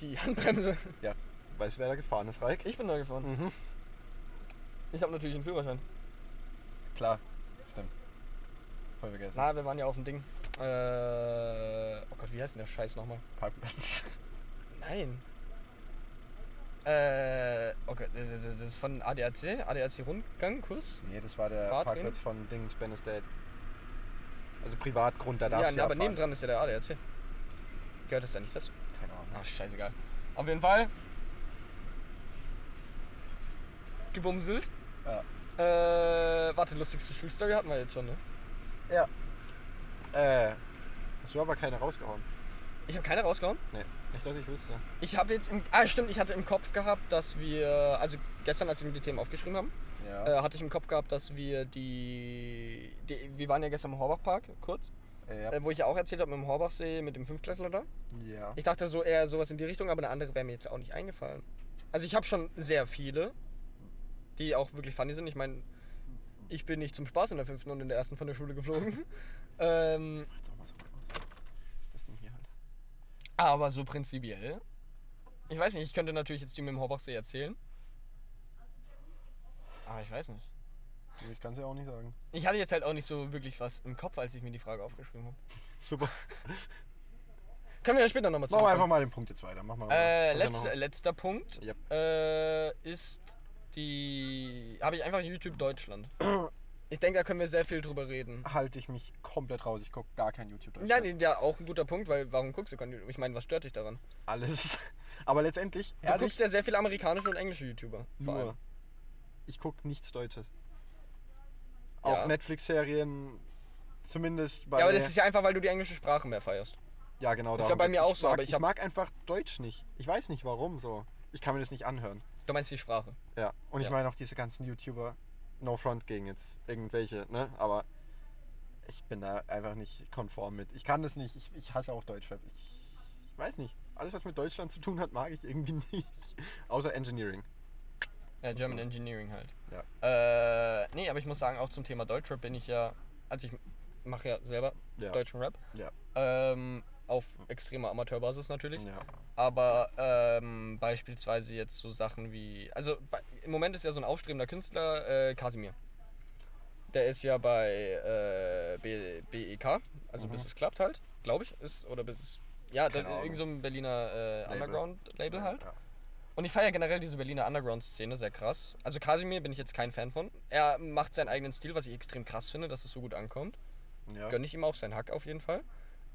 die Handbremse. Weiß, wer da gefahren ist, Reik? Ich bin neu gefahren. Mhm. Ich habe natürlich einen Führerschein. Klar. Stimmt. Voll vergessen. Na, wir waren ja auf dem Ding. Äh, oh Gott, wie heißt denn der Scheiß nochmal? Parkplatz. Nein. Äh, okay, das ist von ADAC, ADAC-Rundgangkurs. Nee, das war der Fahrtraining? Parkplatz von Dingens Ben Estate. Also Privatgrund, da Ja, darfst du ja, aber fahren. nebendran ist ja der ADAC. Gehört das da nicht dazu? Keine Ahnung. Ach, scheißegal. Auf jeden Fall. Gebumselt. Ja. Äh, warte, lustigste Schulstory hatten wir jetzt schon, ne? Ja. Äh. Hast du aber keine rausgehauen? Ich habe keine rausgehauen. Nee, nicht, dass ich wüsste. Ich habe jetzt im. Ah, stimmt, ich hatte im Kopf gehabt, dass wir. Also gestern, als wir mir die Themen aufgeschrieben haben, Ja. äh, hatte ich im Kopf gehabt, dass wir die. die wir waren ja gestern im Horbachpark, kurz. Ja. Äh, wo ich ja auch erzählt habe, mit dem Horbachsee, mit dem Fünftklässler da. ja. Ich dachte so eher sowas in die Richtung, aber eine andere wäre mir jetzt auch nicht eingefallen. Also ich habe schon sehr viele, die auch wirklich funny sind. Ich meine, ich bin nicht zum Spaß in der fünften und in der ersten von der Schule geflogen. ähm, Jetzt auch mal so aus. Was ist das denn hier halt? aber so prinzipiell. Ich weiß nicht, ich könnte natürlich jetzt die mit dem Horbachsee erzählen. Aber ich weiß nicht. Ich kann es ja auch nicht sagen. Ich hatte jetzt halt auch nicht so wirklich was im Kopf, als ich mir die Frage aufgeschrieben habe. Super. Können wir ja später nochmal Machen wir einfach zurückkommen. mal den Punkt jetzt weiter. Mach mal. Äh, Was ist letzter, denn noch? letzter Punkt Yep. äh, ist die. Habe ich einfach YouTube Deutschland. Ich denke, da können wir sehr viel drüber reden. Halte ich mich komplett raus. Ich gucke gar kein YouTube. Nein, nee, ja, auch ein guter Punkt, weil warum guckst du kein YouTube? Ich meine, was stört dich daran? Alles. Aber letztendlich, Du ehrlich, guckst ja sehr viele amerikanische und englische YouTuber. Vor nur. allem. Ich gucke nichts Deutsches. Ja. Auch Netflix-Serien, zumindest bei. Ja, aber das ist ja einfach, weil du die englische Sprache mehr feierst. Ja, genau. Ist ja darum bei geht's. mir auch so, mag, aber ich hab- mag einfach Deutsch nicht. Ich weiß nicht warum so. Ich kann mir das nicht anhören. Du meinst die Sprache. Ja. Und Ja. ich meine auch diese ganzen YouTuber, No Front gegen jetzt irgendwelche, ne? Aber ich bin da einfach nicht konform mit. Ich kann das nicht. Ich, ich hasse auch Deutschrap. Ich, ich weiß nicht. Alles, was mit Deutschland zu tun hat, mag ich irgendwie nicht. Außer Engineering. Ja, German Engineering halt. Ja. Äh, nee, aber ich muss sagen, auch zum Thema Deutschrap bin ich ja. Also ich mache ja selber Ja. deutschen Rap. Ja. Ähm, auf extremer Amateurbasis natürlich. Ja. Aber ähm, beispielsweise jetzt so Sachen wie. Also bei- im Moment ist ja so ein aufstrebender Künstler, äh, Kasimir. Der ist ja bei äh, B, BEK, also bis es klappt halt, glaube ich, ist, oder bis es. Ja, da, Mhm. Keine Ahnung. irgend so ein Berliner äh, Label. Underground-Label halt. Ja. Und ich feiere generell diese Berliner Underground-Szene sehr krass. Also Kasimir bin ich jetzt kein Fan von. Er macht seinen eigenen Stil, was ich extrem krass finde, dass es so gut ankommt. Ja. Gönne ich ihm auch seinen Hack auf jeden Fall.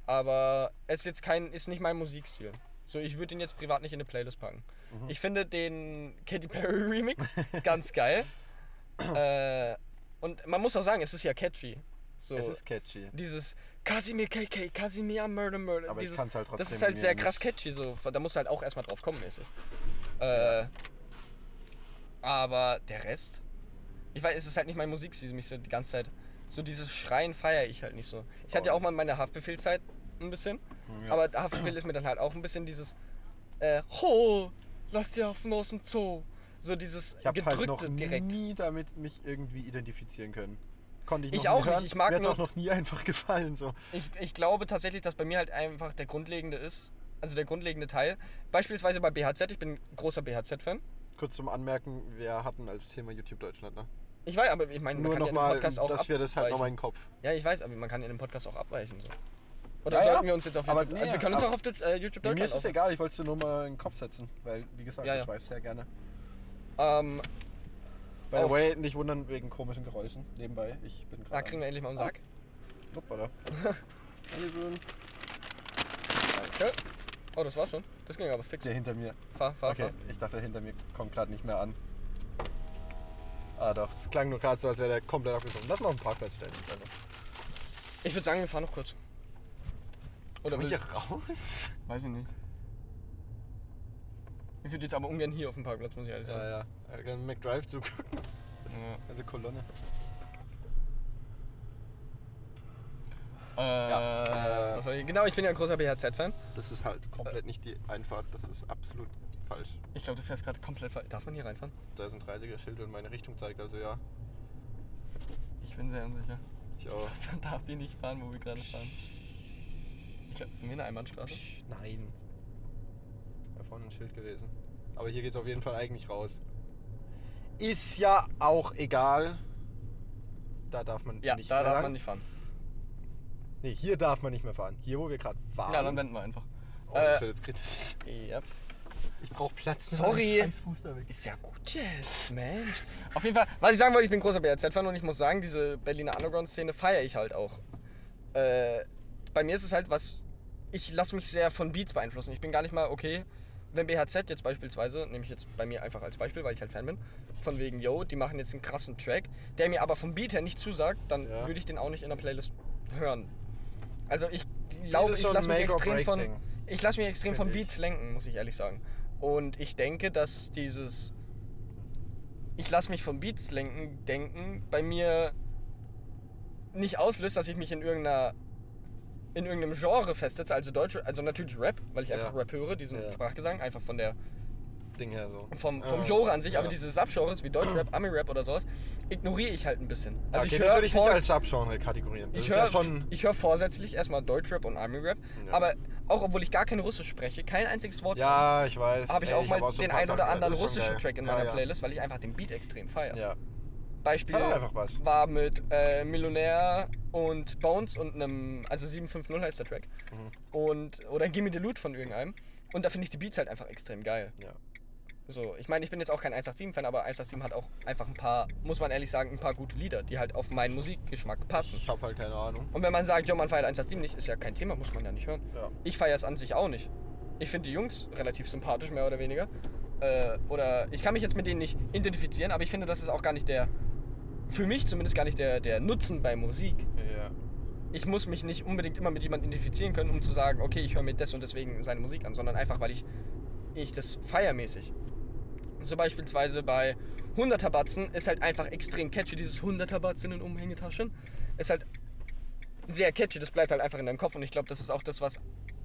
Aber es ist jetzt kein, ist nicht mein Musikstil. So, ich würde ihn jetzt privat nicht in eine Playlist packen. Mhm. Ich finde den Katy Perry Remix ganz geil. äh, und man muss auch sagen, es ist ja catchy. So, Es ist catchy. dieses Kasimir KK, Kasimir Murder Murder. Aber ich dieses, kann's halt Das trotzdem ist halt mir sehr krass nicht- catchy, so. Da musst du halt auch erstmal drauf kommen, mäßig. Äh, aber der Rest? Ich weiß, es ist halt nicht mein Musikstil, mich so die ganze Zeit. So dieses Schreien feiere ich halt nicht so. Ich Oh. hatte ja auch mal meine Haftbefehlzeit ein bisschen. Hm, Aber Haftbefehl ist mir dann halt auch ein bisschen dieses. Äh, ho, lass die Affen aus dem Zoo. So dieses Ich habe gedrückte halt noch direkt. nie damit mich irgendwie identifizieren können. Konnte ich, Ich noch auch nie nicht, hören. ich mag Mir hat's nur- auch noch nie einfach gefallen so. Ich, ich glaube tatsächlich, dass bei mir halt einfach der grundlegende ist, also der grundlegende Teil. Beispielsweise bei BHZ, ich bin großer BHZ-Fan. Kurz zum Anmerken, wir hatten als Thema YouTube Deutschland, ne? Ich weiß, aber ich meine, man Nur kann ja in nochmal, dem Podcast auch dass wir das halt nochmal abweichen. in den Kopf. Ja, ich weiß, aber man kann in dem Podcast auch abweichen. So. Oder Ja, ja. sollten wir uns jetzt auf Aber YouTube... nee, also wir können uns aber- auch auf Deutsch- äh, YouTube Mir Deutschland ist es egal, ich wollte es dir nur mal in den Kopf setzen, weil, wie gesagt, Ja, ich ja. schweife sehr gerne. auf- Ähm, By the Auf- way, nicht wundern wegen komischen Geräuschen nebenbei. Ich bin da gerade. kriegen wir endlich mal einen Sack. Hoppala. Dankeschön. Ja. Oh, das war schon. Das ging aber fix. Der hinter mir. Fahr, fahr, Okay, fahr. ich dachte, hinter mir kommt gerade nicht mehr an. Ah doch, es klang nur gerade so, als wäre der komplett abgekommen. Lass mal auf den Parkplatz stellen. Ich würde sagen, wir fahren noch kurz. Oder Oder bin ich will, hier raus? Weiß ich nicht. Ich würde jetzt aber ungern hier auf dem Parkplatz, muss ich ehrlich sagen. Ja, ja. Ich kann McDrive zugucken. Ja. Also Kolonne. Äh, Ja, äh, was war ich? Genau, ich bin ja ein großer BHZ-Fan. Das ist halt komplett nicht die Einfahrt. Das ist absolut falsch. Ich glaube, du fährst gerade komplett falsch. Darf man hier reinfahren? Da ist ein 30er-Schild und meine Richtung zeigt, also ja. Ich bin sehr unsicher. Ich auch. Man darf hier nicht fahren, wo wir gerade fahren. Ich glaube, sind wir eine Einbahnstraße? Psch, Nein. Da vorne ein Schild gewesen. Aber hier geht's auf jeden Fall eigentlich raus. Ist ja auch egal. Da darf man Ja, nicht da mehr darf lang. man nicht fahren. Nee, Ah. hier darf man nicht mehr fahren. Hier, wo wir gerade fahren. Ja, dann blenden wir einfach. oh, das äh, wird jetzt kritisch. Ja. Ich brauche Platz. Sorry. Scheiß Fuß da weg. Ist ja gut jetzt, Mensch. Auf jeden Fall, was ich sagen wollte, ich bin großer BRZ-Fan und ich muss sagen, diese Berliner Underground-Szene feiere ich halt auch. Äh, bei mir ist es halt was, ich lasse mich sehr von Beats beeinflussen. Ich bin gar nicht mal, okay, wenn BHZ jetzt beispielsweise, nehme ich jetzt bei mir einfach als Beispiel, weil ich halt Fan bin, von wegen, yo, die machen jetzt einen krassen Track, der mir aber vom Beat her nicht zusagt, dann Ja. würde ich den auch nicht in der Playlist hören. Also ich glaube, ist ich so ein lasse mich Make or extrem Break von... Ding. Ich lasse mich extrem von Finde Beats lenken, muss ich ehrlich sagen. Und ich denke, dass dieses Ich lasse mich von Beats lenken, denken, bei mir nicht auslöst, dass ich mich in irgendeiner in irgendeinem Genre festsetze, also deutsche, also natürlich Rap, weil ich Ja. einfach Rap höre, diesen Ja. Sprachgesang, einfach von der Ding her so. vom, vom Ähm, Genre an sich, ja. aber diese Subgenres wie Deutschrap, Ami-Rap oder sowas, ignoriere ich halt ein bisschen. Also okay, ich das höre würde ich nicht Folk- als Subgenre kategorieren. Das ich ist höre ja schon. ich höre vorsätzlich erstmal Deutschrap und Army-Rap, Ja. aber auch obwohl ich gar kein Russisch spreche, kein einziges Wort, Ja, ich weiß. habe ich Ey, auch mal hab so den paar ein oder Sachen, anderen das ist schon russischen geil. Track in Ja, meiner ja. Playlist, weil ich einfach den Beat extrem feiere. Ja. Beispiel Hat doch einfach was. war mit äh, Millionär und Bones und einem, also 750 heißt der Track. Mhm. Und, oder Gimme the Loot von irgendeinem. Und da finde ich die Beats halt einfach extrem geil. ja. So, ich meine, ich bin jetzt auch kein 187-Fan, aber 187 hat auch einfach ein paar, muss man ehrlich sagen, ein paar gute Lieder, die halt auf meinen Musikgeschmack passen. Ich habe halt keine Ahnung. Und wenn man sagt, jo, man feiert 187 nicht, ist ja kein Thema, muss man ja nicht hören. Ja. Ich feiere es an sich auch nicht. Ich finde die Jungs relativ sympathisch, mehr oder weniger. Äh, oder ich kann mich jetzt mit denen nicht identifizieren, aber ich finde, das ist auch gar nicht der, für mich zumindest gar nicht der, der Nutzen bei Musik. Ja. Ich muss mich nicht unbedingt immer mit jemandem identifizieren können, um zu sagen, okay, ich höre mir das und deswegen seine Musik an, sondern einfach, weil ich, ich das feiermäßig. So beispielsweise bei 100er Batzen ist halt einfach extrem catchy, dieses 100er Batzen in Umhängetaschen. Ist halt sehr catchy, das bleibt halt einfach in deinem Kopf und ich glaube, das ist auch das, was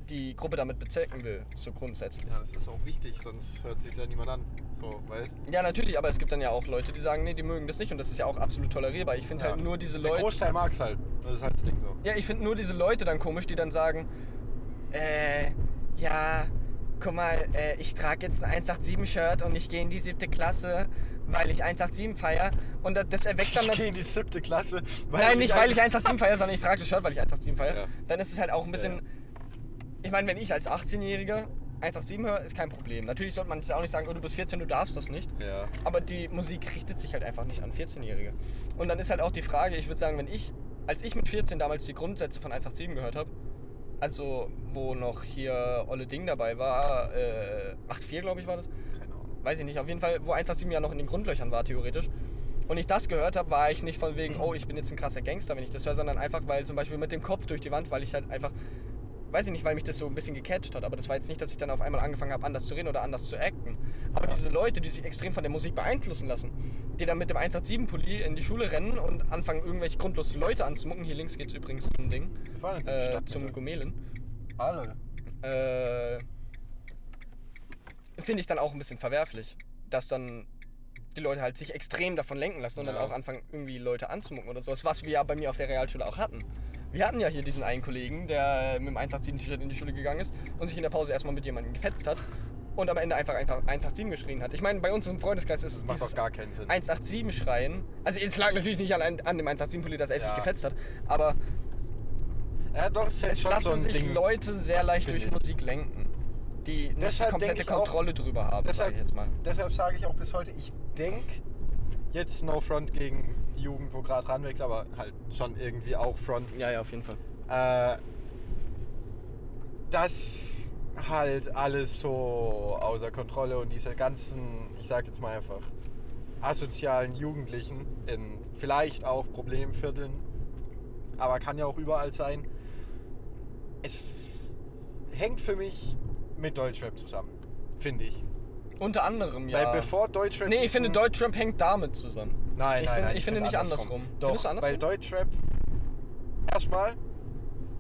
die Gruppe damit bezwecken will, so grundsätzlich. ja, das ist auch wichtig, sonst hört sich ja niemand an. So, weißt Ja, natürlich, aber es gibt dann ja auch Leute, die sagen, nee, die mögen das nicht und das ist ja auch absolut tolerierbar. Ich finde ja. halt nur diese Der Leute. Großteil mag es halt. Das ist halt das Ding so. Ja, ich finde nur diese Leute dann komisch, die dann sagen, äh, ja, guck mal, äh, ich trage jetzt ein 187-Shirt und ich gehe in die siebte Klasse, weil ich 187 feiere. Und das, das erweckt dann... Ich gehe in die siebte Klasse. weil halt Nein, nicht weil ich ein- 187 feiere, sondern ich trage das Shirt, weil ich 187 feiere. Ja. Dann ist es halt auch ein bisschen... Ja. Ich meine, wenn ich als 18-Jähriger 187 höre, ist kein Problem. Natürlich sollte man jetzt auch nicht sagen, oh, du bist 14, du darfst das nicht. Ja. Aber die Musik richtet sich halt einfach nicht an 14-Jährige. Und dann ist halt auch die Frage, ich würde sagen, wenn ich, als ich mit 14 damals die Grundsätze von 187 gehört habe, also wo noch hier Olle Ding dabei war, äh, 84 glaube ich war das, Keine Ahnung. weiß ich nicht, auf jeden Fall, wo 187 ja noch in den Grundlöchern war theoretisch. Und ich das gehört habe, war ich nicht von wegen, oh, ich bin jetzt ein krasser Gangster, wenn ich das höre, sondern einfach, weil zum Beispiel mit dem Kopf durch die Wand, weil ich halt einfach, weiß ich nicht, weil mich das so ein bisschen gecatcht hat. Aber das war jetzt nicht, dass ich dann auf einmal angefangen habe, anders zu reden oder anders zu acten. Aber diese Leute, die sich extrem von der Musik beeinflussen lassen, die dann mit dem 187-Pulli in die Schule rennen und anfangen, irgendwelche grundlosen Leute anzumucken. Hier links geht's übrigens zum Ding, Wir fahren jetzt in die äh, Stadt. zum Alter. Gomelin Ah, Leute. äh, finde ich dann auch ein bisschen verwerflich, dass dann die Leute halt sich extrem davon lenken lassen und Ja. dann auch anfangen, irgendwie Leute anzumucken oder sowas, was wir ja bei mir auf der Realschule auch hatten. Wir hatten ja hier diesen einen Kollegen, der äh, mit dem 187-T-Shirt in die Schule gegangen ist und sich in der Pause erstmal mit jemandem gefetzt hat und am Ende einfach einfach 187 geschrien hat. Ich meine, bei uns im Freundeskreis ist es Macht dieses doch gar keinen Sinn. 187 schreien. Also es lag natürlich nicht an, an dem 187-Pulli, dass er Ja. sich gefetzt hat, aber Ja, doch, ist jetzt es schon lassen so ein sich Ding. Leute sehr leicht Finde durch ich. Musik lenken, die nicht die Deshalb komplette denke ich auch- Kontrolle drüber haben, sag Deshalb, ich jetzt mal. deshalb sage ich auch bis heute, ich denke jetzt No Front gegen die Jugend, wo gerade ranwächst, aber halt schon irgendwie auch Front. Ja, ja, auf jeden Fall. Äh, das halt alles so außer Kontrolle und diese ganzen, ich sag jetzt mal einfach, asozialen Jugendlichen in vielleicht auch Problemvierteln, aber kann ja auch überall sein. Es hängt für mich mit Deutschrap zusammen, finde ich. Unter anderem, ja. Weil bevor Deutschrap. nee, ich diesen- finde, Deutschrap hängt damit zusammen. Nein, ich nein, finde- nein, ich finde nicht andersrum. Doch, Findest du Weil andersrum? Deutschrap. Erstmal,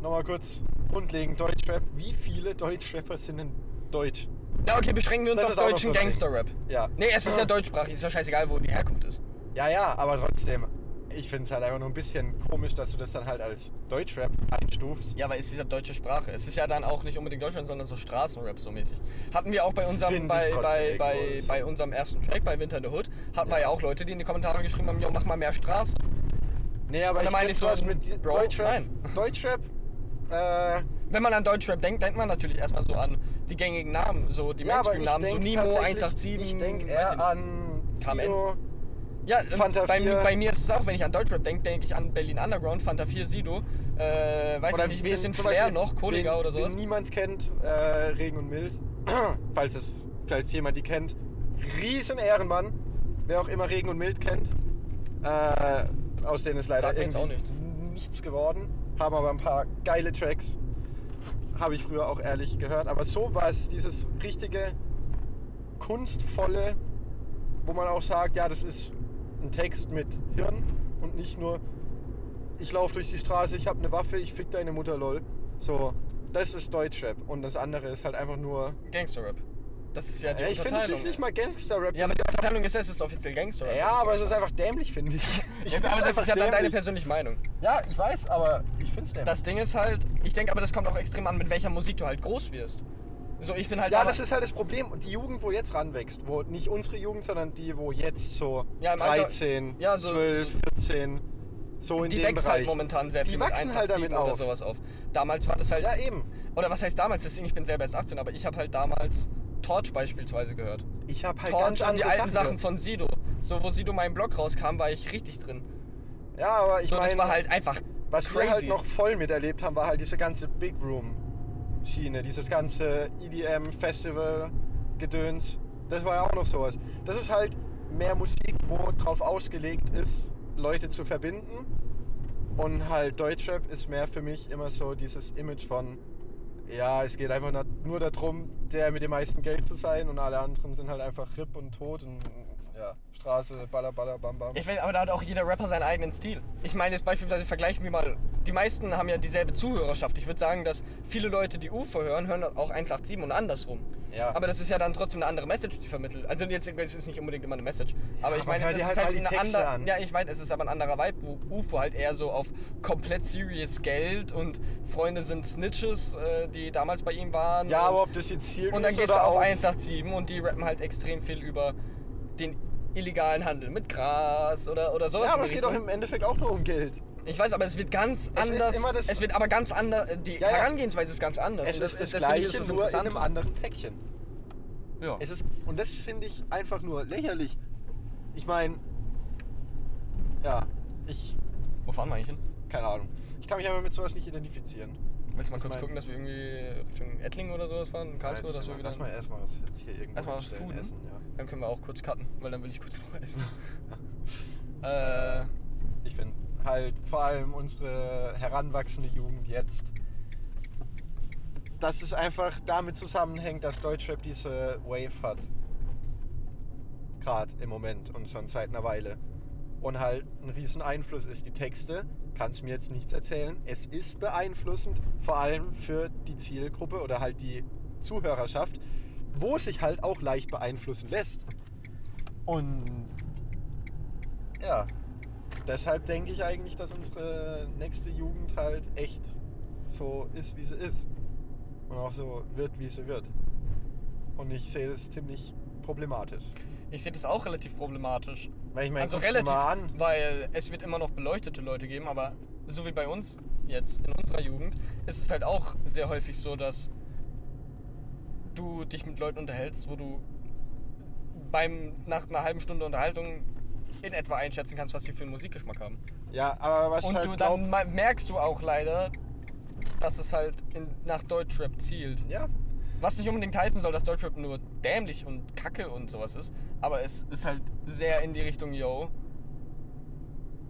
nochmal kurz grundlegend: Deutschrap. Wie viele Deutschrapper sind denn deutsch? Ja, okay, beschränken wir uns Das auf ist auch noch deutschen so ein Ding. Ah. Gangster-Rap. Ja. Nee, es ist ja deutschsprachig, ist ja scheißegal, wo die Herkunft ist. Ja, ja, aber trotzdem. Ich finde es halt einfach nur ein bisschen komisch, dass du das dann halt als Deutschrap einstufst. Ja, aber es ist ja deutsche Sprache. Es ist ja dann auch nicht unbedingt Deutschland, sondern so Straßenrap so mäßig. Hatten wir auch bei Find unserem, ich bei, trotzdem bei, irgendwo bei, alles. bei unserem ersten Track, bei Winter in the Hood, hatten wir ja auch Leute, die in die Kommentare geschrieben haben, ja, mach mal mehr Straße. Nee, aber Und ich dann meine meine ich so, was mit Bro, Deutschrap. nein. Deutschrap. Äh, Wenn man an Deutschrap denkt, denkt man natürlich erstmal so an die gängigen Namen, so die Ja, aber ich Mainstream-Namen, so denk Nemo, tatsächlich- 187. Ich denke weiß eher nicht. an KMN. Sio. Ja, Fanta und bei, 4. bei mir ist es auch, wenn ich an Deutschrap denke, denke ich an Berlin Underground, Fanta 4, Sido, äh, weiß ich nicht, ein wen bisschen zum Flair Beispiel- noch, Kollega wen, oder sowas. Wen niemand kennt, äh, Regen und Mild. falls es, falls jemand die kennt. Riesen Ehrenmann. Wer auch immer Regen und Mild kennt. Äh, aus denen ist leider Sagt mir jetzt irgendwie auch nichts. nichts geworden. Haben aber ein paar geile Tracks. Habe ich früher auch ehrlich gehört. Aber so war es dieses richtige, kunstvolle, wo man auch sagt, ja, das ist ein Text mit Hirn und nicht nur ich laufe durch die Straße, ich habe eine Waffe, ich fick deine Mutter, lol. So, das ist Deutschrap und das andere ist halt einfach nur. Gangsterrap. Das ist ja die Ja, ich finde, es Unterteilung. ist nicht mal Gangster-Rap. ja, das aber die Unterteilung ist, es ist offiziell Gangsterrap. ist- ja, aber es ist einfach dämlich, finde ich. ich Ja, find's aber das einfach ist ja dann deine dämlich. persönliche Meinung. Ja, ich weiß, aber ich finde es dämlich. Das Ding ist halt, ich denke aber, das kommt auch extrem an, mit welcher Musik du halt groß wirst. So, ich bin halt. ja, aber- das ist halt das Problem. Und die Jugend, wo jetzt ranwächst, wo nicht unsere Jugend, sondern die, wo jetzt so Ja, im Alter- 13, ja, so- 12, 14, so in die dem wächst Bereich. halt momentan sehr Die viel mit wachsen halt 187 damit oder auf. sowas auf. Damals war das halt. Ja, eben. Oder was heißt damals? Deswegen, ich bin selber erst 18, aber ich habe halt damals Torch beispielsweise gehört. Ich habe halt Torch ganz und die andere alten Sachen gehört. von Sido. So, wo Sido meinen Blog rauskam, war ich richtig drin. Ja, aber ich so, das meine, war halt einfach was crazy. wir halt noch voll miterlebt haben, war halt diese ganze Big Room Schiene, dieses ganze E EDM Festival Gedöns. Das war ja auch noch sowas. Das ist halt mehr Musik, wo drauf ausgelegt ist, Leute zu verbinden. Und halt Deutschrap ist mehr für mich immer so dieses Image von ja, es geht einfach na- nur darum, der mit dem meisten Geld zu sein und alle anderen sind halt einfach RIP und tot und ja, Straße, baller, baller, bam, bam. Ich weiß, aber da hat auch jeder Rapper seinen eigenen Stil. Ich meine jetzt beispielsweise vergleichen wir mal, die meisten haben ja dieselbe Zuhörerschaft. Ich würde sagen, dass viele Leute, die UFO hören, hören auch 187 und andersrum. Ja. Aber das ist ja dann trotzdem eine andere Message, die vermittelt. Also jetzt es ist nicht unbedingt immer eine Message, aber ich aber meine, hör es dir ist halt mal halt die eine Texte andere. an. Ja, ich weiß, es ist aber ein anderer Vibe, wo UFO halt eher so auf komplett serious Geld und Freunde sind Snitches, äh, die damals bei ihm waren. Ja, und, aber ob das jetzt hier und dann ist gehst oder du auf 187 und die rappen halt extrem viel über den illegalen Handel mit Gras oder, oder sowas. Ja, in aber es die geht doch Richtung. im Endeffekt auch nur um Geld. Ich weiß, aber es wird ganz Es ist anders. immer das- es wird aber ganz anders. Die Ja, ja. Herangehensweise ist ganz anders. Es Und das- ist das das finde ich gleiche, das nur in Interessante. einem anderen Päckchen. Ja. Es ist, und das finde ich einfach nur lächerlich. Ich meine, ja, ich, Wo fahren wir eigentlich hin? keine Ahnung. Ich kann mich einfach mit sowas nicht identifizieren. Willst du mal kurz mein- gucken, dass wir irgendwie Richtung Ettling oder sowas fahren? Karlsruhe, Jetzt dass wir mal- wieder. Lass mal erstmal was jetzt hier irgendwo Erstmal was hinstellen, fooden. essen, ja. Dann können wir auch kurz cutten, weil dann will ich kurz noch essen. äh, Ich finde halt vor allem unsere heranwachsende Jugend jetzt, dass es einfach damit zusammenhängt, dass Deutschrap diese Wave hat. Gerade im Moment und schon seit einer Weile. Und halt ein riesen Einfluss ist die Texte. Kannst mir jetzt nichts erzählen. Es ist beeinflussend, vor allem für die Zielgruppe oder halt die Zuhörerschaft, wo es sich halt auch leicht beeinflussen lässt. Und ja, deshalb denke ich eigentlich, dass unsere nächste Jugend halt echt so ist, wie sie ist. Und auch so wird, wie sie wird. Und ich sehe das ziemlich problematisch. ich sehe das auch relativ problematisch. Weil ich meine, also guck's dir relativ, mal an. weil es wird immer noch beleuchtete Leute geben, aber so wie bei uns jetzt in unserer Jugend ist es halt auch sehr häufig so, dass du dich mit Leuten unterhältst, wo du beim nach einer halben Stunde Unterhaltung in etwa einschätzen kannst, was sie für einen Musikgeschmack haben. Ja, aber was Und halt du glaub, dann me- merkst du auch leider, dass es halt in, nach Deutschrap zielt. ja, Was nicht unbedingt heißen soll, dass Deutschrap nur dämlich und kacke und sowas ist, aber es ist halt sehr in die Richtung, yo.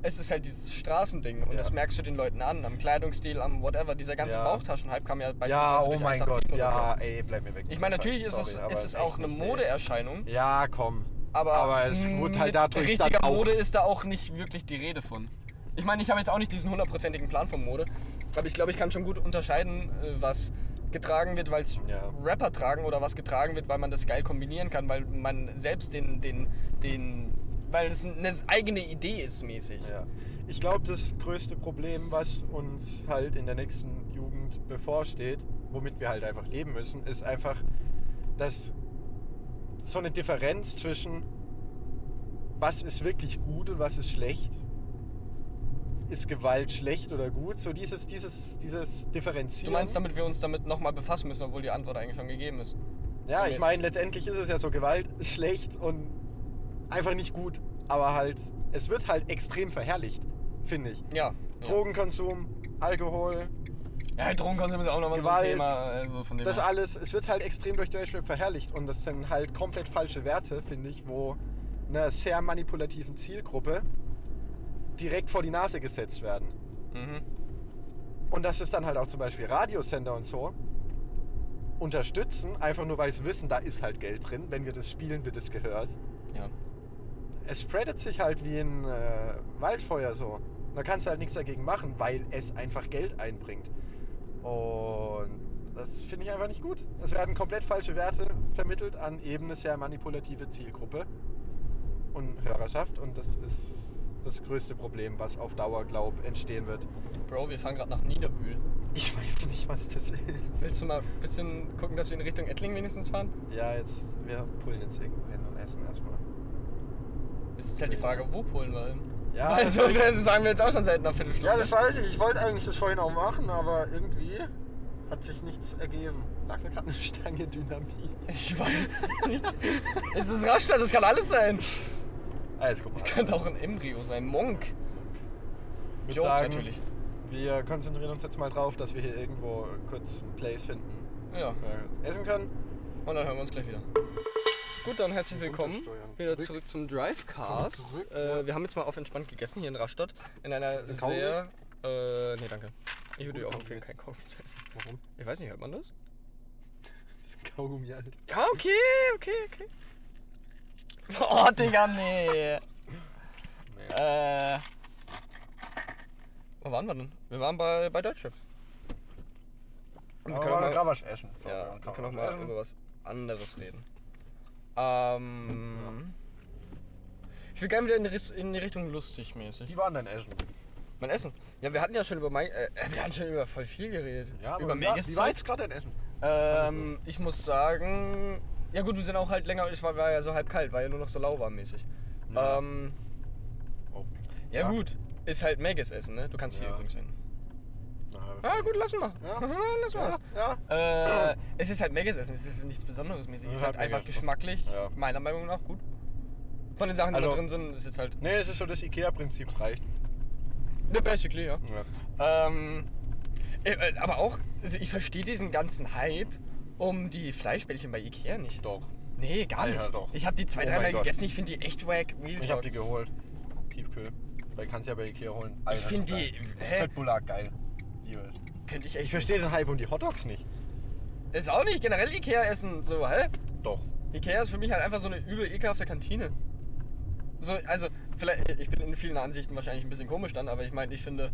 Es ist halt dieses Straßending und Ja. das merkst du den Leuten an, am Kleidungsstil, am whatever. Dieser ganze Ja. Bauchtaschenhype kam ja bei ja, oh mein Gott, ja, sowas. ey, bleib mir weg. Ich meine, natürlich ist es, Sorry, aber ist es echt auch eine nicht, nee. Modeerscheinung, Ja, komm. aber, aber es m- wurde halt mit dadurch dann richtiger auch. Mode ist da auch nicht wirklich die Rede von. Ich meine, ich habe jetzt auch nicht diesen hundertprozentigen Plan von Mode, aber ich glaube, ich kann schon gut unterscheiden, äh, was getragen wird, weil es Ja. Rapper tragen oder was getragen wird, weil man das geil kombinieren kann, weil man selbst den, den, den, weil es eine eigene Idee ist mäßig. Ja. Ich glaube, das größte Problem, was uns halt in der nächsten Jugend bevorsteht, womit wir halt einfach leben müssen, ist einfach, dass so eine Differenz zwischen was ist wirklich gut und was ist schlecht ist Gewalt schlecht oder gut? So dieses, dieses, dieses Du Differenzieren. meinst, damit wir uns damit nochmal befassen müssen, obwohl die Antwort eigentlich schon gegeben ist. Ja, ich Zumindest. meine, letztendlich ist es ja so, Gewalt ist schlecht und einfach nicht gut, aber halt, es wird halt extrem verherrlicht, finde ich. Ja. ja. Drogenkonsum, Alkohol, Ja, Drogenkonsum ist auch nochmal so ein Gewalt, Thema. Also von dem das her. alles, es wird halt extrem durch Deutschrap verherrlicht und das sind halt komplett falsche Werte, finde ich, wo einer sehr manipulativen Zielgruppe direkt vor die Nase gesetzt werden. Mhm. Und dass es dann halt auch zum Beispiel Radiosender und so unterstützen, einfach nur weil sie wissen, da ist halt Geld drin, wenn wir das spielen, wird es gehört. Ja. es spreadet sich halt wie ein äh, Waldfeuer so. Da kannst du halt nichts dagegen machen, weil es einfach Geld einbringt. Und das finde ich einfach nicht gut. Es werden komplett falsche Werte vermittelt an eben eine sehr manipulative Zielgruppe und Hörerschaft. Und das ist das größte Problem, was auf Dauer, glaub, entstehen wird. Bro, wir fahren gerade nach Niederbühl. Ich weiß nicht, was das ist. Willst du mal ein bisschen gucken, dass wir in Richtung Ettling wenigstens fahren? Ja, jetzt, wir pullen jetzt irgendwo hin und essen erstmal. Ist jetzt halt die Frage, wo holen wir hin? Ja, also, das- das sagen wir jetzt auch schon seit einer Viertelstunde. Ja, das weiß ich. Ich wollte eigentlich das vorhin auch machen, aber irgendwie hat sich nichts ergeben. Lag da gerade eine Stange Dynamit. Ich weiß es nicht. es ist Rastatt, das kann alles sein. Alles Ah, guck mal. Könnte auch ein Embryo sein. Monk. würd Joke sagen- natürlich. Wir konzentrieren uns jetzt mal drauf, dass wir hier irgendwo kurz einen Place finden, Ja. wo wir kurz essen können. Und dann hören wir uns gleich wieder. Gut, dann herzlich willkommen Untersteuern. wieder Zurück. zurück, zum Drivecast. Komm zurück, äh, wir haben jetzt mal auf entspannt gegessen hier in Rastatt. In einer Kaugummi? sehr. Äh, nee, danke. Ich würde dir auch Kaugummi. empfehlen, kein Kaugummi zu essen. Warum? Ich weiß nicht, hört man das? Das ist ein Kaugummi halt. alt. Ja, okay, okay, okay. Oh, Digga, nee. Äh. Wo waren wir denn? Wir waren bei, bei Deutschrap. Und Aber können auch wir mal- Gravasch essen. Ja, wir können auch mal essen. über was anderes reden. Ähm. Ich will gerne wieder in die, Ris- in die Richtung lustig mäßig. Die waren dann essen. Mein Essen. Ja, wir hatten ja schon über mein, äh, wir hatten schon über voll viel geredet. aber über die war- Megas Die waren jetzt gerade in Essen. Ähm, ich muss sagen, ja gut, wir sind auch halt länger, ich war, war ja so halb kalt, war ja nur noch so lauwarm mäßig. Ja. Ähm, Oh. ja, Ja. gut, ist halt Megas Essen, ne? Du kannst hier Ja. übrigens hin. Na, Ah, gut, lassen wir. Ja. lassen wir Ja, es. ja. Äh, es ist halt Megas Essen, es ist nichts Besonderes mäßig. Es ist Ja, halt hat mega einfach Spaß. geschmacklich, Ja. meiner Meinung nach, gut. Von den Sachen, die da Also- drin sind, ist jetzt halt. Nee, es ist so das Ikea-Prinzip, es reicht. Ne, basically, ja. Ja. Ähm, äh, äh, aber auch, also ich verstehe diesen ganzen Hype um die Fleischbällchen bei Ikea nicht. Doch. Nee, gar Alter, nicht. doch. Ich habe die zwei, Oh dreimal mein Gott. gegessen. Ich finde die echt wack. Real Ich habe Talk. die geholt. Tiefkühl. Weil kannst ja bei Ikea holen. Ich find die- Das hä? ist Bulak geil. Liebe ich. Könnte ich echt. Ich verstehe den Hype um die Hotdogs nicht. Ist auch nicht generell Ikea essen. So, hä? Doch. Ikea ist für mich halt einfach so eine übel ekelhafte Kantine. So, also, vielleicht, ich bin in vielen Ansichten wahrscheinlich ein bisschen komisch dann, aber ich meine, ich finde,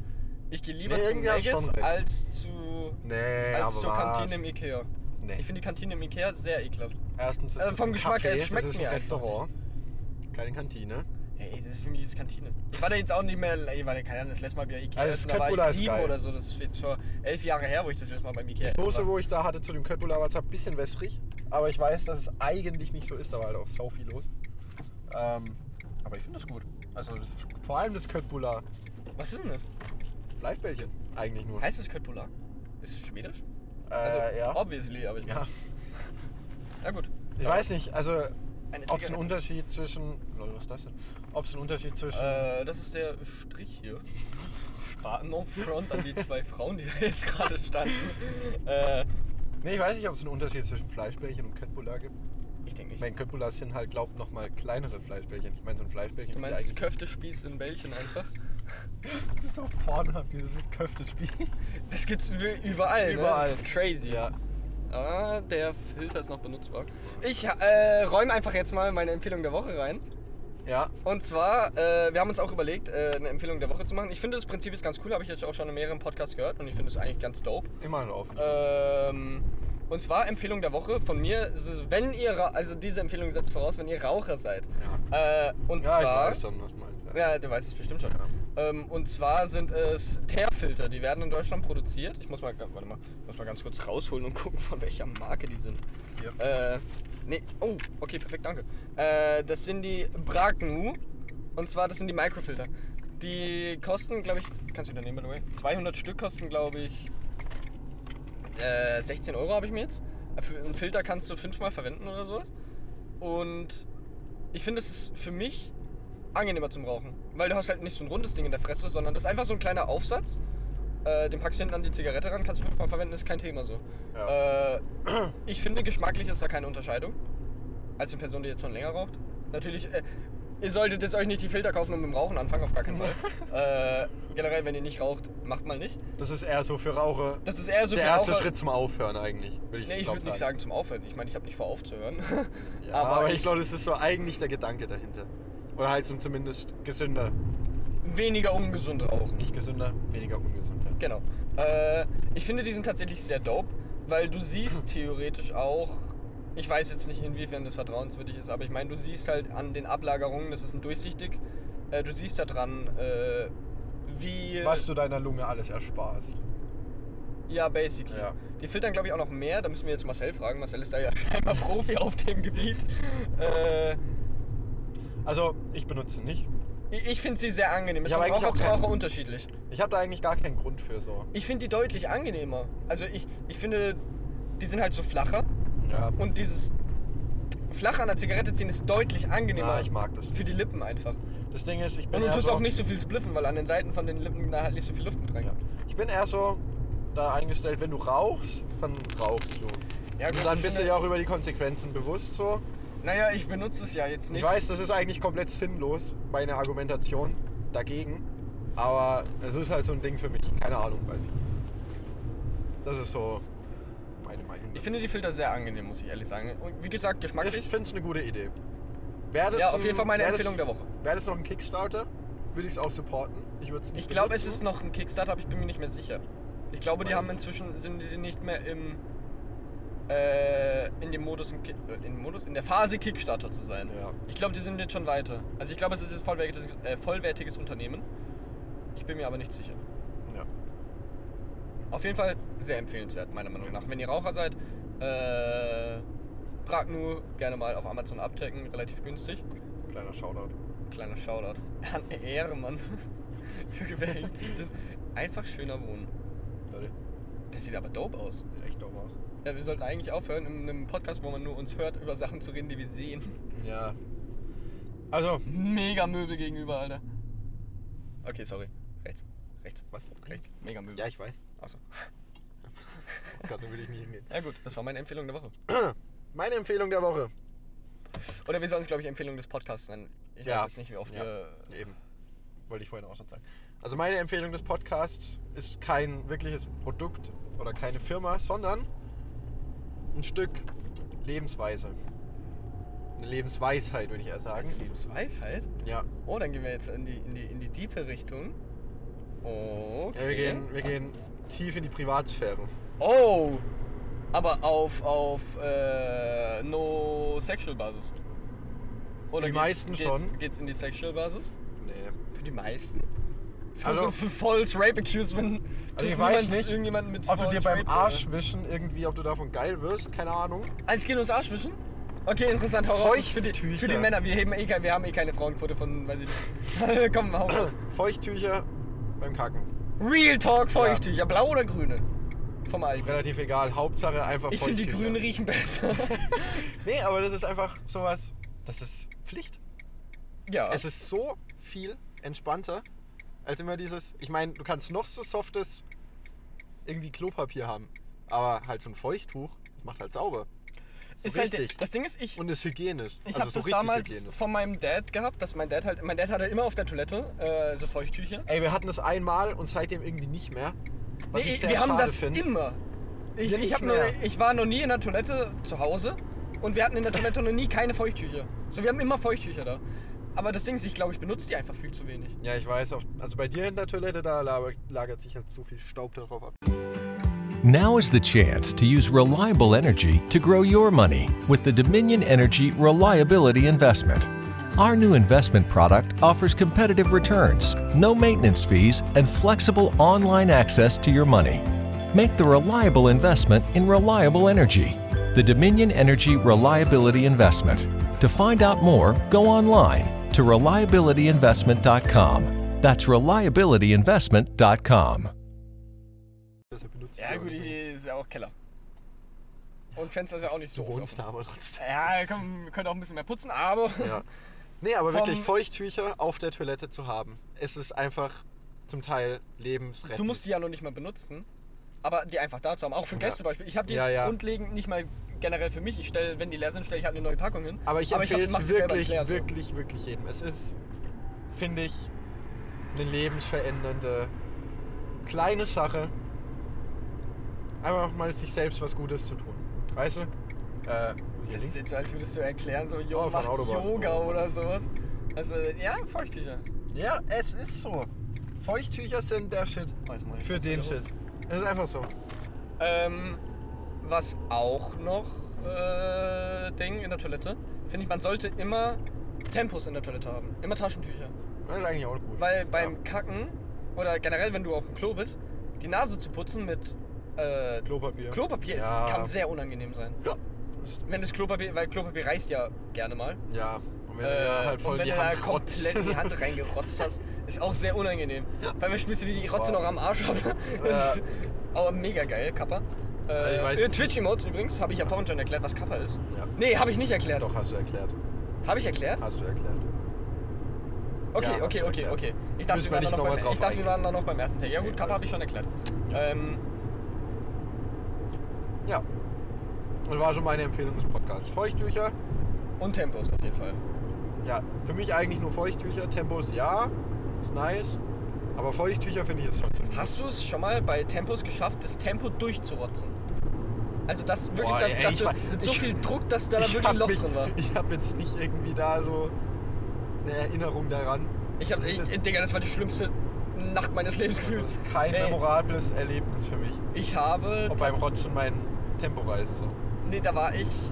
ich gehe lieber Nee, zu irgendwie hast du Megas schon recht. als zu. Nee, als zur was? Kantine im Ikea. Nee. Ich finde die Kantine im Ikea sehr ekelhaft. Erstens ist Also es vom ein Geschmack her, Café, es schmeckt das ist mir ein einfach Restaurant. Keine Kantine. Hey, das ist für mich jetzt Kantine. Ich war da jetzt auch nicht mehr, ich war da, keine Ahnung, das letzte Mal bei Ikea Also, essen, da Cat war Bulla ich ist sieben geil. oder so. Das ist jetzt vor elf Jahre her, wo ich das letzte Mal beim Ikea Die essen Soße, war. wo ich da hatte zu dem Köttbullar, war zwar ein bisschen wässrig, aber ich weiß, dass es eigentlich nicht so ist. Da war halt auch so viel los. Ähm, aber ich finde es gut. Also das, vor allem das Köttbullar. Was ist denn das? Fleischbällchen. Eigentlich nur. Heißt es Köttbullar? Ist es schwedisch? Äh, Also, ja. obviously, aber ich ja. Na gut. Ich weiß nicht, also Eine ob es einen Zigarette. Unterschied zwischen. Lol, was ist das denn? Ob es einen Unterschied zwischen. Äh, das ist der Strich hier. Spa- No front an die zwei Frauen, die da jetzt gerade standen. Äh, Nee, ich weiß nicht, ob es einen Unterschied zwischen Fleischbällchen und Köttbullar gibt. ich denke Ich nicht. meine, Köttbullars sind halt, glaubt noch mal kleinere Fleischbällchen. Ich meine, so ein Fleischbällchen Du ist ja meinst eigentlich. Köftespieß in Bällchen einfach? Gibt's auf Pornhub dieses Köftespiel. Das gibt's ü- überall, Überall. Ne? Das ist crazy. Ja. Ah, der Filter ist noch benutzbar. Ich äh, räume einfach jetzt mal meine Empfehlung der Woche rein. Ja. Und zwar, äh, wir haben uns auch überlegt, äh, eine Empfehlung der Woche zu machen. Ich finde das Prinzip ist ganz cool, habe ich jetzt auch schon in mehreren Podcasts gehört und ich finde es eigentlich ganz dope. Immer noch Äh, offen. Ähm, und zwar Empfehlung der Woche von mir, ist es, wenn ihr, Ra- also diese Empfehlung setzt voraus, wenn ihr Raucher seid. Äh, und ja, ich zwar, weiß schon, was du meinst. Ja. ja, du weißt es bestimmt schon. Ähm, und zwar sind es Teerfilter, die werden in Deutschland produziert. Ich muss mal, warte mal, ich muss mal ganz kurz rausholen und gucken, von welcher Marke die sind. Hier. Äh, nee, oh, okay, perfekt, danke. Äh, das sind die Bragnu. Und zwar, das sind die Microfilter. Die kosten, glaube ich, kannst du wieder nehmen, by the way. 200 Stück kosten, glaube ich, äh, 16 Euro habe ich mir jetzt. Äh, Für einen Filter kannst du fünfmal verwenden oder sowas. Und ich finde, es ist für mich angenehmer zum Rauchen. Weil du hast halt nicht so ein rundes Ding in der Fresse, sondern das ist einfach so ein kleiner Aufsatz. Äh, den packst du hinten an die Zigarette ran, kannst du fünfmal verwenden, ist kein Thema so. Äh, ich finde, geschmacklich ist da keine Unterscheidung. Als eine Person, die jetzt schon länger raucht. Natürlich, äh, ihr solltet jetzt euch nicht die Filter kaufen und mit dem Rauchen anfangen, auf gar keinen Fall. äh, generell, wenn ihr nicht raucht, macht mal nicht. Das ist eher so für Raucher. Das ist eher so der für erste Raucher- Schritt zum Aufhören eigentlich, würde ich Nee, ich glaub würde nicht sagen zum Aufhören. Ich meine, ich habe nicht vor aufzuhören. Ja, aber, ich glaube, das ist so eigentlich der Gedanke dahinter. Oder halt zum zumindest gesünder. weniger ungesund rauchen. Nicht gesünder, weniger ungesunder. Genau. Äh, ich finde, die sind tatsächlich sehr dope, weil du siehst Hm. theoretisch auch, ich weiß jetzt nicht, inwiefern das vertrauenswürdig ist, aber ich meine, du siehst halt an den Ablagerungen, das ist ein durchsichtig, äh, du siehst da dran, äh, wie... Was du deiner Lunge alles ersparst. Ja, basically. Ja. Die filtern, glaube ich, auch noch mehr. Da müssen wir jetzt Marcel fragen. Marcel ist da ja scheinbar Profi auf dem Gebiet. Äh, Also, ich benutze nicht. ich ich finde sie sehr angenehm. Ist Ich hab von eigentlich Raucher auch zu keinen- Raucher unterschiedlich. Ich habe da eigentlich gar keinen Grund für so. Ich finde die deutlich angenehmer. Also ich, ich finde, die sind halt so flacher. Ja. Und dieses flach an der Zigarette ziehen ist deutlich angenehmer. Na, ich mag das. Für die Lippen einfach. Das Ding ist, ich bin Und du eher tust so, auch nicht so viel spliffen, weil an den Seiten von den Lippen da halt nicht so viel Luft mit Ja. reinkommt. Ich bin eher so da eingestellt, wenn du rauchst, dann rauchst du. Ja, gut, Und dann ich bist du finde- dir auch über die Konsequenzen bewusst so. Naja, ich benutze es ja jetzt nicht. Ich weiß, das ist eigentlich komplett sinnlos, meine Argumentation dagegen. Aber es ist halt so ein Ding für mich. Keine Ahnung, weiß ich. Das ist so meine Meinung. Ich finde die Filter sehr angenehm, muss ich ehrlich sagen. Und wie gesagt, ich geschmacklich. finde es eine gute Idee. Wär das Ja, auf jeden Fall meine wär Empfehlung der Woche. Wäre das noch ein Kickstarter, würde ich es auch supporten. Ich würde es nicht Ich glaube, es benutzen. ist noch ein Kickstarter, aber ich bin mir nicht mehr sicher. Ich glaube, die Weil- haben inzwischen sind die nicht mehr im äh, in dem Modus in, Ki- äh, in Modus in der Phase Kickstarter zu sein. Ja. Ich glaube, die sind jetzt schon weiter. Also ich glaube, es ist jetzt vollwertiges, äh, vollwertiges Unternehmen. Ich bin mir aber nicht sicher. Ja. Auf jeden Fall sehr empfehlenswert meiner Meinung nach. Wenn ihr Raucher seid, äh, fragt nur gerne mal auf Amazon abchecken, relativ günstig. Kleiner Shoutout. Kleiner Shoutout. An Ehrenmann. Junge, Wer hängt sich denn? Einfach schöner wohnen. Leute, Das sieht aber dope aus. sieht echt doof aus. Ja, wir sollten eigentlich aufhören, in einem Podcast, wo man nur uns hört, über Sachen zu reden, die wir sehen. Ja. Also, Mega Möbel gegenüber, Alter. Okay, sorry. Rechts. Rechts. was? Rechts. Mega Möbel. Ja, ich weiß. Achso. Gott, da will ich nicht hingehen. Ja gut, das war meine Empfehlung der Woche. Meine Empfehlung der Woche. Oder wir sollen es, glaube ich, Empfehlung des Podcasts nennen. Ich Ja. weiß jetzt nicht, wie oft Ja. wir... Eben. Wollte ich vorhin auch schon sagen. Also meine Empfehlung des Podcasts ist kein wirkliches Produkt oder keine Firma, sondern ein Stück Lebensweise. Eine Lebensweisheit, würde ich eher sagen. Lebensweisheit? Ja. Oh, dann gehen wir jetzt in die, in die, in die diepe Richtung. Okay. ja wir, gehen, wir gehen tief in die Privatsphäre. Oh! Aber auf, auf äh, no sexual Basis. Oder die geht's- meisten geht's, schon. Geht's in die sexual Basis? Nee. Für die meisten? Es kommt Also- so für False Rape Accusement. Also ich Tut weiß niemand nicht, irgendjemanden mit Ob du dir false beim rape, Arsch wischen irgendwie, ob du davon geil wirst, keine Ahnung. Oder? Ah, Es geht ums Arschwischen? Okay, interessant. Hau raus. Das ist Für die, für die Feuchttücher. Männer. Wir, heben eh, kein- wir haben eh keine Frauenquote von, weiß ich nicht. Komm, hau raus. Feuchttücher beim Kacken. Real Talk Feuchttücher. Blau oder grüne? Vom Alten. Relativ egal, Hauptsache einfach Ich finde, die Feuchttücher. grünen riechen besser. Nee, aber das ist einfach sowas, das ist Pflicht. ja. Es ist so viel entspannter als immer dieses. Ich meine, du kannst noch so softes irgendwie Klopapier haben, aber halt so ein Feuchttuch, das macht halt sauber ist halt, richtig. das Ding ist, ich, und ist hygienisch. Ich also habe so das richtig damals hygienisch. von meinem Dad gehabt, dass mein Dad halt, mein Dad hatte immer auf der Toilette äh, so Feuchttücher. Ey, wir hatten das einmal und seitdem irgendwie nicht mehr. Was Nee, ich sehr wir haben schade das find. immer. Ich, Ja, ich, nicht hab nur, mehr. ich war noch nie in der Toilette zu Hause und wir hatten in der Toilette noch nie keine Feuchttücher. So, wir haben immer Feuchttücher da. Aber das Ding ist, ich glaube, ich benutze die einfach viel zu wenig. Ja, ich weiß, auf- also bei dir in der Toilette, da lagert, lagert sich halt so viel Staub darauf ab. Now is the chance to use reliable energy to grow your money with the Dominion Energy Reliability Investment. Our new investment product offers competitive returns, no maintenance fees, and flexible online access to your money. Make the reliable investment in reliable energy. The Dominion Energy Reliability Investment. To find out more, go online to reliabilityinvestment.com. That's reliabilityinvestment.com. Deshalb benutzt Ja, gut, die ist ja auch Keller. Und Fenster ist ja auch nicht so Du oft wohnst da offen. aber trotzdem. Ja, komm, wir können auch ein bisschen mehr putzen, aber. Ja. Nee, aber Vom- wirklich Feuchttücher auf der Toilette zu haben, es ist einfach zum Teil lebensrettend. Du musst die ja noch nicht mal benutzen, aber die einfach da zu haben. Auch für Gäste zum Beispiel. Ich habe die Ja, jetzt ja. grundlegend nicht mal generell für mich. Ich stelle, wenn die leer sind, stelle ich halt eine neue Packung hin. aber ich hab- empfehle mach es sie selber wirklich, nicht leer, so. wirklich, wirklich jedem. Es ist, finde ich, eine lebensverändernde kleine Sache. Einfach mal sich selbst was Gutes zu tun. Weißt du? Äh, hier Das ist links. jetzt so, als würdest du erklären, so, jo, Oh, von macht Autobahn. Yoga Oh. oder sowas. Also, ja, Feuchttücher. ja, es ist so. Feuchttücher sind der Shit. Weiß mal, Oh, ich Für weiß den nicht, Shit. Es ist einfach so. Ähm, was auch noch äh, Ding in der Toilette, finde ich, man sollte immer Tempos in der Toilette haben. Immer Taschentücher. Das ist eigentlich auch gut. Weil beim Kacken oder generell, wenn du auf dem Klo bist, die Nase zu putzen mit äh, Klopapier. Klopapier ist, Ja. kann sehr unangenehm sein. Ja. Wenn das Klopapier, weil Klopapier reißt ja gerne mal. Ja. Und wenn Äh, du da halt voll und wenn in die du da Hand rotzt. komplett in die Hand reingerotzt hast, ist auch sehr unangenehm. Weil wir schmissen die Rotze Wow. noch am Arsch ab. Das ist aber mega geil, Kappa. Ja, Äh, ich weiß äh, jetzt Twitch-Emotes übrigens, habe ich ja vorhin schon erklärt, was Kappa ist. Ja. Nee, habe ich nicht erklärt. Doch, hast du erklärt. Habe ich erklärt? Hast du erklärt. Okay, okay, Ja, hast okay, du erklärt. okay. Ich dachte, wir Müssen wir waren, nicht da noch noch mal beim, drauf ich dachte, wir eingehen. waren da noch beim ersten Tag. Ja gut, Nee, Kappa weiß habe ich schon erklärt. Ähm, Ja. Und war schon meine Empfehlung des Podcasts. Feuchttücher. und Tempos auf jeden Fall. Ja, für mich eigentlich nur Feuchttücher. Tempos, ja. Ist nice. Aber Feuchttücher finde ich jetzt schon ziemlich. Hast du es schon mal bei Tempos geschafft, das Tempo durchzurotzen? Also das wirklich, Boah, dass, ey, dass ich du, war- mit so ich- viel Druck, dass da ich wirklich hab ein Loch mich- drin war. Ich habe jetzt nicht irgendwie da so eine Erinnerung daran. Ich hab, Das ich, ist jetzt- Digga, das war die schlimmste Nacht meines Lebens gefühlt. Das ist kein Ey, memorables Erlebnis für mich. Ich habe. Ob beim tats- Rotzen mein Tempo reißt. So. Nee, da war ich.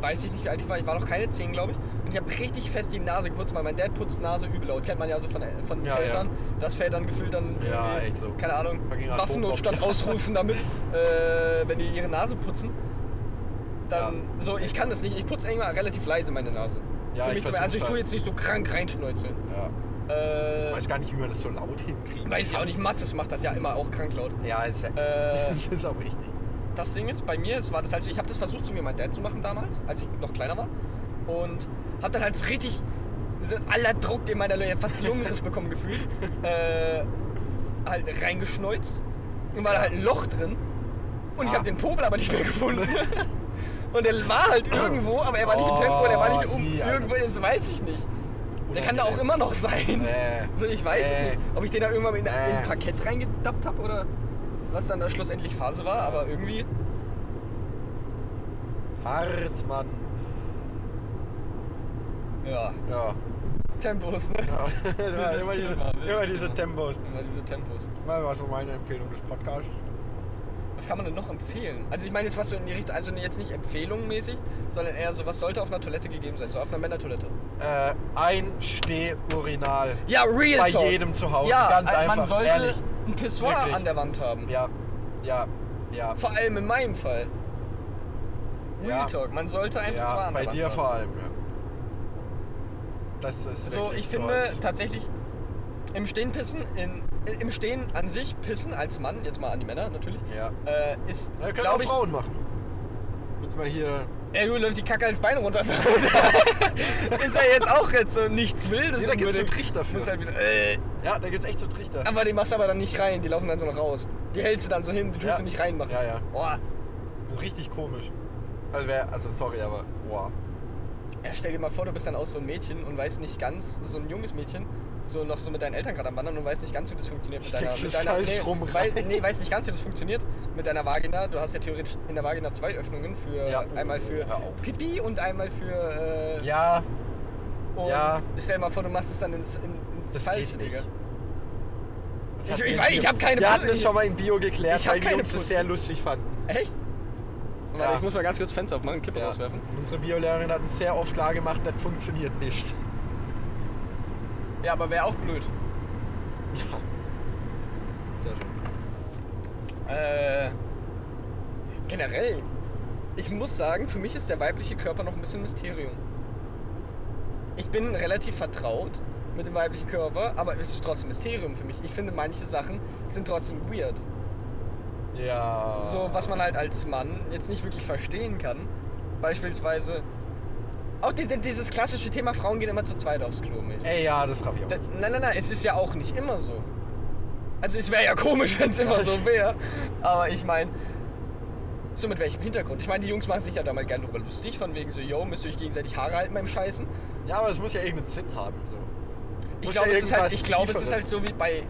Weiß ich nicht, wie alt ich war. Ich war noch keine 10, glaube ich. Und ich habe richtig fest die Nase geputzt, weil mein Dad putzt Nase übel laut. Kennt man ja so von, von Ja, Vätern. ja. Das fällt dann gefühlt dann. Ja, irgendwie, echt so. halt Keine Ahnung. Fucking Waffennotstand Atombombe. ausrufen damit, äh, wenn die ihre Nase putzen. Dann Ja. so, ich kann das nicht. Ich putze irgendwann relativ leise meine Nase. Ja, Für mich ich zum, versuch's also ich tue halt. jetzt nicht so krank reinschneuzeln. Ja. Äh, Ich weiß gar nicht, wie man das so laut hinkriegt. weiß ich auch nicht. Mattes macht das ja immer auch krank laut. Ja, ist, Äh, das ist auch richtig. das Ding ist, bei mir, es war das halt so, ich habe das versucht, so wie mein Dad zu machen damals, als ich noch kleiner war. Und habe dann halt richtig so aller Druck in meiner Lunge, fast Lungenriss bekommen gefühlt, äh, halt reingeschneuzt. Und war da halt ein Loch drin. Und ich Ah. habe den Popel aber nicht mehr gefunden. und der war halt irgendwo, aber er war nicht im Tempo, der war nicht Oh, um. nie, Alter. Irgendwo, das weiß ich nicht. Der kann da auch Unangenehm. Äh. immer noch sein. Nee. So, ich weiß es Nee. nicht. Ob ich den da irgendwann in, in ein Nee. Parkett reingedappt habe oder was dann da schlussendlich Phase war, aber irgendwie. Hart, Mann. Ja, Ja. Tempos, ne? ja. immer, bist diese, Thema, wir immer bist diese Thema. Tempos. Immer diese Tempos. Das war so meine Empfehlung des Podcasts. Was kann man denn noch empfehlen? Also ich meine jetzt was so in die Richtung, also jetzt nicht empfehlungsmäßig, sondern eher so, was sollte auf einer Toilette gegeben sein, so auf einer Männertoilette. Äh, ein Steh-Urinal. Ja, real Bei Talk. jedem zu Hause. Ja, Ganz äh, einfach. man sollte Ehrlich. ein Pissoir Wirklich. an der Wand haben. Ja. Ja. Ja. Vor allem in meinem Fall. Real Ja. Talk, man sollte ein Pissoir ja. an Bei der Wand dir haben. vor allem, ja. Das ist So, wirklich ich finde sowas. tatsächlich im Stehen pissen, in, äh, im Stehen an sich pissen als Mann, jetzt mal an die Männer natürlich, Ja. äh, ist, Ja, können auch glaube ich, Frauen machen. Jetzt mal hier. ey, du läuft die Kacke als Bein runter. So. ist ja jetzt auch jetzt so nichts Wildes. Nee, da gibt's so unbedingt. Trichter für. Muss Halt wieder, äh, Ja, da gibt's echt so Trichter. aber die machst du aber dann nicht rein, die laufen dann so noch raus. Die hältst du dann so hin, die tust Ja. du nicht reinmachen. Ja, ja. Boah, Richtig komisch. Also, wär, also sorry, aber wow. ja, stell dir mal vor, du bist dann auch so ein Mädchen und weißt nicht ganz, so ein junges Mädchen, so noch so mit deinen Eltern gerade am Wandern und weißt nicht ganz, wie das funktioniert mit deiner, Steckst mit es deiner falsch rum weiß, rein. nee, weiß nicht ganz, wie das funktioniert mit deiner Vagina. Du hast ja theoretisch in der Vagina zwei Öffnungen für Ja, einmal oh, für hör auf. Pipi und einmal für äh, Ja, und ja. stell dir mal vor, du machst es dann ins, in, ins das falsche, geht nicht. Digga. Das Ich- hat ich mir weiß, Bio- ich hab keine Wir Pul- hatten es schon mal in Bio geklärt, Ich hab weil die keine Jungs es Pul- sehr lustig fanden. Echt? Ja. Warte, ich muss mal ganz kurz Fenster aufmachen, Kippe rauswerfen. Unsere Biolehrerin hat uns sehr oft klar gemacht, das funktioniert nicht. Ja, aber wäre auch blöd. Sehr schön. Äh, generell, ich muss sagen, für mich ist der weibliche Körper noch ein bisschen Mysterium. Ich bin relativ vertraut mit dem weiblichen Körper, aber es ist trotzdem Mysterium für mich. Ich finde, manche Sachen sind trotzdem weird. Ja. So, was man halt als Mann jetzt nicht wirklich verstehen kann. Beispielsweise auch diese, dieses klassische Thema, Frauen gehen immer zu zweit aufs Klo mäßig. Ey, ja, das raff ich auch. Da, nein, nein, nein, es ist ja auch nicht immer so. Also es wäre ja komisch, wenn es immer so wäre. Aber ich meine, so mit welchem Hintergrund? Ich meine, die Jungs machen sich ja da mal gerne drüber lustig, von wegen so, yo, müsst ihr euch gegenseitig Haare halten beim Scheißen. Ja, aber das muss ja irgendeinen Sinn haben. So. Ich Muss glaube, ja es, ist halt, ich irgendwas glaub, es ist halt Tieferes. so wie bei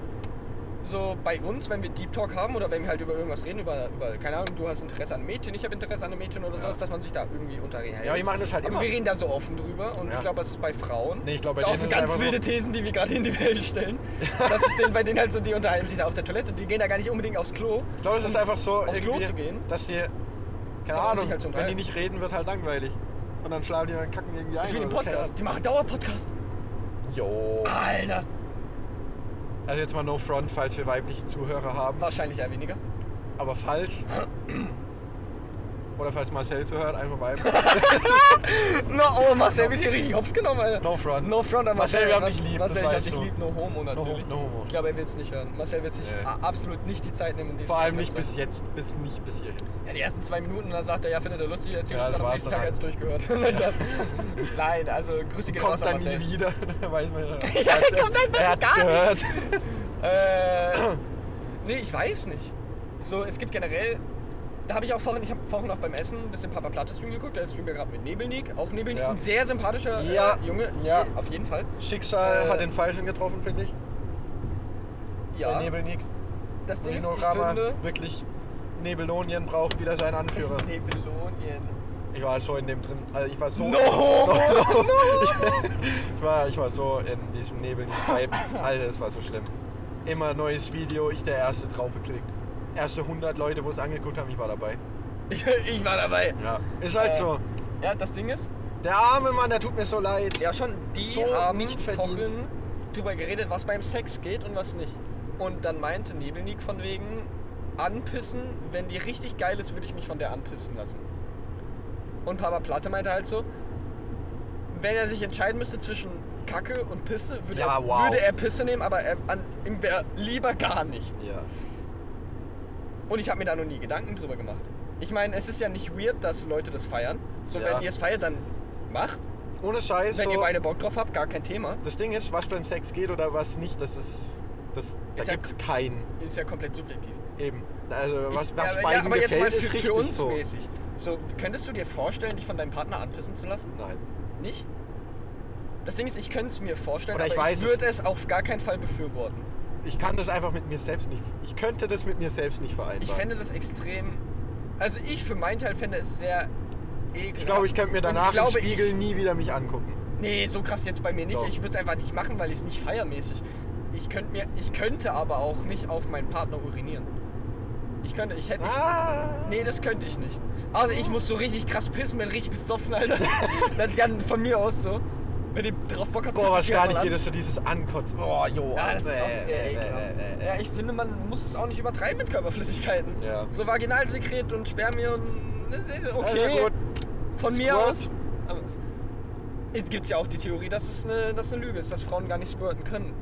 so bei uns, wenn wir Deep Talk haben oder wenn wir halt über irgendwas reden, über, über keine Ahnung, du hast Interesse an Mädchen, ich habe Interesse an einem Mädchen oder sowas, dass man sich da irgendwie unterhält. Ja, die machen das halt Aber immer. wir reden da so offen drüber und Ja. ich glaube, das ist bei Frauen. Nee, ich glaub, bei das ist auch denen so ist es ganz einfach wilde so- Thesen, die wir gerade in die Welt stellen. Das ist denen, bei denen halt so, die unterhalten sich da auf der Toilette, die gehen da gar nicht unbedingt aufs Klo. Ich glaube, es ist einfach so, Um aufs Klo irgendwie, zu gehen? dass die, keine Sondern sich Ahnung, halt zu wenn unterhalten. die nicht reden, wird halt langweilig. Und dann schlafen die und kacken irgendwie ein. Das ist wie oder ein so, keine Podcast. Die machen Dauerpodcast. Ahnung. Jo. Alter. Also jetzt mal no front, falls wir weibliche Zuhörer haben. Wahrscheinlich eher weniger. Aber falls. Oder falls Marcel zuhört, einfach mal. No, oh, Marcel wird hier richtig hops genommen, Alter. No front. No front an Marcel. Marcel, wir haben dich lieb, Marcel, ich das hab weißt dich du. lieb, no homo natürlich. no homo. Ich glaube, er wird's nicht hören. Marcel wird sich Nee. a- absolut nicht die Zeit nehmen, um diesen Vor allem Podcast nicht zu bis jetzt. Bis nicht bis hierhin. hören. Ja, die ersten zwei Minuten, und dann sagt er, ja, findet er lustig, erzählt Ja, uns das dann am war's nächsten dann halt. Tag, er hat's durchgehört. Das- Nein, also Grüße gehen raus Kommt an dann nie Marcel. wieder. Dann weiß man Genau, ja. Ja, kommt einfach er hat's gar gehört. Äh, nee, ich weiß nicht. So, es gibt generell. Da habe ich auch vorhin, ich habe vorhin noch beim Essen ein bisschen Papa Platte Stream geguckt. Der streamt ja gerade mit Nebelnik. Auch Nebelnik, Ja. ein sehr sympathischer Ja, äh, Junge. ja. Auf jeden Fall. Schicksal Äh, hat den Falschen getroffen, finde ich. Ja. Der Nebelnik. Das Ding ist, Nino ich Rama finde. wirklich Nebelonien braucht wieder seinen Anführer. Nebelonien. Ich war schon in dem drin. Also ich war so. No homo! Ich, war, ich war so in diesem Nebel Hype. Alter, es war so schlimm. Immer neues Video, ich der erste draufgeklickt. Erste 100 Leute, wo es angeguckt haben, ich war dabei. Ich, ich war dabei. Ja. Ist halt Äh. so. Ja, das Ding ist, Der arme Mann, der tut mir so leid. ja schon, die So haben nicht verdient. vorhin drüber geredet, was beim Sex geht und was nicht. Und dann meinte Nebelnik von wegen, anpissen, wenn die richtig geil ist, würde ich mich von der anpissen lassen. Und Papa Platte meinte halt so, wenn er sich entscheiden müsste zwischen Kacke und Pisse, würde, Ja, er, wow. würde er Pisse nehmen, aber er, an, ihm wäre lieber gar nichts. Ja. Und ich habe mir da noch nie Gedanken drüber gemacht. Ich meine, es ist ja nicht weird, dass Leute das feiern. So, Ja. wenn ihr es feiert, dann macht. Ohne Scheiß. Wenn so, ihr beide Bock drauf habt, gar kein Thema. das Ding ist, was beim Sex geht oder was nicht, das ist. Das, da Ist ja- gibt's keinen. Ist ja komplett subjektiv. Eben. Also, was, was ja, beiden aber jetzt mal gefällt, für, ist richtig für uns so. mäßig. So, könntest du dir vorstellen, dich von deinem Partner anpissen zu lassen? Nein. Nicht? Das Ding ist, ich könnte es mir vorstellen, Oder aber ich weiß ich würde es auf gar keinen Fall befürworten. Ich kann das einfach mit mir selbst nicht. Ich könnte das mit mir selbst nicht vereinbaren. Ich fände das extrem. Also ich für meinen Teil fände es sehr ekelhaft. Ich glaube, ich könnte mir Und danach ich glaube, im Spiegel nie wieder mich angucken. Nee, so krass jetzt bei mir nicht. Doch. Ich würde es einfach nicht machen, weil ich es nicht feiermäßig. Ich könnte mir, ich könnte aber auch nicht auf meinen Partner urinieren. Ich könnte, ich hätte, ich, Ah. nee, das könnte ich nicht. Also ich muss so richtig krass pissen, wenn richtig besoffen, Alter. das kann von mir aus so. Wenn ihr drauf Bock habt, Boah, pisst was ihr gar mal nicht an. geht, ist so dieses Ankotzen. Oh, jo. Ja, das ist auch äh, sehr äh, ekelhaft. äh, äh, äh. Ja, ich finde, man muss es auch nicht übertreiben mit Körperflüssigkeiten. Ja. So Vaginalsekret und Spermien, das ist okay. Also gut. Von mir Squirt. aus. Aber es, es gibt ja auch die Theorie, dass es eine, dass eine Lüge ist, dass Frauen gar nicht squirten können.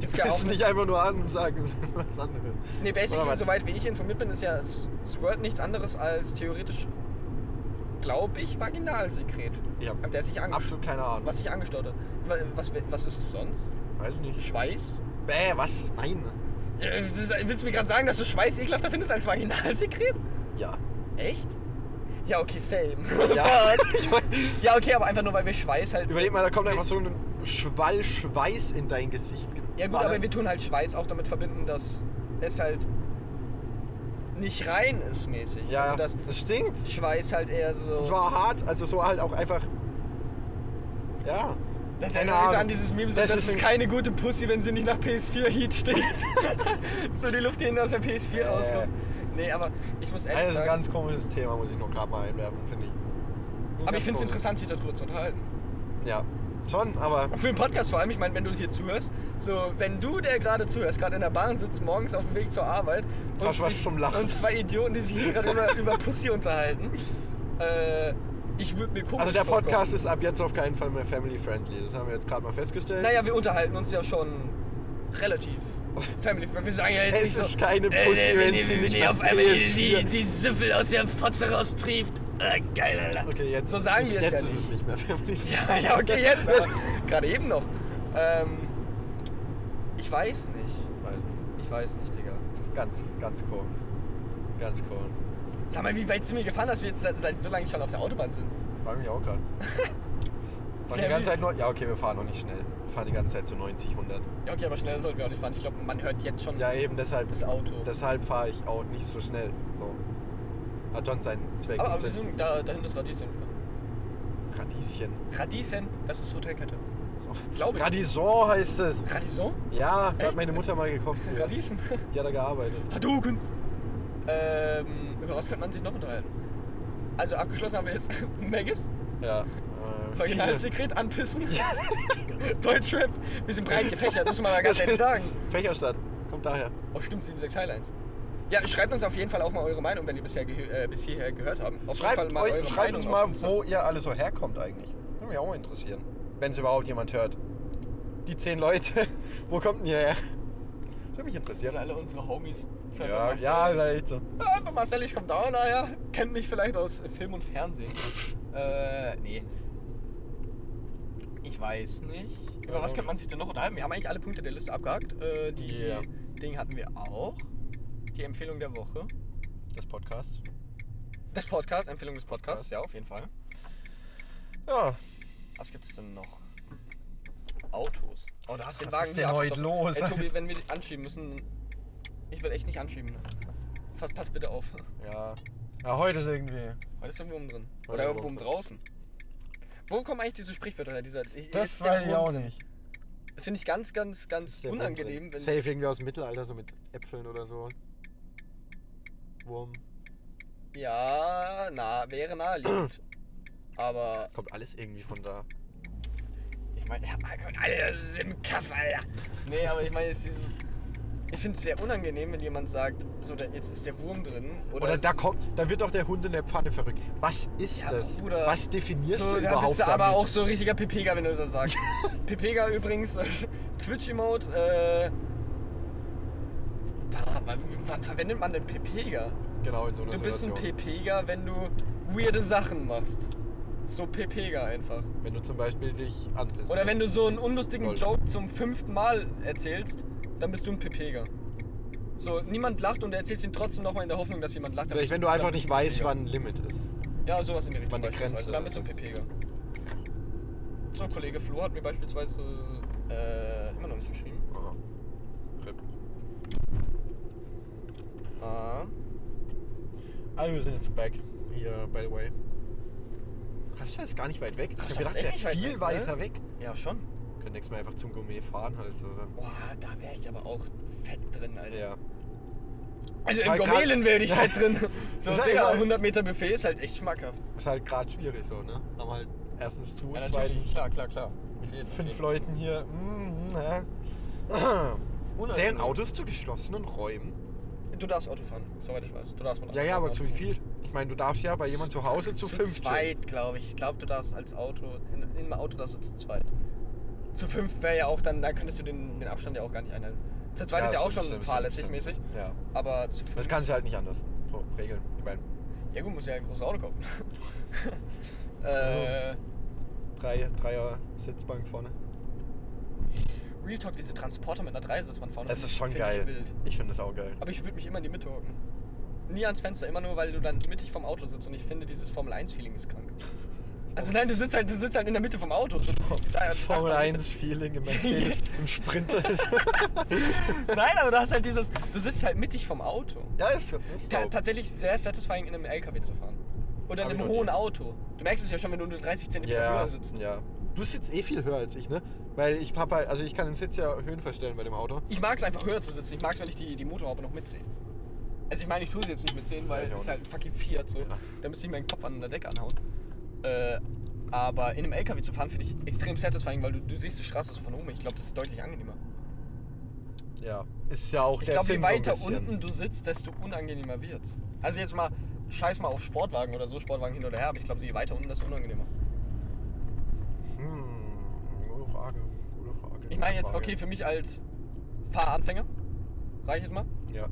Gibt's ja auch Piss nicht einfach nur an und sagen was anderes. Nee, Oder basically, was? soweit wie ich informiert bin, ist ja S- Squirt nichts anderes als theoretisch, glaube ich, Vaginalsekret. Ja. Der sich ange- Absolut keine Ahnung. was sich angestaut hat. Wa- Was, was ist es sonst? Weiß ich nicht. Schweiß? Bäh, was? Nein. Äh, das- Willst du mir gerade sagen, dass du Schweiß ekelhafter findest als Vaginalsekret? Ja. Echt? Ja, okay, same. Ja. Ich mein, ja, okay, aber einfach nur, weil wir Schweiß halt. Überleg mal, da kommt einfach so ein Schwall Schweiß in dein Gesicht. Ja, gut, geballert. aber wir tun halt Schweiß auch damit verbinden, dass es halt nicht rein ist mäßig. Ja, Also, dass es stinkt. Schweiß halt eher so. Es war hart, also so halt auch einfach. Ja. Das Keine erinnert mich so an Ahnung. dieses Meme, so, das, Das ist ist ein- keine gute Pussy, wenn sie nicht nach PS4-Heat steht. so die Luft, die hinten aus der PS4 Äh. rauskommt. Nee, aber ich muss ehrlich Das ist ein sagen, Also, ganz komisches Thema, muss ich nur gerade mal einwerfen, finde ich. Ein aber ich ganz finde es komisches- interessant, sich darüber zu unterhalten. Ja, schon, aber Für den Podcast vor allem, ich meine, wenn du hier zuhörst, so wenn du, der gerade zuhörst, gerade in der Bahn sitzt, morgens auf dem Weg zur Arbeit Hast was sich- zum Lachen. und zwei Idioten, die sich hier gerade über, über Pussy unterhalten, äh, Ich würde mir komisch Also der vorkommen. Podcast ist ab jetzt auf keinen Fall mehr family-friendly. Das haben wir jetzt gerade mal festgestellt. Naja, wir unterhalten uns ja schon relativ. Family Friend. Wir sagen ja jetzt Es nicht ist so, keine äh, Pussy, äh, wenn nee, sie nee, nicht nee, mal auf einmal PS4. die, die Süffel aus der Fotze raustrieft. Äh, geil, Alter. Okay, jetzt so ist sagen nicht, wir es jetzt ja ist nicht. es nicht mehr family-friendly. Ja, ja, okay, jetzt. aber Gerade eben noch. Ähm, ich weiß nicht. Weil- Ich weiß nicht, Digga. Ganz, ganz komisch. Ganz komisch. Sag mal, wie weit sind wir gefahren, dass wir jetzt seit, seit so lange schon auf der Autobahn sind? Frag mich auch gerade. Und die Sehr ganze wild. Zeit nur. Ja, okay, wir fahren noch nicht schnell. Wir fahren die ganze Zeit so 90, 100. Ja, okay, aber schneller sollten wir auch nicht fahren. Ich glaube, man hört jetzt schon Ja, eben deshalb. das Auto. Deshalb fahre ich auch nicht so schnell. So. Hat schon seinen Zweck. aber und aber wir Sinn. sind da, dahin das Radieschen wieder. Radieschen. Radieschen, das ist Hotelkette. So. Glaube ich. Radison heißt es. Radisson? Ja, da Echt? hat meine Mutter mal gekocht. früher. Radiesen? Die hat da gearbeitet. Hadouken! Ähm, über was könnte man sich noch unterhalten? Also abgeschlossen haben wir jetzt Megis, Ja. Äh, Vaginalsekret, Anpissen, Deutschrap, wir sind breit gefächert, muss man mal ganz ehrlich sagen. Fächerstadt. Kommt daher. Oh stimmt, 76 Ja, schreibt uns auf jeden Fall auch mal eure Meinung, wenn ihr bisher gehö- äh, bis hierher gehört habt. Auf jeden Schreibt, Fall mal eure euch, schreibt uns Meinung mal, auf Insta. wo ihr alle so herkommt eigentlich. Würde mich auch mal interessieren. Wenn es überhaupt jemand hört. Die zehn Leute, wo kommt denn ihr her? Würde mich Ihr interessieren. seid alle unsere Homies. Das heißt, Ja, halt Marcel. ja, vielleicht so. Ah, aber Marcel, ich komm da, naja. Kennt mich vielleicht aus Film und Fernsehen. äh, nee. Ich weiß nicht. Über was könnte man sich denn noch unterhalten? Wir haben eigentlich alle Punkte der Liste abgehakt. Äh, die Ja. Dinge hatten wir auch. Die Empfehlung der Woche. Das Podcast. Das Podcast, Empfehlung des Podcasts, Podcast. ja, auf jeden Fall. Ja, Was gibt's denn noch? Autos. Oh, da hast du den Was Wagen ist hier denn heute abgesoffen. los, Ey, Alter? Tobi, wenn wir dich anschieben müssen. Ich will echt nicht anschieben. ne? Pass, pass bitte auf. ja. Ja, heute ist irgendwie. Weil ist irgendwo oben drin. Weil Oder irgendwo irgendwo oben draußen. Wo kommen eigentlich diese Sprichwörter her? Dieser, Das ist weiß ich ja auch wohl- nicht. Das finde ich ganz, ganz, ganz Der Wurm unangenehm. drin. Wenn, Safe irgendwie aus dem Mittelalter, so mit Äpfeln oder so. Wurm. ja, na, wäre naheliegend. Aber Kommt alles irgendwie von da. ich meine, ja, Alkohol, alle sind im Kaff, Alter. Nee, aber ich meine, es ist dieses. Ich finde es sehr unangenehm, wenn jemand sagt, so, da, jetzt ist der Wurm drin. Oder, Oder, es da ist- kommt, da wird doch der Hund in der Pfanne verrückt. Was ist Ja, das? Bruder. Was definierst So, du da überhaupt bist du damit? aber auch so ein richtiger Pepega, wenn du das sagst. Pepega übrigens, Twitch-Emote, äh. bah, Wann, wann verwendet man denn Pepega? Genau, in so einer Du bist ein Situation. Pepega, wenn du weirde Sachen machst. So Pepega einfach. Wenn du zum Beispiel dich anpisst. Oder wenn du so einen unlustigen Lol. Joke zum fünften Mal erzählst, dann bist du ein Pepega. So, niemand lacht und du erzählst ihn trotzdem nochmal in der Hoffnung, dass jemand lacht. Dann Vielleicht, bist wenn du- du dann einfach bist nicht du ein weißt, Pepega. wann ein Limit ist. Ja, sowas in die Richtung. Wann die beispielsweise. Grenze Dann bist du ein ist. Pepega. So, Kollege Flo hat mir beispielsweise äh, immer noch nicht geschrieben. Ah. Also wir sind jetzt back hier, by the way. Rastatt ist gar nicht weit weg. Rastatt ich hab ist echt gedacht, der nicht viel weit weg, ne? weiter weg. Ja, schon. Können nächstes Mal einfach zum Gourmet fahren halt so. dann- Boah, da wäre ich aber auch fett drin, Alter. Ja. Also Ist in halt grad- Gourmelen wäre ich fett drin. So, Ist halt- ist Digga, halt- 100 Meter Buffet ist halt echt schmackhaft. Ist halt gerade schwierig so, ne? Aber halt erstens zu, Ja, natürlich. zweitens Klar, klar, klar. Auf jeden, mit auf fünf jeden. Leuten hier. Mm, ne? Zählen Autos zu geschlossenen Räumen? Du darfst Auto fahren, soweit ich weiß. Du darfst mit Ja, ja, aber zu Auto wie viel? Ich meine, du darfst ja bei jemandem zu Hause zu zu fünf zweit, glaube ich. Ich glaube, du darfst als Auto, in, im Auto darfst du zu zweit. Zu fünf wäre ja auch dann, dann könntest du den, den Abstand ja auch gar nicht einhalten. Zu zweit Ja, ist ja auch stimmt, schon stimmt, fahrlässig stimmt, mäßig, chillen. Ja. aber zu Das fünf. kannst du halt nicht anders. So, regeln. Ich meine, Ja gut, muss ja ein großes Auto kaufen. äh, drei, Dreier Sitzbank vorne. Real Talk, diese Transporter mit einer Dreisitz-Mann vorne. Das find ist ich- schon find ich geil. wild. Ich finde das auch geil. Aber ich würde mich immer in die Mitte hocken. Nie ans Fenster, immer nur, weil du dann mittig vom Auto sitzt und ich finde, dieses Formel-1-Feeling ist krank. Also nein, du sitzt halt, du sitzt halt in der Mitte vom Auto. So, das ist- das Das ist- Formel 1 Feeling im Mercedes, im Sprinter. Nein, aber du hast halt dieses, du sitzt halt mittig vom Auto. ja, ist, ist Ta dope. tatsächlich sehr satisfying, in einem LKW zu fahren. Oder in Hab ich einem noch hohen nie. Auto. Du merkst es ja schon, wenn du nur 30 cm ja, höher sitzt. ja. Du sitzt eh viel höher als ich, ne? Weil ich hab halt, also ich kann den Sitz ja Höhen verstellen bei dem Auto. Ich mag es einfach höher zu sitzen. Ich mag es, wenn ich die, die Motorhaube noch mitsehe. Also ich meine, ich tue sie jetzt nicht mitsehen, weil Ja, ich auch es ist nicht. halt fucking Fiat so. Da müsste ich meinen Kopf an der Decke anhauen. Äh, aber in einem LKW zu fahren, finde ich extrem satisfying, weil du, du siehst die Straße so von oben. Ich glaube, das ist deutlich angenehmer. Ja. Ist ja auch Ich der glaube, Sinn je weiter so ein bisschen. unten du sitzt, desto unangenehmer wird Also jetzt mal scheiß mal auf Sportwagen oder so, Sportwagen hin oder her, aber ich glaube, je weiter unten, desto unangenehmer. Hm, gute Frage. Gute Frage. Ich meine jetzt, Frage. okay, für mich als Fahranfänger, sage ich jetzt mal, Ja.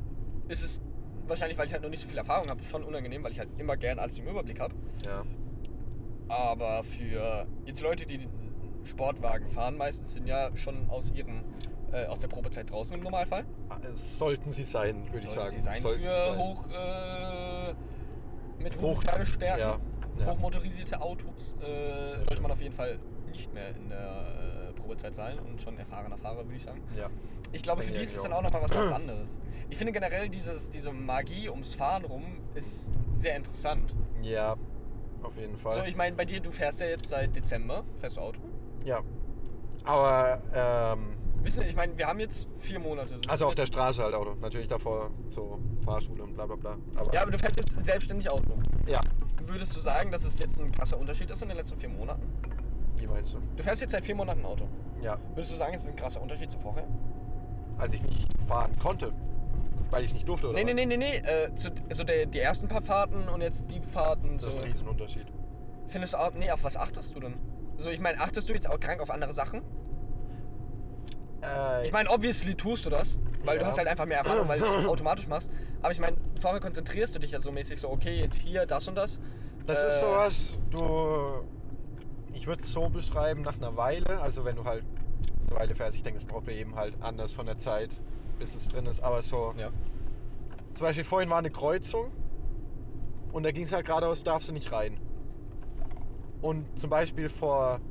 ist es wahrscheinlich, weil ich halt noch nicht so viel Erfahrung habe, schon unangenehm, weil ich halt immer gern alles im Überblick habe. Ja. Aber für jetzt Leute, die den Sportwagen fahren, meistens sind ja schon aus ihrem äh, aus der Probezeit draußen im Normalfall. Ah, es Sollten sie sein, würde ich sagen. sie sein Sollten für sie sein. hoch äh, mit Hoch- hoch Stärken, ja, ja. hochmotorisierte Autos äh, Sehr schön. sollte man auf jeden Fall nicht mehr in der äh, Probezeit sein und schon erfahrener Fahrer, würde ich sagen. Ja. Ich glaube, für Denke die ich ist es auch. dann auch nochmal was ganz anderes. Ich finde generell dieses, diese Magie ums Fahren rum ist sehr interessant. Ja. Auf jeden Fall. So, ich meine, bei dir, du fährst ja jetzt seit Dezember, fährst du Auto? ja. Aber, ähm, Wissen, ich meine, wir haben jetzt vier Monate. Das also ist auf der jetzt- Straße halt Auto. Natürlich davor so Fahrschule und bla bla bla. Aber, Ja, aber du fährst jetzt selbstständig Auto. ja. Würdest du sagen, dass es jetzt ein krasser Unterschied ist in den letzten vier Monaten? Wie meinst du? Du fährst jetzt seit vier Monaten Auto. Ja. Würdest du sagen, es ist ein krasser Unterschied zu vorher? Als ich nicht fahren konnte. Weil ich nicht durfte, oder? Nee, nee, was? nee, nee, nee. Äh, zu, also der, die ersten paar Fahrten und jetzt die Fahrten. Das So. ist ein Riesenunterschied. Findest du, auch- nee, auf was achtest du denn? So, ich meine, achtest du jetzt auch krank auf andere Sachen? Äh, Ich meine, obviously tust du das, weil du Ja. hast halt einfach mehr Erfahrung, weil du es automatisch machst. Aber ich meine, vorher konzentrierst du dich ja so mäßig so, okay, jetzt hier, das und das. Das ist Äh, sowas, du. Ich würde es so beschreiben, nach einer Weile, also wenn du halt eine Weile fährst, ich denke, das braucht bei jedem halt anders von der Zeit, bis es drin ist, aber so. Ja. Zum Beispiel vorhin war eine Kreuzung und da ging es halt geradeaus, darfst du nicht rein. Und zum Beispiel vor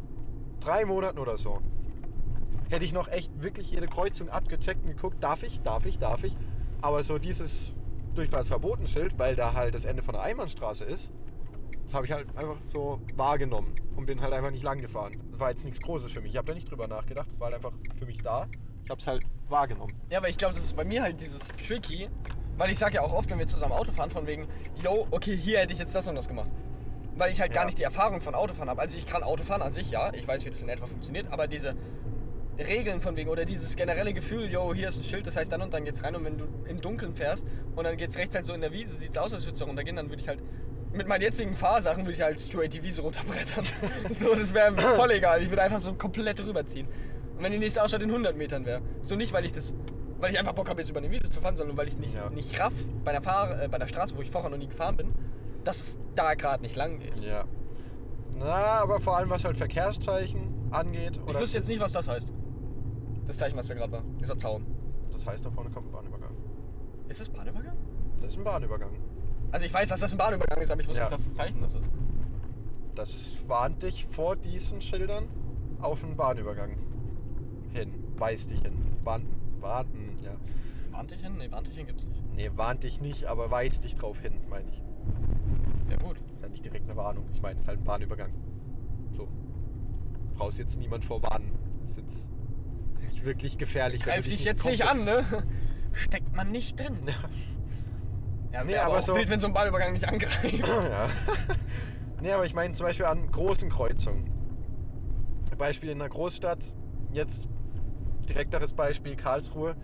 drei Monaten oder so hätte ich noch echt wirklich jede Kreuzung abgecheckt und geguckt, darf ich, darf ich, darf ich. Aber so dieses Durchfahrtsverbotenschild, weil da halt das Ende von der Einbahnstraße ist, das habe ich halt einfach so wahrgenommen und bin halt einfach nicht lang gefahren. Das war jetzt nichts Großes für mich. Ich habe da nicht drüber nachgedacht. Es war halt einfach für mich da. Ich habe es halt wahrgenommen. Ja, aber ich glaube, das ist bei mir halt dieses Tricky, weil ich sage ja auch oft, wenn wir zusammen Auto fahren, von wegen, yo, okay, hier hätte ich jetzt das und das gemacht. Weil ich halt Ja. gar nicht die Erfahrung von Autofahren habe. Also ich kann Autofahren an sich, ja, ich weiß, wie das in etwa funktioniert, aber diese Regeln von wegen oder dieses generelle Gefühl, yo, hier ist ein Schild, das heißt dann und dann geht's rein und wenn du im Dunkeln fährst und dann geht's rechts halt so in der Wiese, sieht's aus, als würdest du runtergehen, dann würde ich halt mit meinen jetzigen Fahrsachen würde ich halt straight die Wiese runterbrettern. so, das wäre voll egal. Ich würde einfach so komplett rüberziehen. Und wenn die nächste Ausfahrt in 100 Metern wäre, so nicht, weil ich das, weil ich einfach Bock habe jetzt über eine Wiese zu fahren, sondern weil ich nicht Ja. nicht raff bei der Fahr äh, bei der Straße, wo ich vorher noch nie gefahren bin, dass es da gerade nicht lang geht. Ja. Na, aber vor allem was halt Verkehrszeichen angeht. Ich wüsste jetzt nicht, was das heißt. Das Zeichen, was da gerade war, dieser Zaun. Das heißt, da vorne kommt ein Bahnübergang. Ist das Bahnübergang? Das ist ein Bahnübergang. Also ich weiß, dass das ein Bahnübergang ist, aber ich wusste Ja. nicht, dass das Zeichen das ist. Das warnt dich vor diesen Schildern auf einen Bahnübergang hin. Weist dich hin. Bahn, warten, ja. Warntichen? Nee, Warntichen gibt's nicht. Nee, warnt dich nicht, aber weist dich drauf hin, meine ich. Ja gut. Ist halt nicht direkt eine Warnung. Ich meine, es ist halt ein Bahnübergang. So. Brauchst jetzt niemand vorwarnen. Ist jetzt nicht wirklich gefährlich. wenn du Greif dich jetzt komplett- nicht an, ne? Steckt man nicht drin. Ja, Nee, wär aber auch so- wild, wenn so ein Bahnübergang nicht angreift. Ja. nee, aber ich meine zum Beispiel an großen Kreuzungen. Beispiel in einer Großstadt, jetzt direkteres Beispiel Karlsruhe,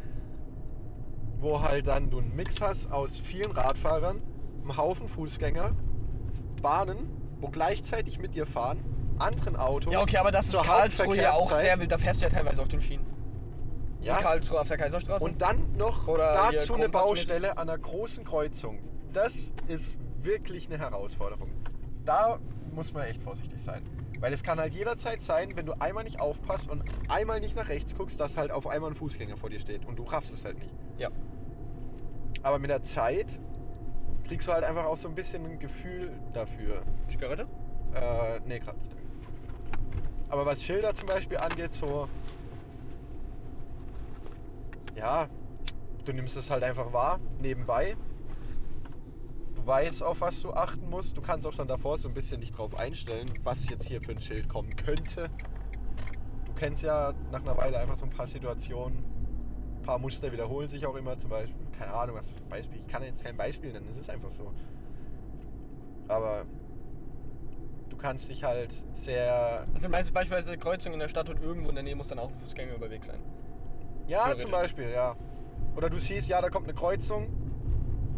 wo halt dann du einen Mix hast aus vielen Radfahrern, einem Haufen Fußgänger, Bahnen, wo gleichzeitig mit dir fahren, anderen Autos. ja, okay, aber das ist zur Karlsruhe ja auch Hauptverkehrszeit. sehr wild. Da fährst du ja teilweise auf den Schienen. ja. In Karlsruhe auf der Kaiserstraße. Und dann noch Oder hier dazu eine Kronplatz- Baustelle an einer großen Kreuzung. Das ist wirklich eine Herausforderung. Da muss man echt vorsichtig sein. Weil es kann halt jederzeit sein, wenn du einmal nicht aufpasst und einmal nicht nach rechts guckst, dass halt auf einmal ein Fußgänger vor dir steht und du raffst es halt nicht. ja. Aber mit der Zeit kriegst du halt einfach auch so ein bisschen ein Gefühl dafür. Zigarette? Äh, nee, gerade nicht. Aber was Schilder zum Beispiel angeht, so. Ja, du nimmst es halt einfach wahr, nebenbei. Du weißt, auf was du achten musst. Du kannst auch schon davor so ein bisschen dich drauf einstellen, was jetzt hier für ein Schild kommen könnte. Du kennst ja nach einer Weile einfach so ein paar Situationen. Ein paar Muster wiederholen sich auch immer, zum Beispiel. Keine Ahnung, was für ein Beispiel. Ich kann jetzt kein Beispiel nennen, es ist einfach so. Aber du kannst dich halt sehr. Also meinst du beispielsweise Kreuzung in der Stadt und irgendwo in der Nähe muss dann auch ein Fußgänger über Weg sein? Ja, Theoretisch. zum Beispiel, ja. Oder du siehst, ja, da kommt eine Kreuzung und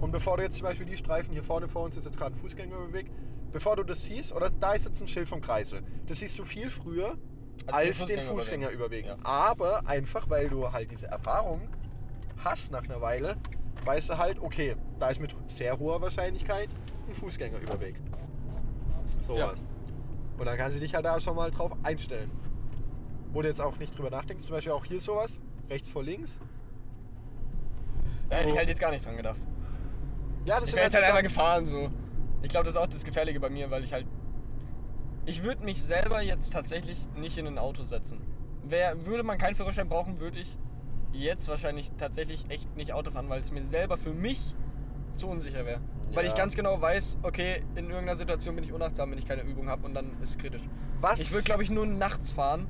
Und bevor du jetzt zum Beispiel die Streifen hier vorne vor uns ist jetzt gerade ein Fußgängerüberweg, bevor du das siehst, oder da ist jetzt ein Schild vom Kreisel, das siehst du viel früher als, Als den den Fußgängerüberweg. Fußgängerüberweg. Ja. Aber einfach, weil du halt diese Erfahrung hast nach einer Weile, weißt du halt, okay, da ist mit sehr hoher Wahrscheinlichkeit ein Fußgängerüberweg. Sowas. Und dann kannst du dich halt da schon mal drauf einstellen. Wo du jetzt auch nicht drüber nachdenkst, zum Beispiel auch hier sowas, rechts vor links. Da hätte Oh. ich halt jetzt gar nicht dran gedacht. Ja, das Ich sind wäre jetzt halt so einfach Sachen- gefahren so. Ich glaube, das ist auch das Gefährliche bei mir, weil ich halt. Ich würde mich selber jetzt tatsächlich nicht in ein Auto setzen. Wär, würde man keinen Führerschein brauchen, würde ich jetzt wahrscheinlich tatsächlich echt nicht Auto fahren, weil es mir selber für mich zu unsicher wäre. Weil ich Ja. ganz genau weiß, okay, in irgendeiner Situation bin ich unachtsam, wenn ich keine Übung habe und dann ist es kritisch. Was? Ich würde, glaube ich, nur nachts fahren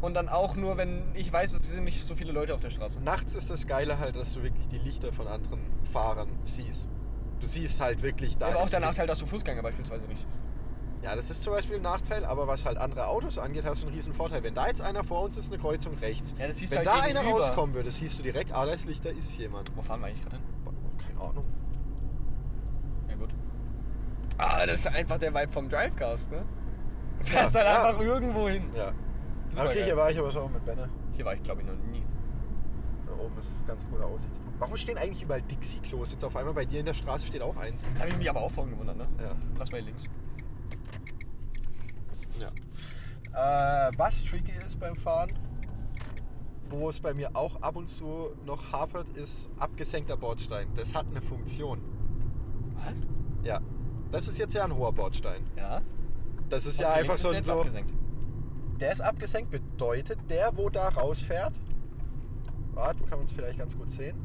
und dann auch nur, wenn ich weiß, es sind nicht so viele Leute auf der Straße. Nachts ist das Geile halt, dass du wirklich die Lichter von anderen Fahrern siehst. Du siehst halt wirklich da. Aber auch ist der Licht. Nachteil, dass du Fußgänger beispielsweise nicht siehst. Ja, das ist zum Beispiel ein Nachteil, aber was halt andere Autos angeht, hast du einen riesen Vorteil. Wenn da jetzt einer vor uns ist, eine Kreuzung rechts. Ja, das siehst Wenn du da halt einer gegenüber. rauskommen würde, siehst du direkt, ah, da ist Licht, da ist jemand. Wo fahren wir eigentlich gerade hin? Boah, Keine Ahnung. Ja gut. Ah, das ist einfach der Vibe vom Drivecast, ne? Du fährst Ja, dann ja. einfach irgendwo hin. Ja. Supergeil. okay, hier war ich aber schon mit Benne. Hier war ich glaube ich noch nie. Da oben ist ein ganz cooler Aussichtspunkt. Warum stehen eigentlich überall Dixie-Klos? Jetzt auf einmal bei dir in der Straße steht auch eins. Da habe ich mich aber auch vorhin gewundert, ne? Ja. Lass mal hier links. Ja. Äh, was tricky ist beim Fahren, wo es bei mir auch ab und zu noch hapert, ist abgesenkter Bordstein. Das hat eine Funktion. Was? Ja. Das ist jetzt ja ein hoher Bordstein. Ja. Das ist Und ja die einfach links so, ist jetzt so abgesenkt. Der ist abgesenkt, bedeutet der, wo da rausfährt. Warte, wo kann man es vielleicht ganz gut sehen?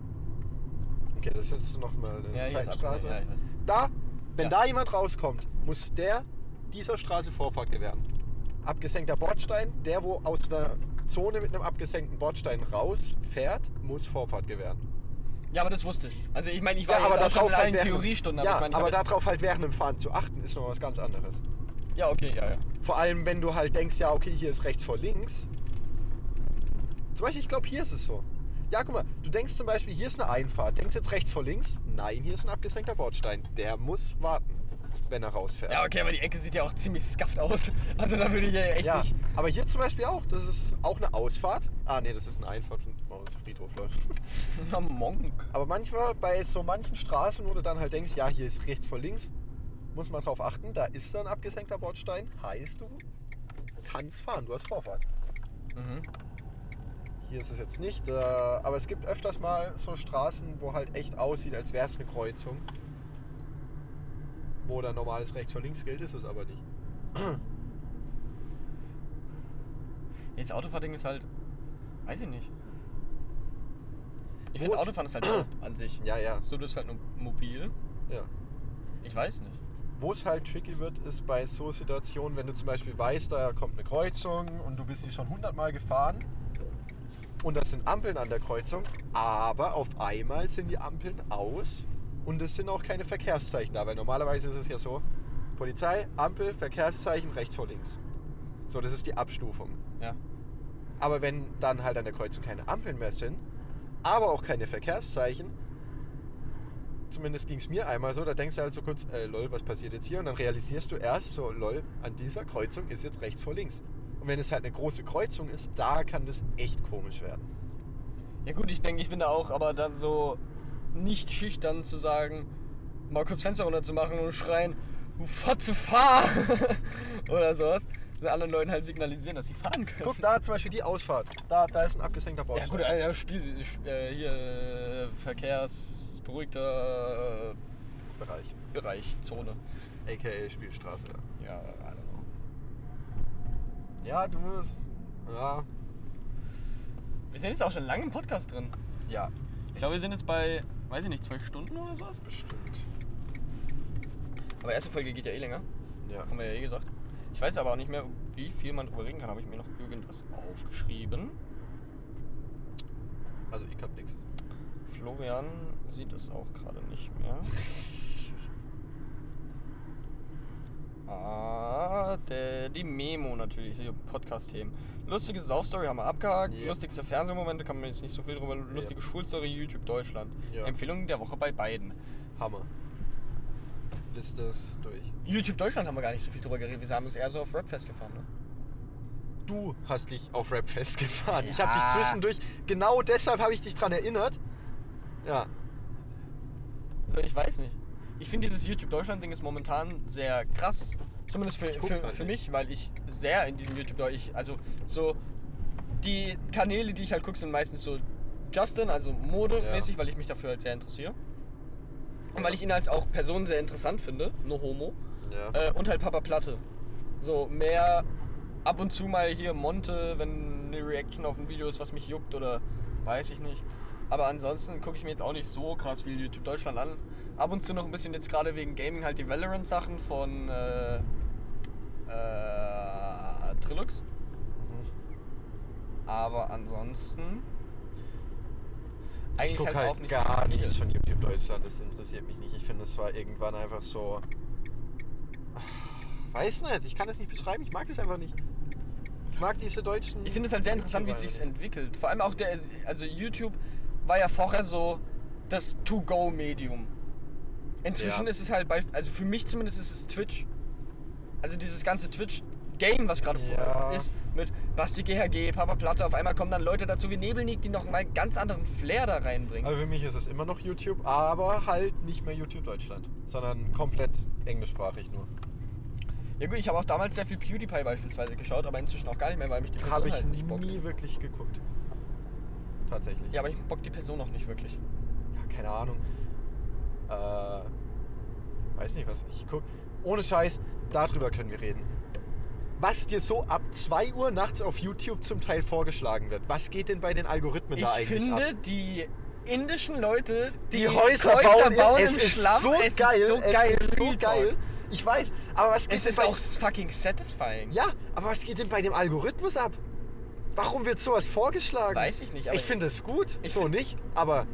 Okay, das ist jetzt nochmal eine Ja, hier ist Seitenstraße. abgesenkt. Ja, ich weiß. Da, wenn Ja. da jemand rauskommt, muss der dieser Straße Vorfahrt gewähren. Abgesenkter Bordstein, der, wo aus einer Zone mit einem abgesenkten Bordstein rausfährt, muss Vorfahrt gewähren. Ja, aber das wusste ich. Also ich meine, ich war jetzt auch schon in allen Theoriestunden, halt ja, ich meine, ich aber hab darauf halt während dem Fahren zu achten, ist noch was ganz anderes. jetzt, Ja, okay, ja, ja. Vor allem, wenn du halt denkst, ja, okay, hier ist rechts vor links. Zum Beispiel, ich glaube, hier ist es so. Ja, guck mal, du denkst zum Beispiel, hier ist eine Einfahrt. Denkst jetzt rechts vor links? Nein, hier ist ein abgesenkter Bordstein. Der muss warten, wenn er rausfährt. Ja, okay, aber die Ecke sieht ja auch ziemlich scuffed aus. Also da würde ich ja echt Ja, nicht. aber hier zum Beispiel auch. Das ist auch eine Ausfahrt. Ah, nee, das ist eine Einfahrt aus dem Friedhof, Leute. Na, Monk. Aber manchmal bei so manchen Straßen, wo du dann halt denkst, ja, hier ist rechts vor links, muss man drauf achten. Da ist dann abgesenkter Bordstein. Heißt, du kannst fahren. Du hast Vorfahrt. Mhm. Hier ist es jetzt nicht, äh, aber es gibt öfters mal so Straßen, wo halt echt aussieht, als wäre es eine Kreuzung. Wo dann normales rechts vor links gilt, ist es aber nicht. Jetzt Autofahrting ist halt. Weiß ich nicht. Ich Wo finde ist- Autofahren ist halt toll an sich. Ja, ja, So, du bist halt nur mobil. ja. Ich weiß nicht. Wo es halt tricky wird, ist bei so Situationen, wenn du zum Beispiel weißt, da kommt eine Kreuzung und du bist die schon hundertmal gefahren und das sind Ampeln an der Kreuzung, aber auf einmal sind die Ampeln aus und es sind auch keine Verkehrszeichen da, weil normalerweise ist es ja so, Polizei, Ampel, Verkehrszeichen, rechts vor links. So, das ist die Abstufung. Ja. Aber wenn dann halt an der Kreuzung keine Ampeln mehr sind, aber auch keine Verkehrszeichen, zumindest ging es mir einmal so, da denkst du halt so kurz, äh, lol, was passiert jetzt hier? Und dann realisierst du erst so, lol, an dieser Kreuzung ist jetzt rechts vor links. Und wenn es halt eine große Kreuzung ist, da kann das echt komisch werden. Ja gut, ich denke, ich bin da auch, aber dann so nicht schüchtern zu sagen, mal kurz Fenster runter zu machen und schreien, du Fotze, fahr! Oder sowas. Also anderen Leuten halt signalisieren, dass sie fahren können. Guck, da zum Beispiel die Ausfahrt. Da, da ist ein abgesenkter ja Bordstein. gut, äh, ja, Spiel, äh, hier, äh, verkehrsberuhigter äh, Bereich. Bereich, Zone. AKA Spielstraße. Ja, I don't know. Ja, du wirst. Ja. Wir sind jetzt auch schon lange im Podcast drin. Ja. Ich glaube, wir sind jetzt bei, weiß ich nicht, zwei Stunden oder sowas. Bestimmt. Aber erste Folge geht ja eh länger. Ja. Haben wir ja eh gesagt. Ich weiß aber auch nicht mehr, wie viel man drüber reden kann. Habe ich mir noch irgendwas aufgeschrieben? Also ich hab nix. Florian sieht es auch gerade nicht mehr. Ah, war der, die Memo natürlich, die Podcast-Themen. Lustige Saufstory haben wir abgehakt. Ja. Lustigste Fernsehmomente kann man jetzt nicht so viel drüber. Lustige Schulstory, YouTube Deutschland. Ja. Empfehlungen der Woche bei beiden. Hammer. Liste ist durch. YouTube Deutschland haben wir gar nicht so viel drüber geredet. Wir haben uns eher so auf Rap festgefahren. Ne? Du hast dich auf Rap festgefahren. Ich habe Ja. dich zwischendurch, genau deshalb habe ich dich dran erinnert. Ja, So, ich weiß nicht. Ich finde dieses YouTube Deutschland-Ding ist momentan sehr krass. Zumindest für, guck's für, halt für nicht. mich, weil ich sehr in diesem YouTube Deutschland. Also so die Kanäle, die ich halt gucke, sind meistens so Justin, also modemäßig, weil ich mich dafür halt sehr interessiere. Und weil ich ihn als auch Person sehr interessant finde, no homo. ja. Äh, und halt Papa Platte. So mehr ab und zu mal hier Monte, wenn eine Reaction auf ein Video ist, was mich juckt oder weiß ich nicht. Aber ansonsten gucke ich mir jetzt auch nicht so krass viel YouTube Deutschland an. Ab und zu noch ein bisschen jetzt gerade wegen Gaming halt die Valorant-Sachen von äh, äh, Trilux. Mhm. Aber ansonsten. ich Eigentlich gucke halt, halt, auch nicht gar viel. nichts von YouTube Deutschland. Das interessiert mich nicht. Ich finde, es war irgendwann einfach so. Weiß nicht, ich kann es nicht beschreiben. Ich mag das einfach nicht. Ich mag diese deutschen. Ich finde es halt sehr interessant, wie es sich entwickelt. Vor allem auch der, also YouTube war ja vorher so das To-Go-Medium. Inzwischen Ja. ist es halt, bei, also für mich zumindest ist es Twitch. Also dieses ganze Twitch-Game, was gerade vor- Ja. ist, mit Basti GHG, Papa Platte, auf einmal kommen dann Leute dazu wie Nebelnik, die noch mal einen ganz anderen Flair da reinbringen. Also für mich ist es immer noch YouTube, aber halt nicht mehr YouTube Deutschland, sondern komplett englischsprachig nur. Ja gut, ich habe auch damals sehr viel PewDiePie beispielsweise geschaut, aber inzwischen auch gar nicht mehr, weil mich die Person Habe ich halt nicht bockt. nie wirklich geguckt. Tatsächlich. Ja, aber ich bock die Person auch nicht wirklich. Ja, keine Ahnung. Äh, weiß nicht, was ich guck. Ohne Scheiß, darüber können wir reden. Was dir so ab 2 Uhr nachts auf YouTube zum Teil vorgeschlagen wird, was geht denn bei den Algorithmen da Ich eigentlich finde ab? die indischen Leute, die, Die Häuser bauen, es im ist Schlamm, so es geil, ist so geil, es ist so Real geil. Talk. Ich weiß, aber was geht Es denn ist bei, auch fucking satisfying. Ja, aber was geht denn bei dem Algorithmus ab? Warum wird sowas vorgeschlagen? Weiß ich nicht, aber ich finde es gut, ich so find's- nicht, aber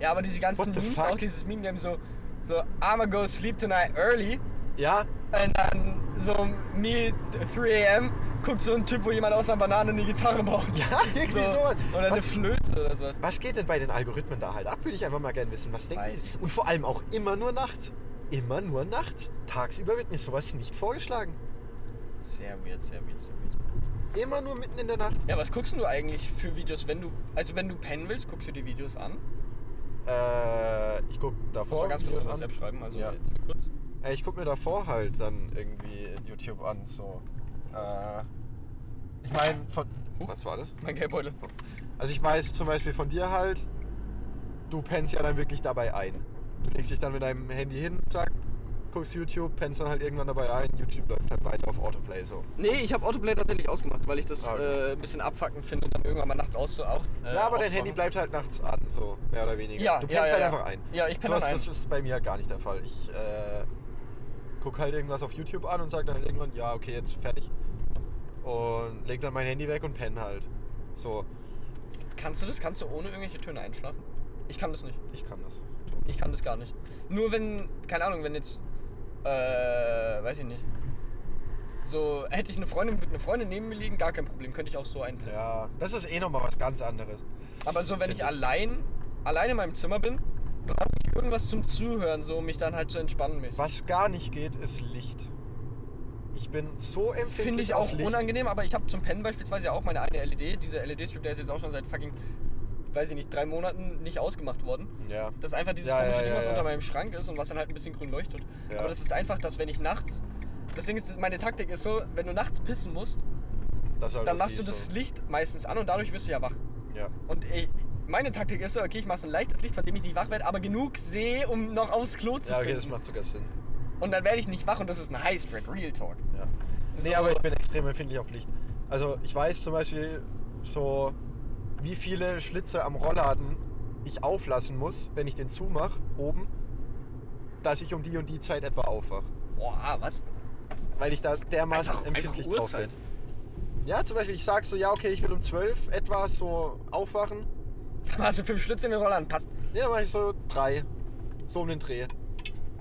Ja, aber diese ganzen What the Memes, fuck? auch dieses Meme, die haben so, so I'ma go sleep tonight early ja, und dann so um me 3 a.m. guckt so ein Typ, wo jemand aus einer Banane eine Gitarre baut. Ja, irgendwie sowas. Oder eine Was- Flöte oder sowas. Was geht denn bei den Algorithmen da halt ab? Will ich einfach mal gerne wissen. Was denken Weiß Sie? ich nicht. Und vor allem auch immer nur nachts. Immer nur nachts. Tagsüber wird mir sowas nicht vorgeschlagen. Sehr weird, sehr weird, sehr weird. Immer nur mitten in der Nacht. Ja, was guckst denn du eigentlich für Videos, wenn du, also wenn du pennen willst, guckst du die Videos an? Äh, ich guck Muss davor. man ganz kurz auf Videos WhatsApp an. schreiben, also Ja. jetzt kurz. Äh, ich guck mir davor halt dann irgendwie YouTube an. So. Äh, ich meine von. Huch. Was war das? Mein Geldbeutel. Also ich weiß zum Beispiel von dir halt. Du pennst ja dann wirklich dabei ein. Du legst dich dann mit deinem Handy hin, zack, guckst YouTube, pennst dann halt irgendwann dabei ein. YouTube läuft halt weiter auf Autoplay so. Nee, ich habe Autoplay tatsächlich ausgemacht, weil ich das Ah, okay. äh, ein bisschen abfuckend finde, dann irgendwann mal nachts auszu auch. äh, Ja, aber dein auszumachen. Handy bleibt halt nachts an, so mehr oder weniger. Ja, du ja, pennst ja, halt ja. einfach ein. Ja, ich penne Sowas, dann ein. Das ist bei mir halt gar nicht der Fall. Ich äh, gucke halt irgendwas auf YouTube an und sage dann halt irgendwann, ja, okay, jetzt fertig. Und leg dann mein Handy weg und penne halt. So, Kannst du das? Kannst du ohne irgendwelche Töne einschlafen? Ich kann das nicht. ich kann das. Ich kann das gar nicht. Nur wenn, keine Ahnung, wenn jetzt, äh, weiß ich nicht. So, hätte ich eine Freundin, würde eine Freundin neben mir liegen, gar kein Problem, könnte ich auch so einpennen. Ja, das ist eh nochmal was ganz anderes. Aber so, wenn Find ich ich. allein, allein in meinem Zimmer bin, brauche ich irgendwas zum Zuhören, so, um mich dann halt zu entspannen. mäßig. Was gar nicht geht, ist Licht. Ich bin so empfindlich Finde ich auch auf Licht. unangenehm, aber ich habe zum Pennen beispielsweise ja auch meine eine LED. Diese LED-Strip, der ist jetzt auch schon seit fucking, weiß ich nicht, drei Monaten nicht ausgemacht worden. Ja. Das ist einfach dieses Ja, komische ja, Ding, ja, was ja. unter meinem Schrank ist und was dann halt ein bisschen grün leuchtet. Ja. Aber das ist einfach, dass wenn ich nachts. Das Ding ist, dass meine Taktik ist so, wenn du nachts pissen musst, Das halt dann was machst du das siehst, Licht meistens an und dadurch wirst du ja wach. so. Ja. Und ich, meine Taktik ist so, okay, ich mache so ein leichtes Licht, von dem ich nicht wach werde, aber genug sehe, um noch aufs Klo zu ja, okay, das finden. macht sogar Sinn. und dann werde ich nicht wach und das ist ein Highspread, Real Talk. Ja. Nee, So. aber ich bin extrem empfindlich auf Licht. Also ich weiß zum Beispiel so, wie viele Schlitze am Rollladen ich auflassen muss, wenn ich den zumache, oben, dass ich um die und die Zeit etwa aufwache. Boah, was? Weil ich da dermaßen Einfach- einfach empfindlich drauf Uhrzeit. bin. Ja, zum Beispiel, ich sag so, ja, okay, ich will um 12 etwa so aufwachen. Hast du fünf Schlitze in den Roller an? Passt. Nee, dann mache ich so drei. So um den Dreh.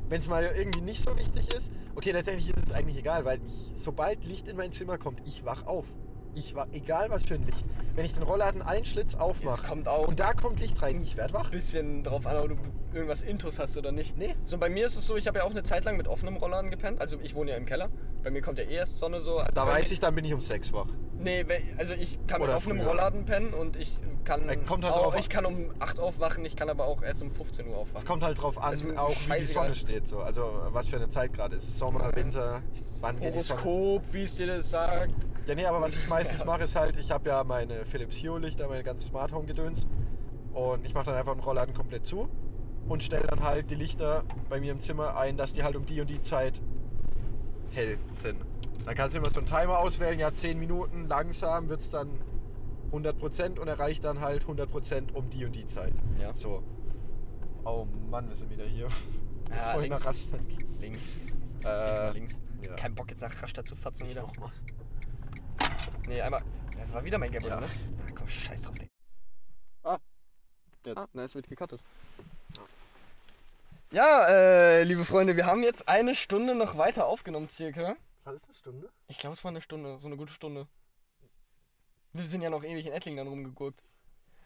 Wenn es mal irgendwie nicht so wichtig ist, okay, letztendlich ist es eigentlich egal, weil ich, sobald Licht in mein Zimmer kommt, ich wach auf. Ich wach, egal was für ein Licht. Wenn ich den Rollladen einen Schlitz aufmache Es kommt auch- und da kommt Licht rein, ich werde wach. bisschen drauf an, ob du irgendwas Intus hast oder nicht. Nee. So bei mir ist es so, ich habe ja auch eine Zeit lang mit offenem Rollladen gepennt. Also ich wohne ja im Keller. Bei mir kommt ja eh erst Sonne so. Also Da bei weiß mir- ich, dann bin ich um sechs wach. Nee, we- also ich kann mit Oder offenem früher. Rollladen pennen und ich kann Äh, kommt halt drauf auch, an. ich kann um 8 aufwachen, ich kann aber auch erst um 15 Uhr Es aufwachen. kommt halt drauf an, Ist mir auch wie die scheißegal. Sonne steht. So. Also was für eine Zeit gerade ist. Sommer, Winter, wann geht die Sonne? Horoskop, wie es dir das sagt. Ja, nee, aber was ich meistens Ja, mache, ist halt, ich habe ja meine Philips Hue Lichter, meine ganze Smart Home Gedöns und ich mache dann einfach den Rollladen komplett zu und stelle dann halt die Lichter bei mir im Zimmer ein, dass die halt um die und die Zeit hell sind. Dann kannst du immer so einen Timer auswählen, ja 10 Minuten, langsam wird es dann 100% und erreicht dann halt 100% um die und die Zeit. Ja. So. Oh Mann, wir sind wieder hier. Ja, Ist voll links. nach Raststätten. Links. Äh, Diesmal links. ja. Kein Bock jetzt nach Rastatt zu fatzen wieder. nochmal. Nee, einmal. Das war wieder mein Gap, Ja. oder? Ne? Ach komm, scheiß drauf, Digga. Jetzt. Ah, na, es wird gecuttet. Ja, äh, liebe Freunde, wir haben jetzt eine Stunde noch weiter aufgenommen, circa. Was ist eine Stunde? Ich glaube, es war eine Stunde, so eine gute Stunde. Wir sind ja noch ewig in Ettling dann rumgeguckt.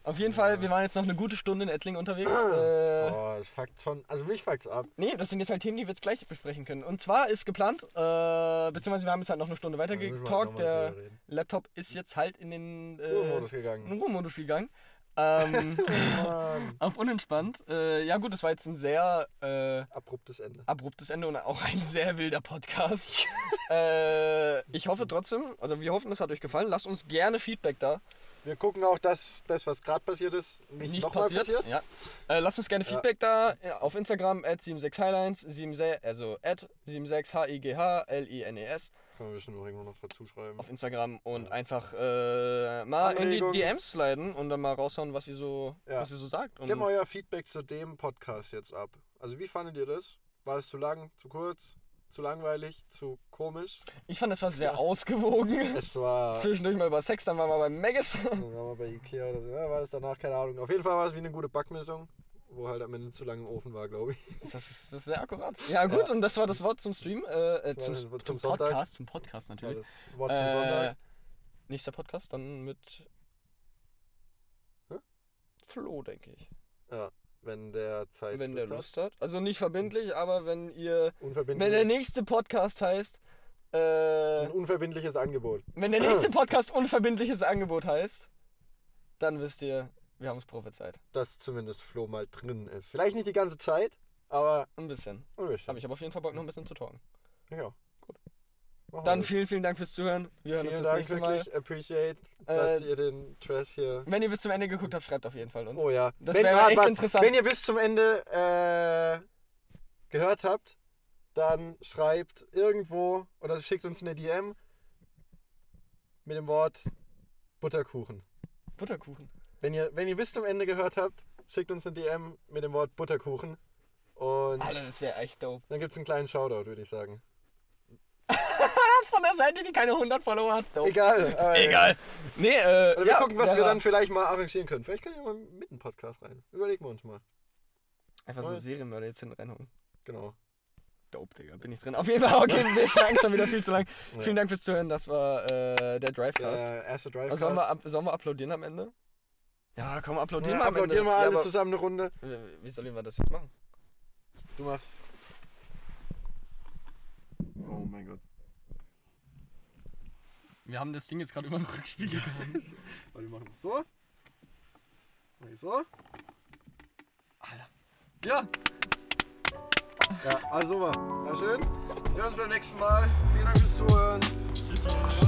Auf jeden Fall, wir waren jetzt noch eine gute Stunde in Ettling unterwegs. äh, Oh, das fuckt schon. Also mich fuckt's ab. Nee, das sind jetzt halt Themen, die wir jetzt gleich besprechen können. Und zwar ist geplant, äh, beziehungsweise wir haben jetzt halt noch eine Stunde weiter Ja, müssen wir getalkt. halt nochmal Der drüber reden. Laptop ist jetzt halt in den äh, Ruhemodus in gegangen. Oh den Ruhemodus gegangen. Ähm, Mann. auf unentspannt. Äh, ja gut, das war jetzt ein sehr äh, Abruptes Ende. abruptes Ende und auch ein sehr wilder Podcast. äh, ich hoffe trotzdem, oder wir hoffen, es hat euch gefallen. Lasst uns gerne Feedback da. Wir gucken auch, dass das, was gerade passiert ist, nicht, nicht nochmal passiert. passiert. Ja. Äh, lasst uns gerne Feedback da ja, auf Instagram at 76highlines, 76, also at 76highlines Können wir bestimmt noch irgendwo noch dazu schreiben. E auf Instagram und einfach äh, mal in Anregung. die DMs sliden und dann mal raushauen, was ihr so, Ja. was ihr so sagt. Und Gebt mal euer Feedback zu dem Podcast jetzt ab. Also wie fandet ihr das? War es zu lang, zu kurz, zu langweilig, zu komisch? ich fand, das war sehr ausgewogen. Es war, Zwischendurch mal über Sex, dann waren wir bei Megas. wir waren mal bei Ikea oder so, ja, war das danach, keine Ahnung. Auf jeden Fall war es wie eine gute Backmischung, wo halt am Ende zu lang im Ofen war, glaube ich. Das ist, das ist sehr akkurat. Ja gut, und das war das Wort zum Stream, äh, äh, Das zum, war das zum, Wort zum Sonntag. Podcast, zum Also. Podcast natürlich. Äh, Das Wort zum Sonntag. Nächster Podcast dann mit Hä? Flo, denke ich. Ja, wenn der Zeit wenn der Lust hat. Lust hat. Also nicht verbindlich, aber wenn ihr. Unverbindliches, Wenn der nächste Podcast heißt. Äh, ein unverbindliches Angebot. wenn der nächste Podcast unverbindliches Angebot heißt, dann wisst ihr, wir haben es prophezeit. Dass zumindest Flo mal drin ist. Vielleicht nicht die ganze Zeit, aber Ein bisschen. ein bisschen. Aber ich habe auf jeden Fall Bock, noch ein bisschen zu talken. Ja. Gut. Machen Dann wir. vielen, vielen Dank fürs Zuhören. Wir hören uns Vielen das Dank, nächste Mal. wirklich. Appreciate, dass Äh, ihr den Trash hier. Wenn ihr bis zum Ende geguckt habt, schreibt auf jeden Fall uns. Oh ja. Das Wenn- wäre warte, echt warte. interessant. Wenn ihr bis zum Ende äh, gehört habt, dann schreibt irgendwo oder schickt uns eine DM mit dem Wort Butterkuchen. Butterkuchen. Wenn ihr, wenn ihr bis zum Ende gehört habt, schickt uns eine DM mit dem Wort Butterkuchen. Und Alter, das wäre echt dope. dann gibt es einen kleinen Shoutout, würde ich sagen. Von der Seite, die keine 100 Follower hat. Dope. Egal. äh, Egal. Nee, äh. Oder wir ja, gucken, was wäre- wir dann vielleicht mal arrangieren können. Vielleicht können wir mal mit einem Podcast rein. Überlegen wir uns mal. Einfach so Serienmörder jetzt hinreinhauen. Genau. Dope, Digga, bin ich drin. Auf jeden Fall, okay, wir schnacken schon wieder viel zu lang. Vielen Dank fürs Zuhören, das war äh, der Drivecast. Der erste Drive. Also sollen, wir, ab- sollen wir applaudieren am Ende? Ja, komm, applaudieren ja, wir am Ende. applaudieren wir alle ja, aber- zusammen eine Runde. Äh, Wie sollen wir das jetzt machen? Du machst. Oh mein Gott. Wir haben das Ding jetzt gerade über den Rückspiegel gehauen. Warte, wir machen es so. Mach ich so. Alter. Ja, Ja, also super. Ja, schön. Wir hören uns beim nächsten Mal. Vielen Dank fürs Zuhören. Tschüss.